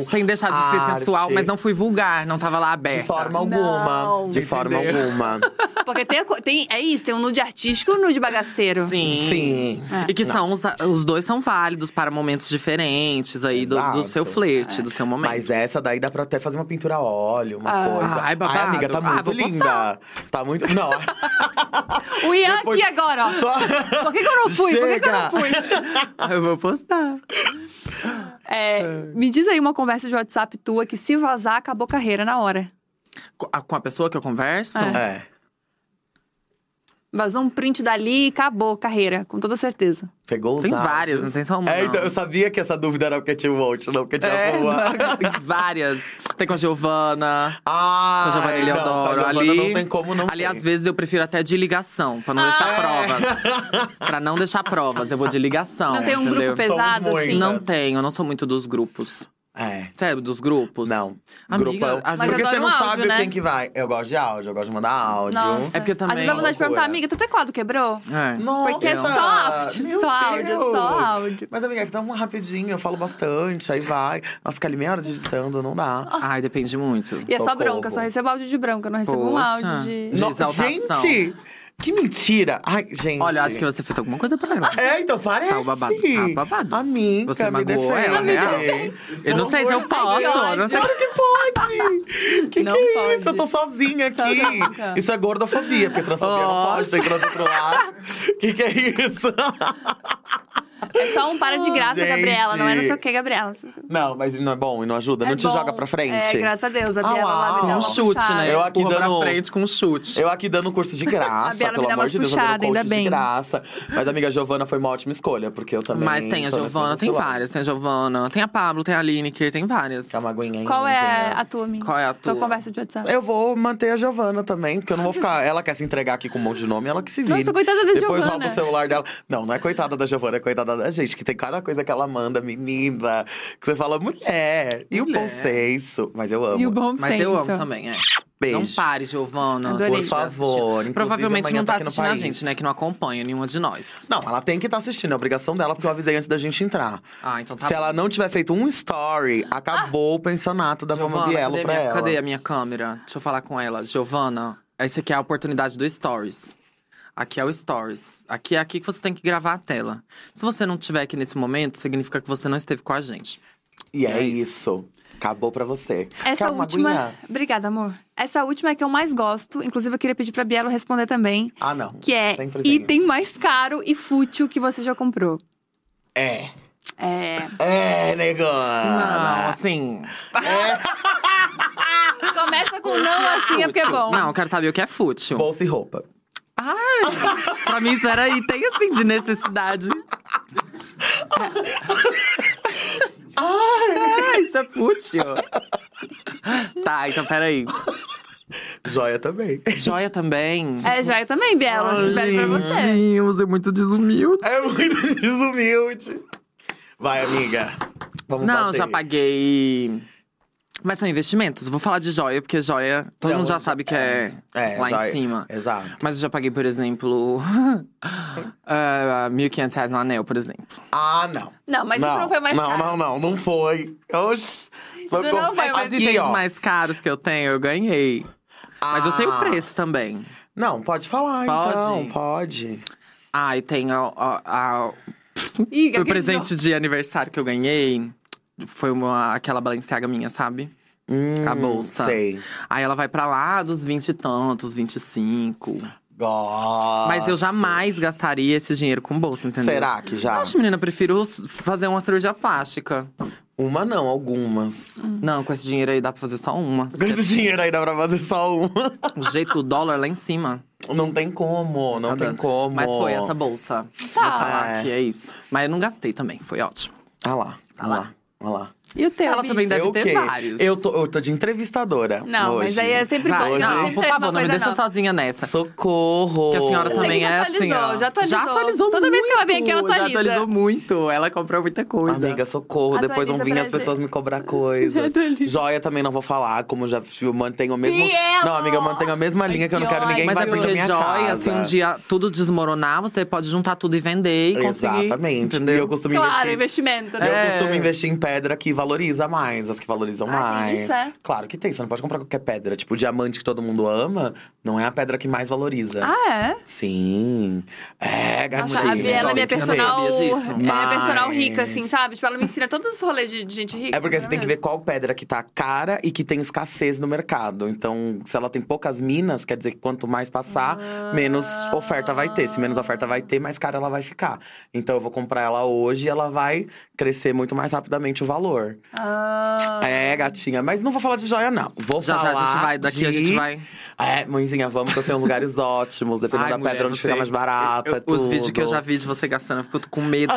C: É, sem deixar de ser
F: arte.
C: sensual, mas não fui vulgar, não tava lá aberta.
F: De forma alguma.
A: Não.
F: De forma
C: Entendeu?
F: alguma.
A: Porque tem, a co- tem. É isso, tem um nude artístico e um nude bagaceiro.
C: (laughs) Sim.
F: Sim.
C: E que são os, os dois são válidos para momentos diferentes aí do, do seu
F: Exato.
A: É.
C: flerte, do seu momento.
F: Mas essa daí dá pra até fazer uma pintura a óleo, uma
A: Ah.
F: coisa.
C: Ai, babado.
F: amiga, tá
C: Ah,
F: muito
C: vou
F: linda. Tá muito. Não.
A: (laughs) O Ian
F: Depois-
A: aqui agora, ó. Por que, que eu não fui? Por que, que eu não fui?
C: Ah, eu vou postar.
A: É, me diz aí uma conversa de WhatsApp tua que se vazar, acabou carreira na hora.
C: Co- a- Com a pessoa que eu converso?
F: é.
A: Vazou um print dali e acabou carreira, com toda certeza.
F: Pegou os
C: Tem
F: áudios.
C: várias, não tem só uma.
F: É,
C: não.
F: então eu sabia que essa dúvida era porque tinha um monte, não porque tinha
C: É,
F: uma.
C: não, tem várias. Tem com a Giovana,
F: Ah,
C: com a Giovana
F: não, com a
C: Eleodoro.
F: Giovana
C: Ali,
F: não tem como não
C: ali
F: ter.
C: às vezes, eu prefiro até de ligação, pra não deixar
F: (laughs)
C: provas. pra não deixar provas, eu vou de ligação.
A: Não tem um
C: entendeu?
A: grupo pesado,
F: Somos
A: assim.
F: muitas.
C: Não tenho, eu não sou muito dos grupos.
F: É.
C: Sério, dos grupos?
F: Não. é
C: Amiga,
F: Grupão.
C: às
A: Mas
F: porque
C: vezes...
A: adoro
F: você não
A: um áudio,
F: sabe
A: né?
F: quem que vai. Eu gosto de áudio, eu gosto de mandar áudio.
A: Nossa.
C: É porque eu também-
A: Às vezes dá vontade de perguntar,
F: Loucura.
A: amiga, teu teclado quebrou?
C: É.
F: Nossa!
A: Porque é só áudio,
F: Meu
A: só áudio,
F: Deus!
A: só áudio.
F: Mas, amiga, que dá uma rapidinho, eu falo bastante, aí vai. Nossa, que ali meia hora de editando, não dá.
C: Ai, depende muito.
A: E é só
F: Socorro.
A: bronca, só recebo áudio de bronca, eu não recebo um
C: Poxa.
A: áudio de.
C: De
F: No-
C: exaltação.
F: Gente, que mentira. Ai, gente.
C: Olha, acho que você fez alguma coisa pra ela.
F: É, então parece.
C: Tá o babado, tá o babado.
F: Amiga,
C: Você
F: me
C: magoou
F: defende.
C: ela, real?
F: defende.
C: Eu não sei se eu
F: Pelo amor de
C: posso,
F: Deus.
C: não sei.
F: Claro que pode. Que
A: Não
F: que é isso?
A: pode.
F: Eu tô sozinha aqui.
A: Sozinha.
F: Isso é gordofobia, porque transfobia
C: Oh.
F: não pode, tem que transar pro lado. Que que é isso?
A: É só um para de graça,
F: Gente.
A: Gabriela. Não é não sei o que, Gabriela.
F: Não, mas não é bom e não ajuda,
A: É
F: não te
A: bom.
F: joga pra frente.
A: É, graças a Deus. A Biela
F: Ah,
A: lá me deu
F: uau.
A: uma
C: Um chute,
A: puxada.
C: né?
F: Eu aqui
C: Empurrou
F: dando-
C: pra frente com um chute.
F: Eu aqui dando
C: (laughs)
F: curso de
A: A
F: graça,
A: Bela me
F: pelo
A: dá
F: amor
A: umas
F: de Deus, eu
A: puxadas,
F: dando
A: ainda
F: coach
A: bem.
F: de graça. Mas a amiga Giovana foi uma ótima escolha, porque eu também…
C: Mas tem a
F: tô nesse
C: Giovana,
F: mesmo
C: tem
F: filão.
C: várias. Tem a Giovana, tem a Pablo, tem a Lineker, tem várias.
F: Quer uma aguinha aí,
A: Qual
C: né,
A: é
F: mãezinha?
A: a tua, amiga?
C: Qual é a tua?
A: conversa de WhatsApp.
F: Eu vou manter a Giovana também, porque eu não vou ficar. Ela quer se entregar aqui com um monte de nome, ela que se vira.
A: Nossa, coitada da
F: Depois
A: Giovana.
F: rouba o celular dela. Não, não é coitada da Giovana, é coitada da gente, que tem cada coisa que ela manda, menina, que você fala mulher. E o bom
C: Mulher.
F: senso. Mas eu amo.
A: E o bom
C: Mas
A: senso.
C: eu amo também, é.
F: Beijo.
C: Não pare, Giovana.
A: Adorei.
C: se
A: Por
C: estiver
F: favor,
C: assistindo.
F: inclusive,
C: Provavelmente
F: amanhã
C: não
F: tá
C: tá
F: aqui no
C: assistindo a
F: país.
C: gente, né? Que não acompanha nenhuma de nós.
F: Não, ela tem que estar assistindo, é obrigação dela, porque eu avisei antes da gente entrar.
C: Ah, então tá
F: Se
C: bom.
F: ela não tiver feito um story, acabou o pensionato da Mama
C: Giovana,
F: Bielo
C: cadê,
F: pra
C: minha,
F: ela.
C: cadê a minha câmera? Deixa eu falar com ela. Giovana, essa aqui é a oportunidade do Stories. Aqui é o Stories. Aqui é aqui que você tem que gravar a tela. Se você não estiver aqui nesse momento, significa que você não esteve com a gente.
F: E é
C: É
F: isso. Acabou pra você.
A: Essa
F: Quer uma
A: última.
F: aguinha?
A: Obrigada, amor. Essa última é que eu mais gosto. Inclusive, eu queria pedir pra Bielo responder também.
F: Ah, não.
A: Que é
F: Sempre tem.
A: item mais caro e fútil que você já comprou.
F: É.
A: É.
F: É, negona.
C: não, assim.
A: Começa com não assim, é porque é
C: fútil.
A: bom.
C: Não, eu quero saber o que é fútil.
F: Bolsa e roupa.
C: Pra mim, isso era item assim de necessidade. Ah, isso é fútil. Tá, então peraí.
F: Joia também.
C: Joia também.
A: É, já eu também, Bielo. Espero pra você.
C: é muito desumilde.
F: (laughs) É muito desumilde. Vai, amiga. Vamos
C: Não,
F: bater.
C: já paguei. Mas são investimentos. Vou falar de joia, porque joia todo
F: Não,
C: mundo já
F: já-
C: sabe que é,
F: É,
C: lá
F: joia.
C: em cima.
F: Exato.
C: Mas eu já paguei, por (laughs) exemplo, ah, 1.500 reais no anel, por exemplo.
F: Ah, não.
A: Não, mas isso não foi mais
F: não,
A: caro.
F: Não, não, não foi. Oxi. Isso
A: não foi mais
C: Os itens mais caros que eu tenho, eu ganhei. Mas eu sei o preço também.
F: Não, pode falar,
C: Pode?
F: então. Pode.
C: Ah, e tem a- a- a-
A: Ih,
C: o
A: gaguejou.
C: presente de aniversário que eu ganhei. Foi uma, aquela Balenciaga minha, sabe?
F: Hum,
C: A bolsa.
F: Sei.
C: Aí ela vai pra lá dos 20 e tantos, 25.
F: Gosto.
C: Mas eu jamais gastaria esse dinheiro com bolsa, entendeu?
F: Será que já?
C: Nossa, menina, eu prefiro s- fazer uma cirurgia plástica.
F: Uma não, algumas.
C: Não, com esse dinheiro aí dá pra fazer só uma.
F: Com esse dinheiro aí dá pra fazer só uma. (laughs)
C: O jeito que o dólar lá em cima.
F: Não tem como, não
C: tá
F: tem
C: dando.
F: como.
C: Mas foi essa bolsa.
A: Tá.
C: Vou falar
F: É.
C: que é isso. Mas eu não gastei também, foi ótimo.
F: Ah lá, ah lá, ah lá.
A: E o teu?
C: Ela
A: Bis?
C: também deve
F: Eu
C: ter
F: quê?
C: vários.
F: Eu tô, eu tô de entrevistadora.
A: Não, mas
F: hoje.
A: aí é sempre
C: Vai,
A: bom.
F: hoje-
A: não,
C: não,
A: sempre
C: por
A: traz
C: favor,
A: uma
C: não me
A: coisa
C: deixa
A: nova.
C: sozinha nessa.
F: Socorro!
C: Que a senhora
A: Eu sei
C: também
A: que já
C: é
A: atualizou,
C: assim, ó.
A: já atualizou.
C: Já atualizou
A: Toda vez que ela vem aqui, ela
C: muito,
A: atualiza.
C: Já atualizou muito. Ela comprou muita coisa.
F: Amiga, socorro.
A: Atualiza
F: Depois vão vir
A: pra
F: as
A: gente.
F: pessoas me cobrar
A: (laughs)
F: coisas. Joia também não vou falar, como já eu mantenho o mesmo.
A: Bielo!
F: Não, amiga, eu mantenho a mesma linha que eu não
A: que
F: quero ninguém
C: Mas é
F: invadindo a
C: porque
F: minha
C: joia,
A: assim,
C: se
F: casa.
C: um dia tudo desmoronar, você pode juntar tudo e vender e conseguir.
F: Exatamente. E
C: Entendeu?
F: eu costumo
A: Claro,
F: investir.
C: É.
A: investimento,
F: Eu
A: né?
F: costumo investir em pedra que valoriza mais, as que valorizam
A: Ah, tem
F: mais.
A: isso, é?
F: Claro que tem, você não pode comprar qualquer pedra. Tipo, o diamante que todo mundo ama, não é a pedra que mais valoriza.
A: Ah, é?
F: Sim. É,
A: Nossa,
F: garotinha.
A: a Biela é minha
C: Eu não
A: personal.
C: sabia disso.
A: É minha personal rica,
F: Mas-
A: assim, sabe? Tipo, ela me ensina todos os rolês de de gente rica.
F: É porque você tem que ver qual pedra que tá cara e que tem escassez no mercado. Então, se ela tem poucas minas, quer dizer que quanto mais passar, menos oferta vai ter. Se menos oferta vai ter, mais cara ela vai ficar. Então, eu vou comprar ela hoje e ela vai crescer muito mais rapidamente o valor.
A: Ah,
F: É, gatinha. Mas não vou falar de joia, não. Vou
C: Já, já,
F: falar
C: a gente vai. Daqui
F: de...
C: a gente vai.
F: É, mãezinha, vamos, que eu sei uns lugares ótimos. Dependendo
C: Ai,
F: da
C: mulher,
F: pedra, onde
C: você-
F: fica mais barato,
C: eu-
F: é tudo.
C: Os vídeos que eu já vi de você gastando, eu fico com
F: (laughs)
C: medo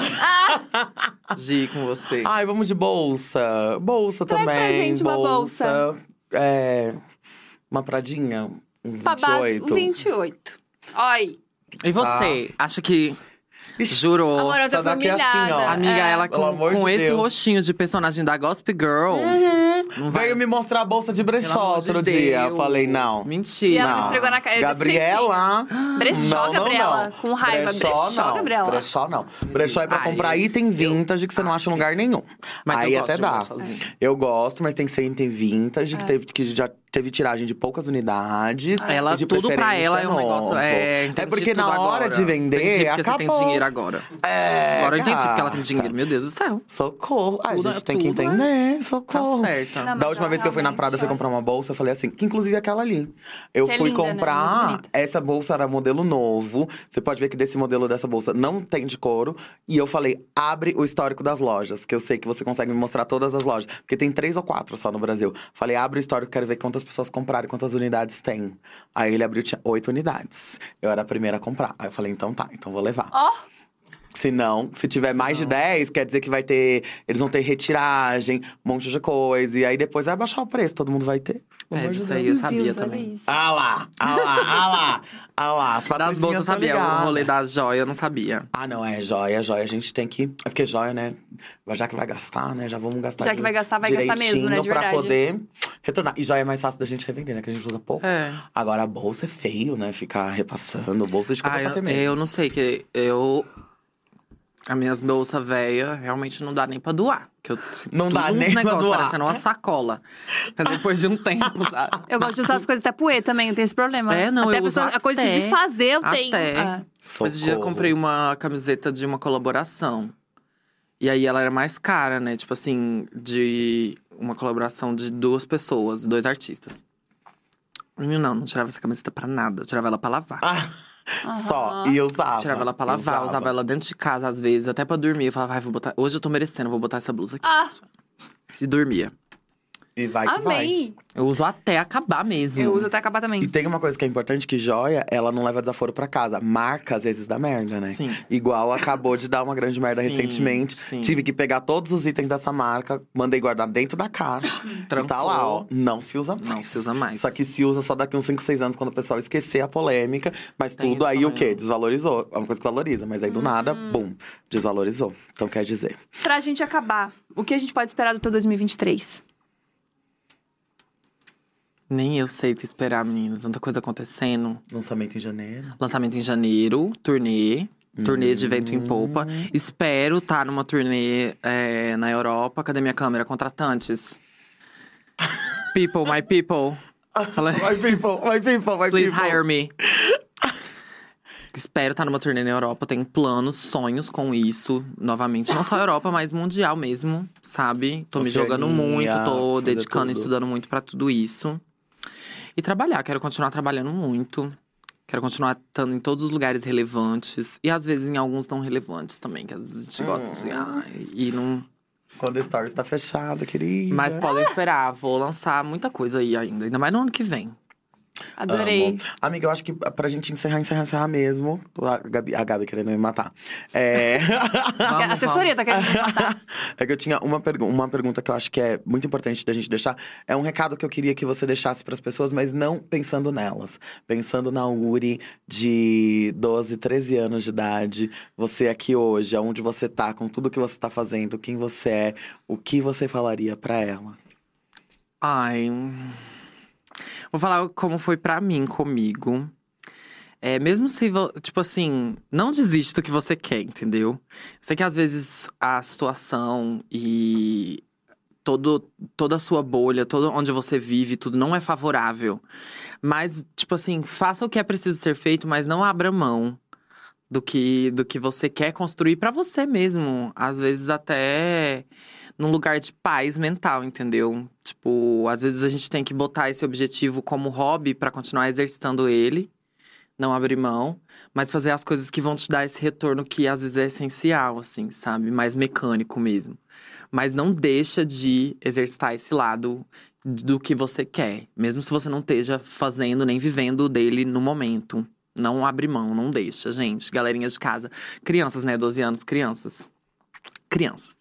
C: de ir com você.
F: Ai, vamos de bolsa. Bolsa
A: Traz pra
F: também.
A: gente uma
F: É. Uma pradinha. Uns
A: babado
F: 28.
A: 28. Oi.
C: E você? Acha que.
F: Ixi,
C: Jurou.
A: Amor, eu tô
F: Essa daqui é assim,
A: humilhada.
F: ó.
C: Amiga,
A: É.
C: ela
F: Pelo
C: com,
F: amor de
C: com esse
F: Deus.
C: rostinho de personagem da Gossip Girl.
A: Uhum.
C: Não vai.
F: Veio me mostrar a bolsa de
C: Pelo amor
F: brechó
C: de
F: outro dia.
C: Deus.
F: Falei, não.
A: E
C: Mentira.
A: ela me esfregou na cara desse
F: Gabriela.
A: Brechó,
F: não, não,
A: Gabriela.
F: não.
A: Com raiva. Brechó,
F: não.
A: Gabriela.
F: Brechó não. Brechó é pra
C: Ai,
F: comprar item
C: eu- Ah,
F: vintage que você não acha em lugar nenhum.
C: Mas
F: Aí
C: eu gosto
F: até
C: de
F: dá.
C: brochazinho.
F: Eu gosto, mas tem que ser item vintage,
A: É.
F: que, teve, que já teve tiragem de poucas unidades.
C: Ah, Ela,
F: e de
C: tudo pra
F: preferência
C: ela é um negócio.
F: novo.
C: É,
F: é
C: entendi
F: porque na
C: tudo
F: hora
C: agora.
F: de vender,
C: entendi porque
F: acabou.
C: você tem dinheiro agora.
F: É,
C: agora eu entendi
F: cara.
C: porque ela tem dinheiro. Meu Deus do céu.
F: Socorro. A
C: Tudo-
F: gente tem que
C: tudo é-
F: entender, socorro.
C: Tá certa.
A: Não, mas
F: Da última
A: ela
F: vez que eu fui na
A: realmente,
F: Prada, eu fui
A: ó.
F: comprar uma bolsa, eu falei assim, que inclusive é aquela ali. Eu
A: Que é
F: fui
A: linda, né? Muito
F: comprar,
A: bonita.
F: essa bolsa era modelo novo. Você pode ver que desse modelo dessa bolsa não tem de couro. E eu falei, abre o histórico das lojas, que eu sei que você consegue me mostrar todas as lojas. Porque tem três ou quatro só no Brasil. Falei, abre o histórico, quero ver quantas pessoas compraram, e quantas unidades tem. Aí ele abriu, tinha oito unidades. Eu era a primeira a comprar. Aí eu falei, então tá, então vou levar.
A: Ó,
F: Se não, se tiver mais de 10, quer dizer que vai ter. Eles vão ter retiragem, um monte de coisa. E aí depois vai baixar o preço, todo mundo vai ter.
C: É, disso aí eu sabia
A: Deus, olha
C: também.
A: isso.
F: Ah lá, ah lá, ah lá, ah lá. As
C: Das
F: patricinhas
C: bolsas eu
F: tão
C: sabia, o
F: ligadas.
C: rolê das joias eu não sabia.
F: Ah, não, é joia, joia. A gente tem que. É porque joia, né? Já que vai gastar, né? Já vamos gastar.
A: Já que vai gastar, vai gastar mesmo, né? De
F: direitinho Pra
A: verdade.
F: poder retornar. E joia é mais fácil da gente revender, né? Que a gente usa pouco.
C: É.
F: Agora a bolsa é feio, né? Ficar repassando. Bolsa de
C: Ah,
F: comprar
C: eu,
F: também.
C: eu não sei, que eu. As minhas bolsas velhas realmente não dá nem pra doar. Que eu,
F: Não
C: tudo
F: dá
C: uns
F: nem pra
C: negócio
F: doar.
C: Parecendo uma sacola. Então, depois de um tempo, sabe?
A: Eu gosto de
C: (laughs)
A: usar as coisas até puê também, eu tenho esse problema.
C: É, não,
A: até
C: eu
A: a, pessoa-
C: uso
A: a coisa de
C: até-
A: desfazer eu tenho.
C: até.
A: Ah,
C: Mas esse dia eu
F: Socorro.
C: comprei uma camiseta de uma colaboração. E aí ela era mais cara, né? Tipo assim, de uma colaboração de duas pessoas, dois artistas. Menino, não, não tirava essa camiseta pra nada. Eu tirava ela pra lavar.
F: Ah, Só. E usava.
C: tirava ela pra lavar, usava. ela dentro de casa, às vezes, até pra dormir. Eu falava, ai, vou botar. Hoje eu tô merecendo, vou botar essa blusa aqui.
A: Ah.
C: E dormia.
F: E vai que vai.
A: amei.
C: Eu uso até acabar mesmo.
A: Eu uso até acabar também.
F: E tem uma coisa que é importante, que joia, ela não leva desaforo pra casa. Marca, às vezes, dá merda, né?
C: Sim.
F: Igual acabou de dar uma grande merda
C: Sim,
F: recentemente.
C: sim.
F: Tive que pegar todos os itens dessa marca, mandei guardar dentro da caixa. e tá
C: Trancou.
F: lá, ó. Não se usa mais.
C: Não se usa mais.
F: Só que se usa só daqui uns 5, 6 anos, quando o pessoal esquecer a polêmica. Mas
C: Tem
F: tudo
C: isso
F: aí, o
C: também. né? Hum.
F: quê? Desvalorizou. É uma coisa que valoriza, mas aí do nada, bum, desvalorizou. Então quer dizer…
A: Pra gente acabar, o que a gente pode esperar do teu 2023?
C: Nem eu sei o que esperar, menino. Tanta coisa acontecendo.
F: Lançamento em janeiro.
C: Lançamento em janeiro, turnê. Turnê de vento em polpa. Espero estar numa turnê é, na Europa. Cadê minha câmera? Contratantes. People, my people. Fala-
F: My people, my people, my
C: Please
F: people.
C: hire me. Espero estar numa turnê na Europa. Tenho planos, sonhos com isso. Novamente, não só Europa, mas mundial mesmo, sabe? Tô me
F: Oceania,
C: jogando muito, tô
F: fazer
C: dedicando e
F: tudo.
C: estudando muito pra tudo isso. E trabalhar, quero continuar trabalhando muito. Quero continuar estando em todos os lugares relevantes. E às vezes em alguns não relevantes também, que às vezes a gente gosta de. ai, e não.
F: Quando o Stories tá fechado, querida.
C: Mas podem esperar, vou lançar muita coisa aí ainda. Ainda mais no ano que vem.
A: Adorei.
F: Amo. Amiga, eu acho que pra gente encerrar, encerrar, encerrar mesmo. A Gabi, a Gabi querendo me matar. É. (laughs)
C: Vamos,
A: a assessoria tá querendo.
F: é que eu tinha uma, pergu- uma pergunta que eu acho que é muito importante da gente deixar. É um recado que eu queria que você deixasse pras pessoas, mas não pensando nelas. Pensando na Uri de 12, 13 anos de idade. Você aqui hoje, aonde você tá, com tudo que você tá fazendo, quem você é, o que você falaria pra ela?
C: Ai. hum. Vou falar como foi pra mim comigo. É, mesmo se, vo- tipo assim, não desiste do que você quer, entendeu? Eu sei que às vezes a situação e todo, toda a sua bolha, todo onde você vive, tudo não é favorável. Mas, tipo assim, faça o que é preciso ser feito, mas não abra mão do que, do que você quer construir pra você mesmo. Às vezes até num lugar de paz mental, entendeu? Tipo, às vezes a gente tem que botar esse objetivo como hobby pra continuar exercitando ele, não abrir mão, mas fazer as coisas que vão te dar esse retorno que às vezes é essencial, assim, sabe? Mais mecânico mesmo. Mas não deixa de exercitar esse lado do que você quer, mesmo se você não esteja fazendo nem vivendo dele no momento. Não abre mão, não deixa, gente. Galerinha de casa. Crianças, né? 12 anos, crianças. Crianças.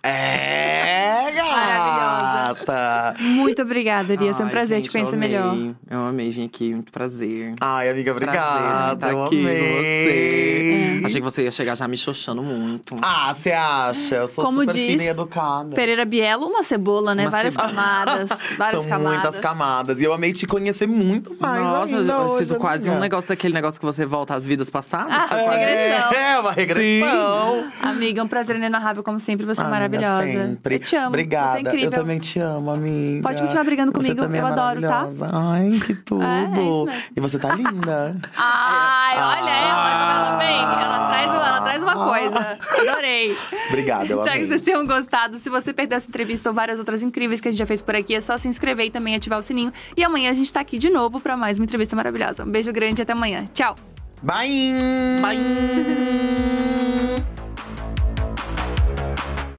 F: É,
A: Maravilhosa.
F: gata!
A: Ah, Muito obrigada, Ria. Foi um
C: Ai,
A: prazer
C: gente,
A: te conhecer
C: eu amei.
A: melhor.
C: Eu amei vir aqui, muito prazer.
F: Ai, amiga, obrigada.
C: Prazer estar
F: eu
C: aqui com
F: amei.
A: É.
C: você. É. Achei que você ia chegar já me xoxando muito.
F: Ah, você acha? Eu sou
A: Como
F: super
A: diz
F: fina e educada.
A: Pereira Bielo, uma cebola, né?
C: Uma
A: várias
C: cebola. (laughs)
A: camadas. Várias
F: São
A: camadas.
F: muitas camadas. E eu amei te conhecer muito mais.
C: Nossa,
F: ainda
C: eu
F: hoje,
C: fiz quase
F: amiga.
C: um negócio daquele negócio que você volta às vidas passadas.
A: Ah,
C: Foi
A: é.
C: quase-
A: Regressão.
F: É, uma regressão.
A: Amiga, um prazer inenarrável, como sempre. Você é
F: Amiga,
A: maravilhosa.
F: sempre.
A: Eu te amo.
F: Obrigada.
A: Você é
F: Eu
A: incrível.
F: também te amo, amiga.
A: Pode continuar brigando
F: Você
A: comigo,
F: também
A: eu
F: é
A: adoro, tá?
F: maravilhosa. Ai, que tudo.
A: (laughs) É, é isso mesmo.
F: E você tá
A: (laughs)
F: linda.
A: Ai, olha ela, como ela vem. Ela
F: Ah.
A: traz, um- ela traz uma coisa. Adorei.
F: Obrigado, eu
A: Espero que vocês
F: amei.
A: tenham gostado. Se você perdeu essa entrevista ou várias outras incríveis que a gente já fez por aqui, é só se inscrever e também ativar o sininho. E amanhã a gente tá aqui de novo pra mais uma entrevista maravilhosa. Um beijo grande e até amanhã. Tchau.
F: Bye! Bye!